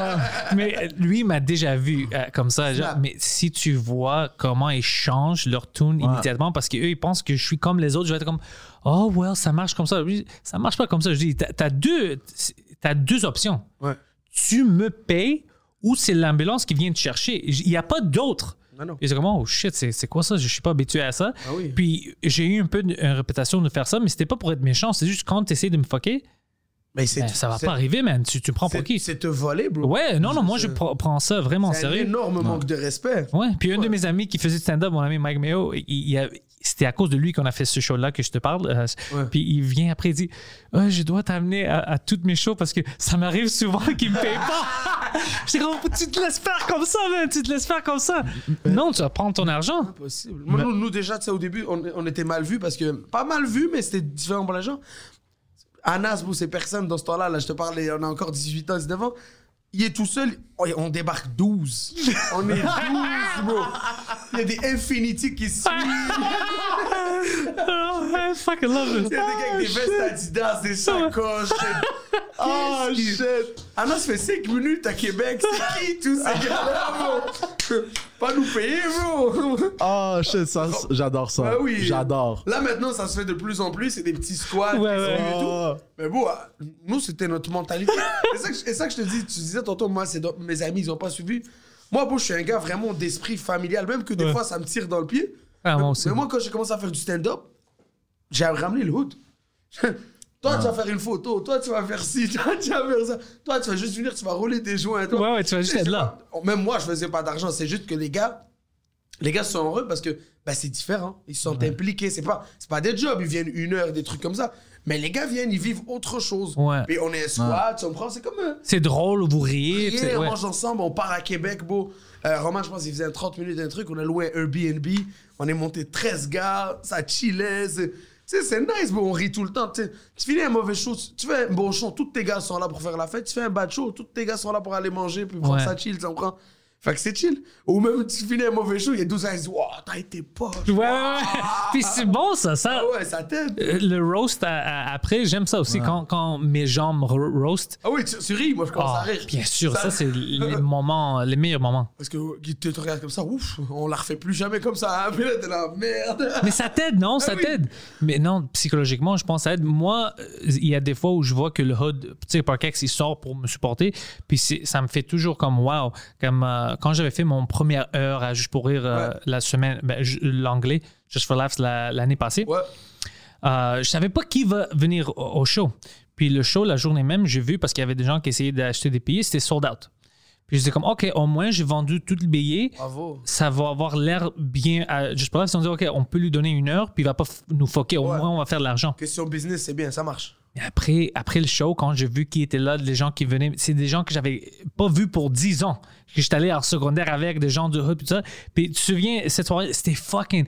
Speaker 2: mais euh, lui il m'a déjà vu euh, comme ça. genre,
Speaker 3: Ah. Snap.
Speaker 2: mais si tu vois comment ils changent leur tune immédiatement, parce qu'eux, ils pensent que je suis comme les autres, je vais être comme Oh, well, ça marche comme ça. Lui, ça marche pas comme ça. Je dis T'as t'as deux, t'as deux options.
Speaker 3: Ouais.
Speaker 2: Tu me payes ou c'est l'ambulance qui vient te chercher. Il n'y a pas d'autre.
Speaker 3: Ah non.
Speaker 2: Et c'est comme, oh shit, c'est c'est quoi ça? Je suis pas habitué à ça.
Speaker 3: Ah oui.
Speaker 2: Puis j'ai eu un peu une, une réputation de faire ça, mais c'était pas pour être méchant. C'est juste quand tu essaies de me fucker,
Speaker 3: Mais c'est.
Speaker 2: ben, ça va
Speaker 3: c'est-
Speaker 2: pas arriver, man. Tu, tu me prends
Speaker 3: c'est-
Speaker 2: pour qui?
Speaker 3: C'est te voler, bro.
Speaker 2: Ouais, non, non, moi je
Speaker 3: C'est-
Speaker 2: pr- prends ça vraiment
Speaker 3: C'est un
Speaker 2: sérieux.
Speaker 3: énorme manque de respect.
Speaker 2: Ouais. Puis un de mes amis qui faisait du stand-up, mon ami Mike Mayo, il, il a- c'était à cause de lui qu'on a fait ce show-là que je te parle. euh,
Speaker 3: Ouais.
Speaker 2: Puis il vient après, il dit Ah, Je dois t'amener à, à toutes mes shows parce que ça m'arrive souvent qu'ils me payent pas. J'étais comme Tu te laisses faire comme ça, man. Tu te laisses faire comme ça.
Speaker 3: Euh,
Speaker 2: Non, tu vas prendre ton argent.
Speaker 3: Possible. Moi, nous, nous, déjà, tu sais, au début, on, on était mal vus parce que. Pas mal vus, mais c'était différent pour les gens. Anas, vous, c'est personne dans ce temps-là. Là, je te parle, on a encore 18 ans, 19 ans. Il est tout seul, on on débarque 12. On est 12, bro. Il y a des infinités qui se
Speaker 2: Oh, I fucking love
Speaker 3: Il y
Speaker 2: it. Ah,
Speaker 3: a des gars avec des vestes Adidas, des sacoches. Oh shit! Anna, ça fait 5 minutes à Québec. C'est qui tous ces gars-là, bro? Pas nous payer, bro!
Speaker 4: Ah, shit, ça, c- j'adore ça.
Speaker 3: Ah oui!
Speaker 4: J'adore.
Speaker 3: Là maintenant, ça se fait de plus en plus. C'est des petits squats.
Speaker 2: Ouais,
Speaker 3: des
Speaker 2: ouais.
Speaker 3: trucs et tout.
Speaker 4: Ah.
Speaker 3: Mais bon, euh, nous, c'était notre mentalité. c'est ça, que je- c'est ça que je te dis. Tu disais tantôt, moi, c'est dans- mes amis, ils ont pas suivi. Moi, bon, je suis un gars vraiment d'esprit familial, même que des
Speaker 2: Ouais.
Speaker 3: fois, ça me tire dans le pied.
Speaker 2: Ah, moi
Speaker 3: mais,
Speaker 2: aussi.
Speaker 3: mais moi, quand j'ai commencé à faire du stand-up, j'ai ramené le hood. toi, tu vas faire une photo. Toi, tu vas faire ci. Toi, tu vas faire ça. Toi, tu vas juste venir, tu vas rouler des joints. Toi.
Speaker 2: Ouais, ouais, tu vas juste
Speaker 3: sais,
Speaker 2: être
Speaker 3: c'est
Speaker 2: là.
Speaker 3: pas- Même moi, je faisais pas d'argent. C'est juste que les gars, les gars sont heureux parce que bah, c'est différent. Ils sont impliqués. C'est pas, c'est pas des jobs. Ils viennent une heure, des trucs comme ça. Mais les gars viennent, ils vivent autre chose.
Speaker 2: Ouais.
Speaker 3: Puis on est un squat, on prend, c'est comme un.
Speaker 2: C'est drôle, vous riez. puis c'est-
Speaker 3: on
Speaker 2: ouais.
Speaker 3: mange ensemble, on part à Québec, beau. Euh, Romain, je pense qu'il faisait un 30 minutes d'un truc. On a loué un Airbnb. On est monté 13 gars. Ça chillait. c'est- tu sais, c'est nice, beau. On rit tout le temps. tu sais. tu finis un mauvais show, tu- tu fais un bon show, tous tes gars sont là pour faire la fête. Tu fais un bad show, tous tes gars sont là pour aller manger, puis prendre
Speaker 2: Ouais.
Speaker 3: ça chill, tu comprends? Fait que c'est chill. Ou même, tu finis un mauvais show, il y a 12 gars qui disent Wow, t'as été poche.
Speaker 2: Ouais, ouais, ouais. Puis c'est bon, ça. ça
Speaker 3: Ah ouais, ça t'aide.
Speaker 2: Euh, Le roast à- à- après, j'aime ça aussi. Quand, quand mes gens me ro- roast,
Speaker 3: Ah oui, tu, tu ris, moi je commence à
Speaker 2: ah,
Speaker 3: rire.
Speaker 2: bien sûr, ça, c'est les moments, les meilleurs moments.
Speaker 3: Parce que Guy te, te regarde comme ça, ouf, on la refait plus jamais comme ça, hein, mais là, de la merde.
Speaker 2: Mais ça t'aide, non? Ça
Speaker 3: Ah oui.
Speaker 2: t'aide. Mais non, psychologiquement, je pense que ça aide. Moi, euh, il y a des fois où je vois que le HUD, tu sais, Parkex, il sort pour me supporter. Puis c'est- ça me fait toujours comme wow. Comme euh, quand j'avais fait mon première heure à Juste pour rire euh, la semaine, ben, ju- l'anglais, Just for Laughs la- l'année passée.
Speaker 3: Ouais.
Speaker 2: Euh, je savais pas qui va venir au, au show. Puis le show, la journée même, j'ai vu parce qu'il y avait des gens qui essayaient d'acheter des billets, c'était sold out. Puis j'étais comme, OK, au moins j'ai vendu tout le billet.
Speaker 3: Bravo.
Speaker 2: Ça va avoir l'air bien. à- juste pour là, si on dit, OK, on peut lui donner une heure, puis il va pas f- nous foquer. Au
Speaker 3: Ouais.
Speaker 2: moins, on va faire de l'argent.
Speaker 3: Question business, c'est bien, ça marche.
Speaker 2: Mais après, après le show, quand j'ai vu qui était là, les gens qui venaient, c'est des gens que j'avais pas vus pour 10 ans. Que j'étais allé en secondaire avec des gens du hood, puis tout ça. Puis tu te souviens, cette soirée, c'était fucking.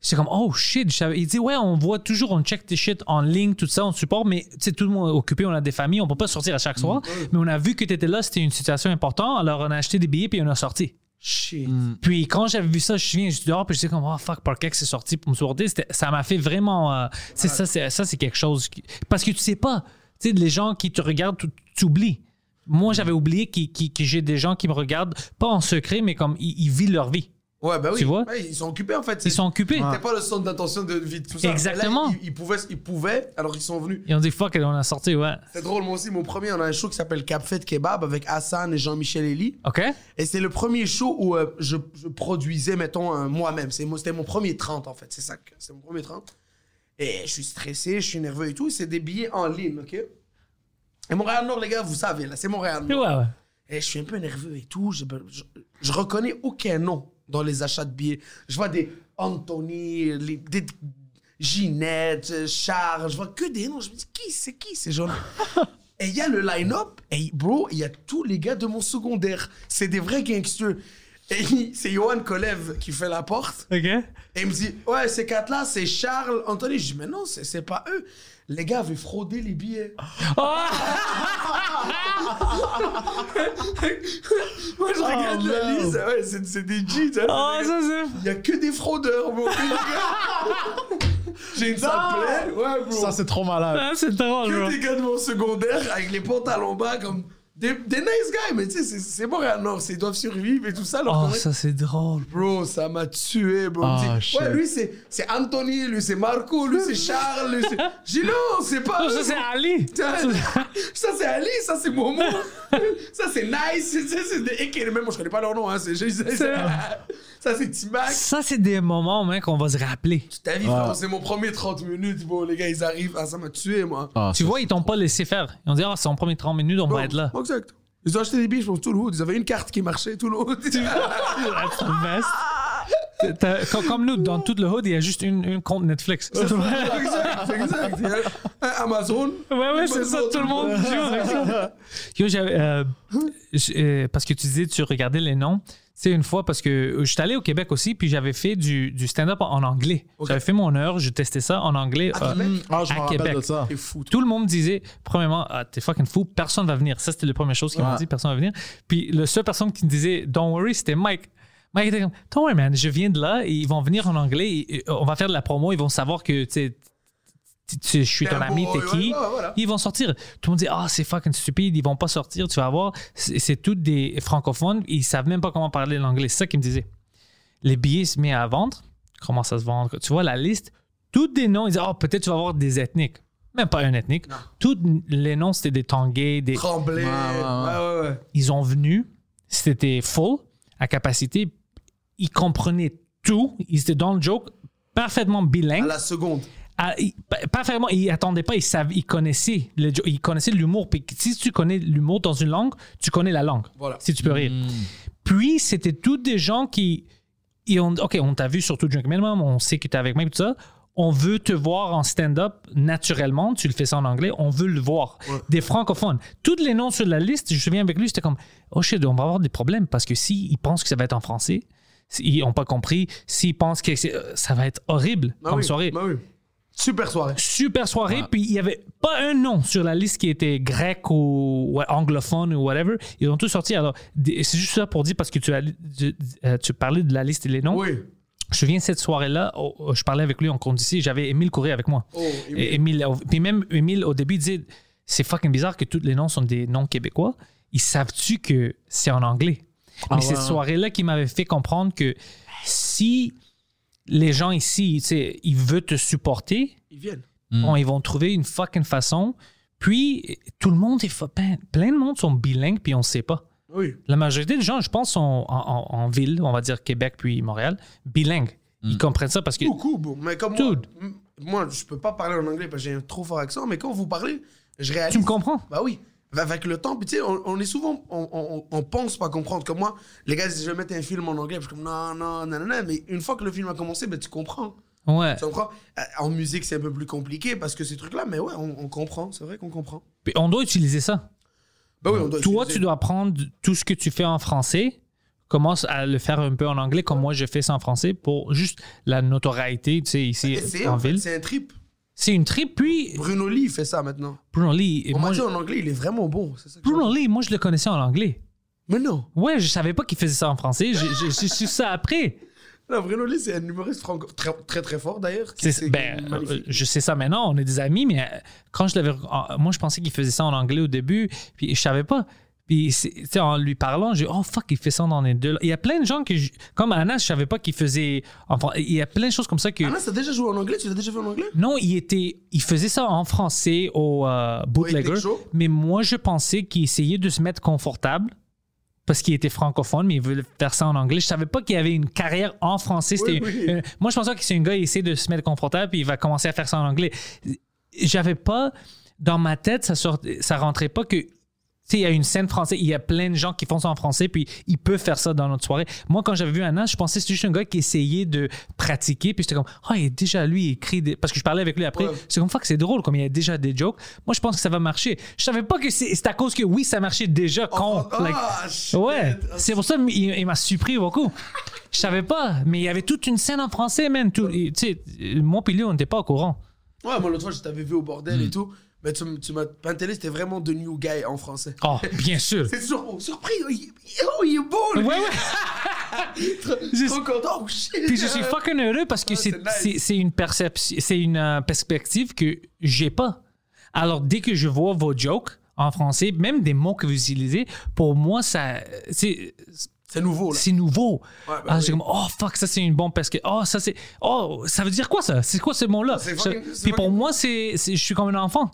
Speaker 2: C'est comme, oh shit. je savais- Il dit, ouais, on voit toujours, on check tes shit en ligne, tout ça, on te supporte, mais tu sais, tout le monde est occupé, on a des familles, on peut pas sortir à chaque soir. Mais on a vu que tu étais là, c'était une situation importante, alors on a acheté des billets, puis on a sorti.
Speaker 3: Shit.
Speaker 2: Puis quand j'avais vu ça, je me souviens, j'étais dehors, puis j'étais comme, oh fuck, Parkex c'est sorti pour me sortir. C'était- Ça m'a fait vraiment. euh, c'est ça, c'est, ça, c'est quelque chose. qui- parce que tu sais pas, tu sais, les gens qui te regardent, tu, tu oublies. Moi, j'avais oublié qui- qui- que j'ai des gens qui me regardent, pas en secret, mais comme ils, ils vivent leur vie.
Speaker 3: Ouais, bah oui.
Speaker 2: Tu vois?
Speaker 3: Ouais, ils sont occupés en fait.
Speaker 2: Ils sont occupés.
Speaker 3: T'es pas le centre d'attention de vie, de tout ça.
Speaker 2: Exactement.
Speaker 3: Là, ils, ils pouvaient, ils pouvaient, alors ils sont venus.
Speaker 2: Et on dit, fuck, on a sorti, ouais.
Speaker 3: C'est drôle, moi aussi, mon premier, on a un show qui s'appelle Cap Fête Kebab avec Hassan et Jean-Michel Elie.
Speaker 2: OK?
Speaker 3: Et c'est le premier show où euh, je, je produisais, mettons, euh, moi-même. C'est, moi, c'était mon premier 30, en fait. C'est ça, que- c'est mon premier 30. Et je suis stressé, je suis nerveux et tout. C'est des billets en ligne, OK? Et Montréal-Nord, les gars, vous savez, là, c'est
Speaker 2: Ouais,
Speaker 3: Montréal-Nord.
Speaker 2: ouais.
Speaker 3: Et Eh, je suis un peu nerveux et tout. Je, je, je reconnais aucun nom dans les achats de billets. Je vois des Anthony, les- des Ginette, euh, Charles. Je vois que des noms. Je me dis, qui c'est qui ces gens-là Et il y a le line-up. Et bro, il y a tous les gars de mon secondaire. C'est des vrais gangsters. Et il- c'est Johan Kolev qui fait la porte.
Speaker 2: OK?
Speaker 3: Et il me dit, ouais, ces quatre-là, c'est Charles, Anthony. Je dis, mais non, c'est c'est pas eux. Les gars avaient fraudé les billets.
Speaker 2: Ah!
Speaker 3: Moi, je regarde la
Speaker 4: Oh, merde.
Speaker 3: liste. Ouais, c'est c'est des jeans. hein,
Speaker 2: Oh,
Speaker 3: c'est des-
Speaker 2: ça, c'est.
Speaker 3: il n'y a que des fraudeurs, mon gars. J'ai une salle
Speaker 4: Non!
Speaker 3: pleine. Ouais, bro.
Speaker 4: Ça, c'est trop malade.
Speaker 3: Bah,
Speaker 2: Ah, c'est drôle,
Speaker 3: que
Speaker 2: bro.
Speaker 3: des gars de mon secondaire avec les pantalons bas comme des, des nice guys, mais tu sais, c'est- c'est Montréal Nord, c'est- ils doivent survivre et tout ça. leur
Speaker 2: Oh,
Speaker 3: connexion.
Speaker 2: ça, c'est drôle.
Speaker 3: Bro, ça m'a tué, bro.
Speaker 4: Ah,
Speaker 3: Tu sais,
Speaker 4: shit.
Speaker 3: ouais, lui, c'est c'est Anthony, lui, c'est Marco, lui, c'est Charles, lui, c'est. J'ai dit, non, c'est pas.
Speaker 2: Oh, ça,
Speaker 3: eux,
Speaker 2: c'est
Speaker 3: bro.
Speaker 2: Ali.
Speaker 3: Ça, ça, c'est Ali, ça c'est Momo, ça c'est Nice, c'est- c'est c'est des Ekele. Même moi je connais pas leur nom, hein, c'est juste. Ça c'est Timac.
Speaker 2: Ça, c'est des moments, mec, qu'on va se rappeler.
Speaker 3: Ta vie, frérot, c'est mon premier 30 minutes, bro. Les gars, ils arrivent, ah, ça m'a tué, moi.
Speaker 4: Ah,
Speaker 2: Tu
Speaker 4: ça,
Speaker 2: vois, ils t'ont pas laissé faire. Ils ont dit, ah, c'est en premier 30 minutes, on va être
Speaker 4: Oh.
Speaker 2: là.
Speaker 3: Exact. Ils ont acheté des billets, je pense, tout le haut. Ils avaient une carte qui marchait, tout le haut.
Speaker 2: That's the best. T'as- t'as- Comme, comme nous, dans tout le hood, il y a juste une, une compte Netflix.
Speaker 3: exact, exact. Il y a un Amazon.
Speaker 2: Ouais, ouais, c'est ça, tout le monde joue. Yo, j'avais, euh, j- euh, parce que tu disais, tu regardais les noms. Tu sais, une fois, parce que je suis allé au Québec aussi, puis j'avais fait du, du stand-up en, en anglais. J'avais fait mon heure, je testais ça en anglais. euh,
Speaker 4: Ah, je me
Speaker 2: à
Speaker 4: rappelle
Speaker 2: Québec.
Speaker 4: de ça.
Speaker 3: C'est fou.
Speaker 2: tout le monde disait, premièrement, ah, t'es fucking fou, personne va venir. Ça, c'était la première chose qu'ils m'ont
Speaker 4: Ouais.
Speaker 2: dit, personne va venir. Puis la seule personne qui me disait, don't worry, c'était Mike. Mike était comme, don't worry, man, je viens de là, et ils vont venir en anglais, et- et on va faire de la promo, ils vont savoir que, tu sais, tu- tu- je suis
Speaker 3: T'es
Speaker 2: ton
Speaker 3: un
Speaker 2: ami,
Speaker 3: beau-
Speaker 2: t'es
Speaker 3: ouais,
Speaker 2: qui.
Speaker 3: ouais, voilà.
Speaker 2: Ils vont sortir. Tout le monde dit, ah, c'est fucking stupide, ils vont pas sortir, tu vas voir. C'est c'est tous des francophones, ils savent même pas comment parler l'anglais. C'est ça qu'ils me disaient. Les billets se mettent à vendre, commencent à se vendre. Tu vois la liste, tous des noms, ils disent, ah, peut-être tu vas avoir des ethniques. Même pas un ethnique. Tous les noms, c'était des Tanguais, des.
Speaker 3: Tremblay. Ouais, ouais, ouais.
Speaker 2: Ils ont venu, c'était full, à capacité. Ils comprenaient tout, ils étaient dans le joke, parfaitement bilingue.
Speaker 3: À la seconde.
Speaker 2: Ah, il- pa- parfaitement, il attendait pas, il, savait, il connaissait le jo- il connaissait l'humour. Puis si tu connais l'humour dans une langue, tu connais la langue.
Speaker 3: Voilà.
Speaker 2: Si tu peux rire. Puis c'était tous des gens qui ils ont OK, on t'a vu surtout Drink Minimum, on sait que t'es avec moi et tout ça. On veut te voir en stand-up naturellement, tu le fais ça en anglais, on veut le voir. Des francophones. Tous les noms sur la liste, je me souviens avec lui, c'était comme Oh shit, on va avoir des problèmes parce que s'ils pensent que ça va être en français, ils n'ont pas compris, s'ils pensent que c'est- euh, ça va être horrible
Speaker 3: Bah
Speaker 2: comme
Speaker 3: oui,
Speaker 2: soirée
Speaker 3: bah oui. Super soirée.
Speaker 2: super soirée, puis il n'y avait pas un nom sur la liste qui était grec ou ouais, anglophone ou whatever. Ils ont tous sorti. Alors, des- c'est juste ça pour dire, parce que tu, as, tu, euh, tu parlais de la liste et les noms.
Speaker 3: Oui.
Speaker 2: Je me souviens de cette soirée-là, oh, oh, je parlais avec lui en conduisait, j'avais Émile Courrier avec moi.
Speaker 3: Oh, Émile.
Speaker 2: Et Émile, euh, puis même Émile, au début, il disait C'est fucking bizarre que tous les noms sont des noms québécois. Ils savent-tu que c'est en anglais
Speaker 3: Ah
Speaker 2: Mais cette soirée-là qui m'avait fait comprendre que si les gens ici, tu sais, ils veulent te supporter,
Speaker 3: Ils viennent.
Speaker 2: Bon, ils vont trouver une fucking façon. Puis, tout le monde est... fa- Plein, plein de monde sont bilingues, puis on sait pas.
Speaker 3: Oui.
Speaker 2: La majorité des gens, je pense, sont en, en- en ville, on va dire Québec puis Montréal, bilingues. Ils comprennent ça parce que...
Speaker 3: Beaucoup, bon. Mais comme
Speaker 2: Dude.
Speaker 3: moi, m- moi, je peux pas parler en anglais parce que j'ai un trop fort accent, mais quand vous parlez, je réalise.
Speaker 2: Tu me comprends?
Speaker 3: Bah oui. Avec le temps, puis tu sais, on, on est souvent, on, on- on pense pas comprendre. Comme moi, les gars, si je vais mettre un film en anglais, je suis comme non, non, non, non, non. Mais une fois que le film a commencé, ben, tu comprends.
Speaker 2: Ouais.
Speaker 3: Tu comprends Euh, En musique, c'est un peu plus compliqué parce que ces trucs-là, mais ouais, on, on comprend. C'est vrai qu'on comprend.
Speaker 2: Puis on doit utiliser ça.
Speaker 3: Bah oui, on doit.
Speaker 2: Toi,
Speaker 3: utiliser-
Speaker 2: tu dois prendre tout ce que tu fais en français, commence à le faire un peu en anglais, comme moi, je fais ça en français, pour juste la notoriété, tu sais, ici,
Speaker 3: Essayer,
Speaker 2: en
Speaker 3: en fait,
Speaker 2: ville.
Speaker 3: C'est un trip.
Speaker 2: C'est une trip, puis...
Speaker 3: Bruno Lee fait ça maintenant.
Speaker 2: Bruno Lee, et
Speaker 3: On m'a
Speaker 2: moi,
Speaker 3: dit
Speaker 2: je-
Speaker 3: en anglais, il est vraiment bon. c'est ça que
Speaker 2: Bruno Lee, moi, je le connaissais en anglais.
Speaker 3: j'ai- Mais non.
Speaker 2: Ouais, je savais pas qu'il faisait ça en français. J'ai- j'ai- J'ai su ça après.
Speaker 3: Non, Bruno Lee, c'est un humoriste franco très, très très fort d'ailleurs. qui-
Speaker 2: C'est- Ben, euh,
Speaker 3: magnifique.
Speaker 2: je sais ça maintenant, on est des amis, mais euh, quand je l'avais. en- Moi, je pensais qu'il faisait ça en anglais au début, puis je savais pas. Puis, c'est- tu sais, en lui parlant, j'ai dit, oh fuck, il fait ça dans les deux. Il y a plein de gens que. je- Comme Anna, je savais pas qu'il faisait. en fran- Il y a plein de choses comme ça que.
Speaker 3: Ah, là, t'as déjà joué en anglais Tu l'as déjà fait en anglais
Speaker 2: Non, il était, il faisait ça en français au euh, bootlegger,
Speaker 3: Waiting Show.
Speaker 2: mais moi je pensais qu'il essayait de se mettre confortable parce qu'il était francophone, mais il voulait faire ça en anglais. Je savais pas qu'il avait une carrière en français. C'était-
Speaker 3: oui.
Speaker 2: euh, moi je pensais que c'est un gars qui essaie de se mettre confortable puis il va commencer à faire ça en anglais. J'avais pas dans ma tête ça sort, ça rentrait pas que tu sais, il y a une scène française, il y a plein de gens qui font ça en français, puis ils peuvent faire ça dans notre soirée. Moi, quand j'avais vu Anna, je pensais que c'était juste un gars qui essayait de pratiquer, puis j'étais comme, ah, il est déjà lui, il écrit des. Parce que je parlais avec lui après,
Speaker 3: Ouais.
Speaker 2: c'est comme, fuck, c'est drôle, comme il y a déjà des jokes. Moi, je pense que ça va marcher. Je savais pas que c'est c'est à cause que oui, ça marchait déjà con.
Speaker 3: ah,
Speaker 2: like-
Speaker 3: shit.
Speaker 2: ouais, c'est pour ça qu'il il m'a surpris beaucoup. Je savais pas, mais il y avait toute une scène en français, man. Tout, tu sais, moi, puis lui, on n'était pas au courant.
Speaker 3: Ouais, moi l'autre fois, je t'avais vu au bordel
Speaker 2: Hmm.
Speaker 3: et tout. Mais tu, m- tu m'as télé, c'était vraiment The New Guy en français.
Speaker 2: Oh, bien sûr.
Speaker 3: C'est toujours oh, surpris. Oh, il, oh, il est beau,
Speaker 2: Ouais,
Speaker 3: lui.
Speaker 2: ouais. Je-
Speaker 3: Trop content. Oh, shit.
Speaker 2: Puis je suis fucking heureux parce que
Speaker 3: Ah,
Speaker 2: c'est
Speaker 3: c'est nice.
Speaker 2: c'est- c'est une perception, c'est une euh, perspective que j'ai pas. Alors dès que je vois vos jokes en français, même des mots que vous utilisez, pour moi ça c'est
Speaker 3: C'est nouveau, là.
Speaker 2: c'est nouveau.
Speaker 3: Ouais, ben
Speaker 2: Alors,
Speaker 3: oui.
Speaker 2: j'ai comme oh fuck ça c'est une bombe parce que oh ça c'est oh ça veut dire quoi ça C'est quoi ce mot là
Speaker 3: c'est fucking- c'est
Speaker 2: Puis pour
Speaker 3: fucking-
Speaker 2: moi c'est c'est- je suis comme un enfant.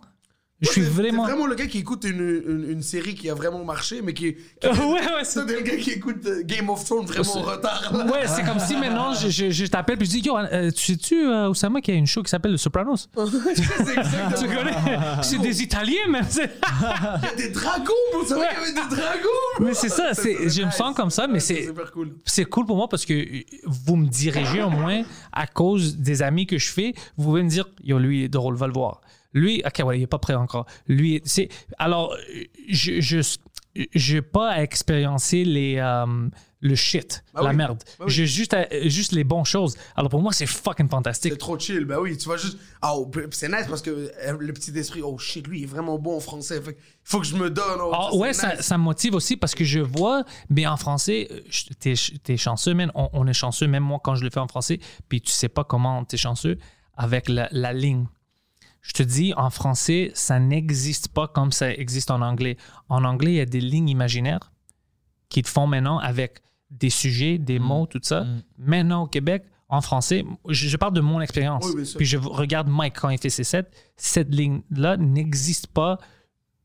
Speaker 2: Je suis
Speaker 3: T'es- t'es
Speaker 2: vraiment.
Speaker 3: vraiment le gars qui écoute une, une, une série qui a vraiment marché, mais qui. qui-
Speaker 2: ouais ouais. c'est-
Speaker 3: Toi, t'es le gars qui écoute euh, Game of Thrones vraiment en retard. là.
Speaker 2: Ouais, c'est comme si maintenant je, je- je t'appelle puis je dis Yo, euh, tu sais-tu, euh, Oussama, qu'il y a une show qui s'appelle Le Sopranos
Speaker 3: c'est exactement.
Speaker 2: Tu connais C'est des Italiens, même. c'est-
Speaker 3: Il y a des dragons, vous savez qu'il y avait des dragons.
Speaker 2: Mais c'est ça, c'est-
Speaker 3: serait
Speaker 2: je me sens comme ça, mais
Speaker 3: Ouais,
Speaker 2: c'est-
Speaker 3: super cool.
Speaker 2: C'est cool pour moi parce que vous me dirigez au moins à cause des amis que je fais. Vous pouvez me dire, yo, lui, il est drôle, va le voir. Lui, ok, voilà, il est pas prêt encore. Lui, c'est. Alors, je. je j'ai pas à expériencer les euh, le shit,
Speaker 3: Bah
Speaker 2: la
Speaker 3: oui.
Speaker 2: merde.
Speaker 3: Bah oui.
Speaker 2: J'ai juste à- juste les bonnes choses. Alors pour moi c'est fucking fantastique.
Speaker 3: C'est trop chill, ben oui, tu vas juste. Ah, oh, puis c'est nice parce que euh, le petit esprit, oh shit, lui, il est vraiment bon en français. Fait, que faut que je me donne. oh,
Speaker 2: Ah,
Speaker 3: ça,
Speaker 2: ouais,
Speaker 3: c'est
Speaker 2: ça,
Speaker 3: nice.
Speaker 2: ça me motive aussi parce que je vois, mais en français, euh, je- t'es t'es chanceux, man. On, on est chanceux, même moi, quand je le fais en français, puis tu sais pas comment t'es chanceux avec la, la ligne. Je te dis, en français, ça n'existe pas comme ça existe en anglais. En anglais, il y a des lignes imaginaires qui te font maintenant avec des sujets, des
Speaker 3: Mm.
Speaker 2: mots, tout ça. Maintenant, au Québec, en français, je, je parle de mon expérience.
Speaker 3: Oui, bien sûr.
Speaker 2: puis je regarde Mike quand il fait ses sets. Cette ligne-là n'existe pas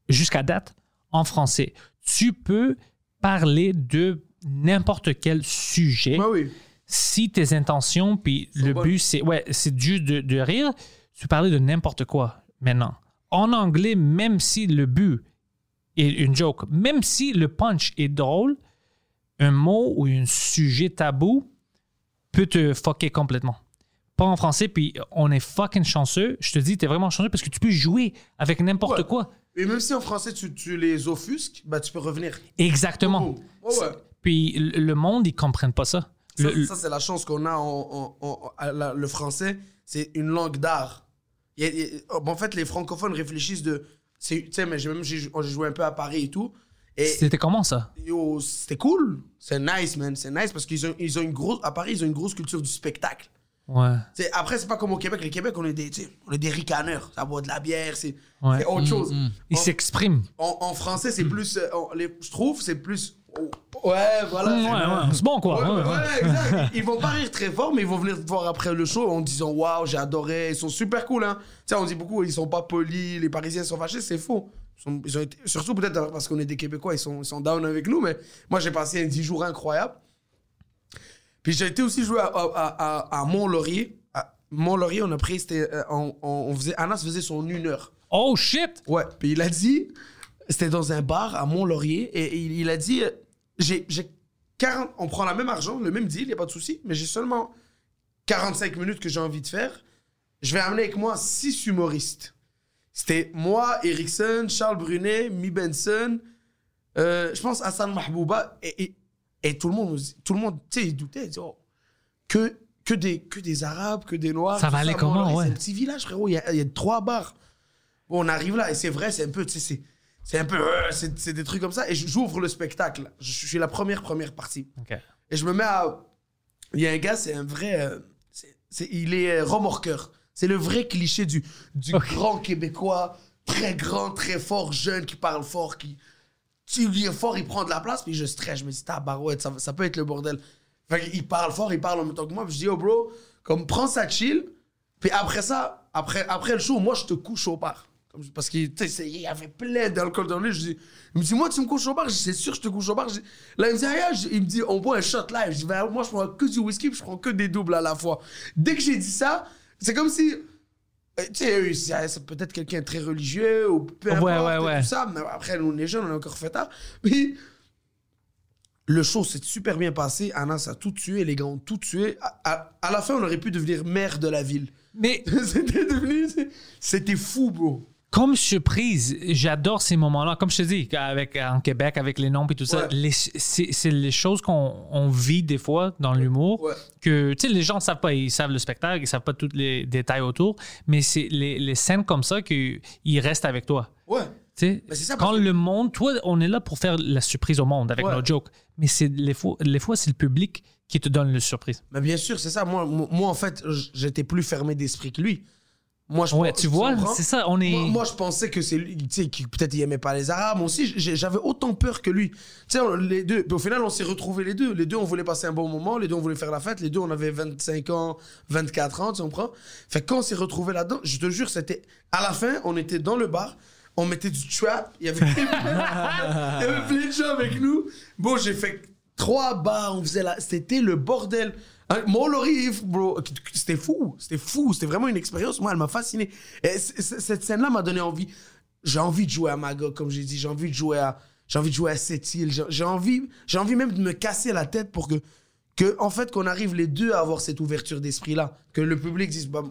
Speaker 2: jusqu'à date en français. Tu peux parler de n'importe quel sujet
Speaker 3: Ben oui.
Speaker 2: si tes intentions puis le
Speaker 3: bonnes.
Speaker 2: but c'est ouais c'est juste de, de rire. Tu parlais de n'importe quoi maintenant. En anglais, même si le but est une joke, même si le punch est drôle, un mot ou un sujet tabou peut te fucker complètement. Pas en français, puis on est fucking chanceux. Je te dis, t'es vraiment chanceux parce que tu peux jouer avec n'importe
Speaker 3: Ouais.
Speaker 2: quoi.
Speaker 3: Et même si en français, tu, tu les offusques, ben tu peux revenir.
Speaker 2: Exactement.
Speaker 3: Oh, oh, ouais.
Speaker 2: Puis le le monde, ils comprennent pas ça.
Speaker 3: Ça,
Speaker 2: Le-
Speaker 3: ça, c'est la chance qu'on a en, en- en- à la- le français, c'est une langue d'art. Il y a- il y a- en fait, les francophones réfléchissent de. c'est- Tu sais, mais j'ai même j'ai jou- j'ai joué un peu à Paris et tout. Et
Speaker 2: C'était comment ça?
Speaker 3: yo, c'était cool. C'est nice, man. C'est nice parce qu'ils ont, ils ont une grosse. À Paris, ils ont une grosse culture du spectacle.
Speaker 2: Ouais.
Speaker 3: C'est- après, c'est pas comme au Québec. Le Québec, on est des, tu sais, on est des ricaneurs. Ça boit de la bière, c'est
Speaker 2: Ouais. Mm,
Speaker 3: c'est autre chose.
Speaker 2: Ils
Speaker 3: En-
Speaker 2: s'expriment.
Speaker 3: En, en français, c'est plus. euh, en- les- je trouve, c'est plus. oh, ouais, voilà.
Speaker 2: Mm, Ouais, ouais, c'est bon quoi.
Speaker 3: Ouais,
Speaker 2: Ouais,
Speaker 3: ouais,
Speaker 2: ouais.
Speaker 3: ouais, exact. Ils vont pas rire très fort, mais ils vont venir te voir après le show en disant Waouh, j'ai adoré, ils sont super cool. Hein. Tu sais, on dit beaucoup, ils sont pas polis, les Parisiens sont fâchés, c'est faux. Ils sont- ils ont été- surtout peut-être parce qu'on est des Québécois, ils sont, ils sont down avec nous, mais moi j'ai passé un 10 jours incroyable. Puis j'ai été aussi jouer à, à, à, à Mont-Laurier. À Mont-Laurier, on a pris, c'était, euh, on, on- on faisait, Anas faisait son une heure.
Speaker 2: Oh shit!
Speaker 3: Ouais. Puis il a dit, c'était dans un bar à Mont-Laurier, et il, il a dit, euh, j'ai j'ai 40, on prend la même argent, le même deal, il n'y a pas de souci, mais j'ai seulement 45 minutes que j'ai envie de faire. Je vais amener avec moi 6 humoristes. C'était moi, Erickson, Charles Brunet, Mi Benson, euh, je pense Hassan Mahbouba, et, et, et tout le monde, nous- tout le monde, tu sais, il doutait, il dit, Oh, que, que, des, que des Arabes, que des Noirs.
Speaker 2: Ça
Speaker 3: tout
Speaker 2: va aller comment,
Speaker 3: Mont-Laurier,
Speaker 2: ouais.
Speaker 3: C'est un petit village, frérot, il y a, il y a trois bars. Bon, on arrive là, et c'est vrai, c'est un peu, tu sais, c'est- c'est un peu, euh, c'est c'est des trucs comme ça, et j- j'ouvre le spectacle. Je, je suis la première, première partie. Et je me mets à. Il y a un gars, c'est un vrai. euh, c'est- c'est- il est euh, remorqueur. C'est le vrai cliché du, du grand Québécois, très grand, très fort, jeune, qui parle fort, qui. Tu lui est fort, il prend de la place, puis je stresse. Je me dis, tabarouette, ça, ça peut être le bordel. Fait qu'il parle fort, il parle en même temps que moi, puis je dis, oh bro, comme prends ça chill, puis après ça, après, après le show, moi, je te couche au bar. Comme je- Parce qu'il y avait plein d'alcool dans lui. Je dis, il me dit, moi, tu me couches au bar. Je dis, c'est sûr, que je te couche au bar. Je dis- là, il me dit, ah, yeah. Je- il me dit, on boit un shot live. Je dis, Ben, moi, je prends que du whisky, puis je prends que des doubles à la fois. Dès que j'ai dit ça, c'est comme si. euh, Tu sais, eux, c'est c'est peut-être quelqu'un de très religieux ou peu
Speaker 2: Ouais,
Speaker 3: importe,
Speaker 2: ouais,
Speaker 3: et
Speaker 2: ouais.
Speaker 3: tout ça. Mais après, nous, on est jeunes, on est encore fêtards. Mais le show s'est super bien passé. Anas a tout tué, les gars ont tout tué. À, à- à la fin, on aurait pu devenir maire de la ville.
Speaker 2: Mais
Speaker 3: C'était devenu. C'était fou, bro.
Speaker 2: comme surprise, j'adore ces moments-là. Comme je te dis, avec, en Québec, avec les noms et tout ça,
Speaker 3: Ouais.
Speaker 2: les- c'est c'est les choses qu'on on vit des fois dans l'humour.
Speaker 3: Ouais.
Speaker 2: Que tu sais, les gens ne savent pas, ils savent le spectacle, ils savent pas tous les détails autour, mais c'est les, les scènes comme ça qu'ils restent avec toi.
Speaker 3: Ouais.
Speaker 2: Tu sais,
Speaker 3: Mais c'est ça, parce
Speaker 2: quand
Speaker 3: que-
Speaker 2: le monde, toi, on est là pour faire la surprise au monde avec
Speaker 3: Ouais.
Speaker 2: nos jokes. Mais c'est les fois, les fois c'est le public qui te donne la surprise.
Speaker 3: Mais bien sûr, c'est ça. Moi, moi, moi, en fait, j- j'étais plus fermé d'esprit que lui. Moi, je
Speaker 2: Ouais,
Speaker 3: pense-
Speaker 2: tu vois,
Speaker 3: comprends?
Speaker 2: c'est ça, on est.
Speaker 3: Moi, moi, je pensais que c'est lui, tu sais, qui peut-être il aimait pas les Arabes. Moi aussi, j'ai- j'avais autant peur que lui. Tu sais, on- les deux. Puis au final, on s'est retrouvés les deux. Les deux, on voulait passer un bon moment. Les deux, on voulait faire la fête. Les deux, on avait 25 ans, 24 ans, tu comprends Fait que quand on s'est retrouvés là-dedans, je te jure, c'était. À la fin, on était dans le bar. On mettait du trap. Il y avait, il y avait plein de gens avec nous. Bon, j'ai fait trois bars. On faisait la. C'était le bordel. Hein, Mon Lorif, bro, c'était fou, c'était fou, c'était vraiment une expérience. Moi, elle m'a fasciné. Et c- c- cette scène-là m'a donné envie. J'ai envie de jouer à Magog, comme j'ai dit. J'ai envie de jouer à, j'ai envie de jouer à cette île. J'ai- J'ai envie, j'ai envie même de me casser la tête pour que, que en fait, qu'on arrive les deux à avoir cette ouverture d'esprit-là, que le public dise, bah,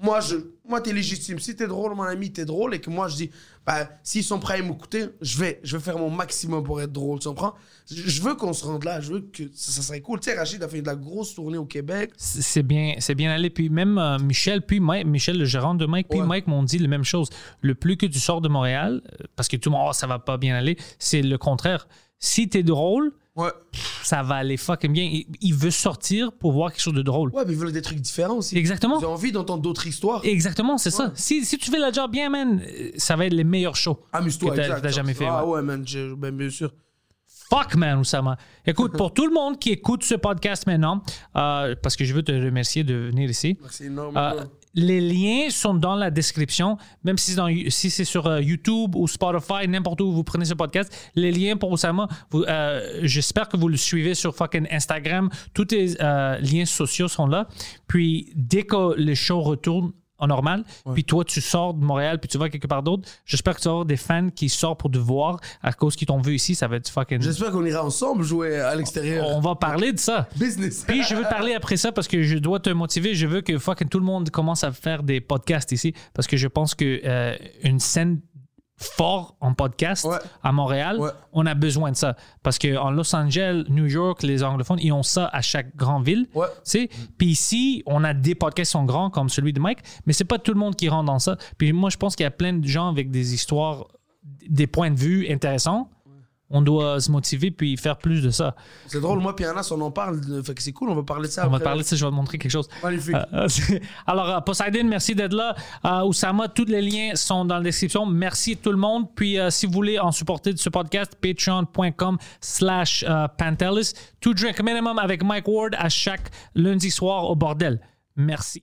Speaker 3: moi, je, moi, t'es légitime. Si t'es drôle, mon ami, t'es drôle, et que moi, je dis, bah, s'ils sont prêts à m'écouter, je vais, je vais faire mon maximum pour être drôle. Tu comprends Je je veux qu'on se rende là. Je veux que ça, ça serait cool. Tu sais, Rachid a fait de la grosse tournée au Québec.
Speaker 2: C'est c'est bien, c'est bien allé. Puis même euh, Michel, puis Mike- Michel, le gérant de Mike, puis
Speaker 3: Ouais.
Speaker 2: Mike m'ont dit la même chose. Le plus que tu sors de Montréal, euh, parce que tout le monde, oh, ça va pas bien aller, c'est le contraire. Si t'es drôle,
Speaker 3: Ouais.
Speaker 2: ça va aller fucking bien. Il, il veut sortir pour voir quelque chose de drôle.
Speaker 3: Ouais, mais ils veulent des trucs différents aussi.
Speaker 2: Exactement.
Speaker 3: Ils ont envie d'entendre d'autres histoires.
Speaker 2: Exactement, c'est ça. Si, si tu fais la job bien, man, euh, ça va être les meilleurs shows
Speaker 3: Amuse-toi.
Speaker 2: que t'as-
Speaker 3: exact.
Speaker 2: t'as jamais fait.
Speaker 3: Ah
Speaker 2: ouais.
Speaker 3: ouais, man, je- ben, bien sûr.
Speaker 2: Fuck, man, Oussama. Écoute, pour tout le monde qui écoute ce podcast maintenant, euh, parce que je veux te remercier de venir ici.
Speaker 3: Ah, C'est énorme.
Speaker 2: Euh,
Speaker 3: bro.
Speaker 2: les liens sont dans la description, même si, c'est dans- si c'est sur euh, YouTube ou Spotify, n'importe où vous prenez ce podcast. Les liens pour Oussama, vous, euh, j'espère que vous le suivez sur fucking Instagram. Tous les euh, liens sociaux sont là. Puis dès que les shows retournent en normal, puis toi tu sors de Montréal, puis tu vas quelque part d'autre, j'espère que tu vas avoir des fans qui sortent pour te voir à cause qu'ils t'ont vu ici. Ça va être fucking.
Speaker 3: J'espère qu'on ira ensemble jouer à l'extérieur.
Speaker 2: On va parler de ça.
Speaker 3: Business.
Speaker 2: Puis je veux te parler après ça parce que je dois te motiver. Je veux que fucking tout le monde commence à faire des podcasts ici parce que je pense que euh, une scène fort en podcast
Speaker 3: Ouais.
Speaker 2: à Montréal,
Speaker 3: Ouais.
Speaker 2: on a besoin de ça parce que en Los Angeles, New York, les anglophones, ils ont ça à chaque grande ville.
Speaker 3: Ouais.
Speaker 2: Tu sais, puis ici, on a des podcasts qui sont grands comme celui de Mike, mais c'est pas tout le monde qui rentre dans ça. Puis moi, je pense qu'il y a plein de gens avec des histoires, des points de vue intéressants. On doit se motiver puis faire plus de ça.
Speaker 3: C'est drôle, moi, puis Anas, on en parle. de- Fait que c'est cool, on va parler de ça
Speaker 2: On va
Speaker 3: après.
Speaker 2: parler de ça, je vais te montrer quelque chose.
Speaker 3: Magnifique.
Speaker 2: Euh, euh, c'est- alors, euh, Poseidon, merci d'être là. Euh, Oussama, tous les liens sont dans la description. Merci tout le monde. Puis, euh, si vous voulez en supporter de ce podcast, patreon.com slash euh, Pantelis. Two drink minimum avec Mike Ward à chaque lundi soir au bordel. Merci.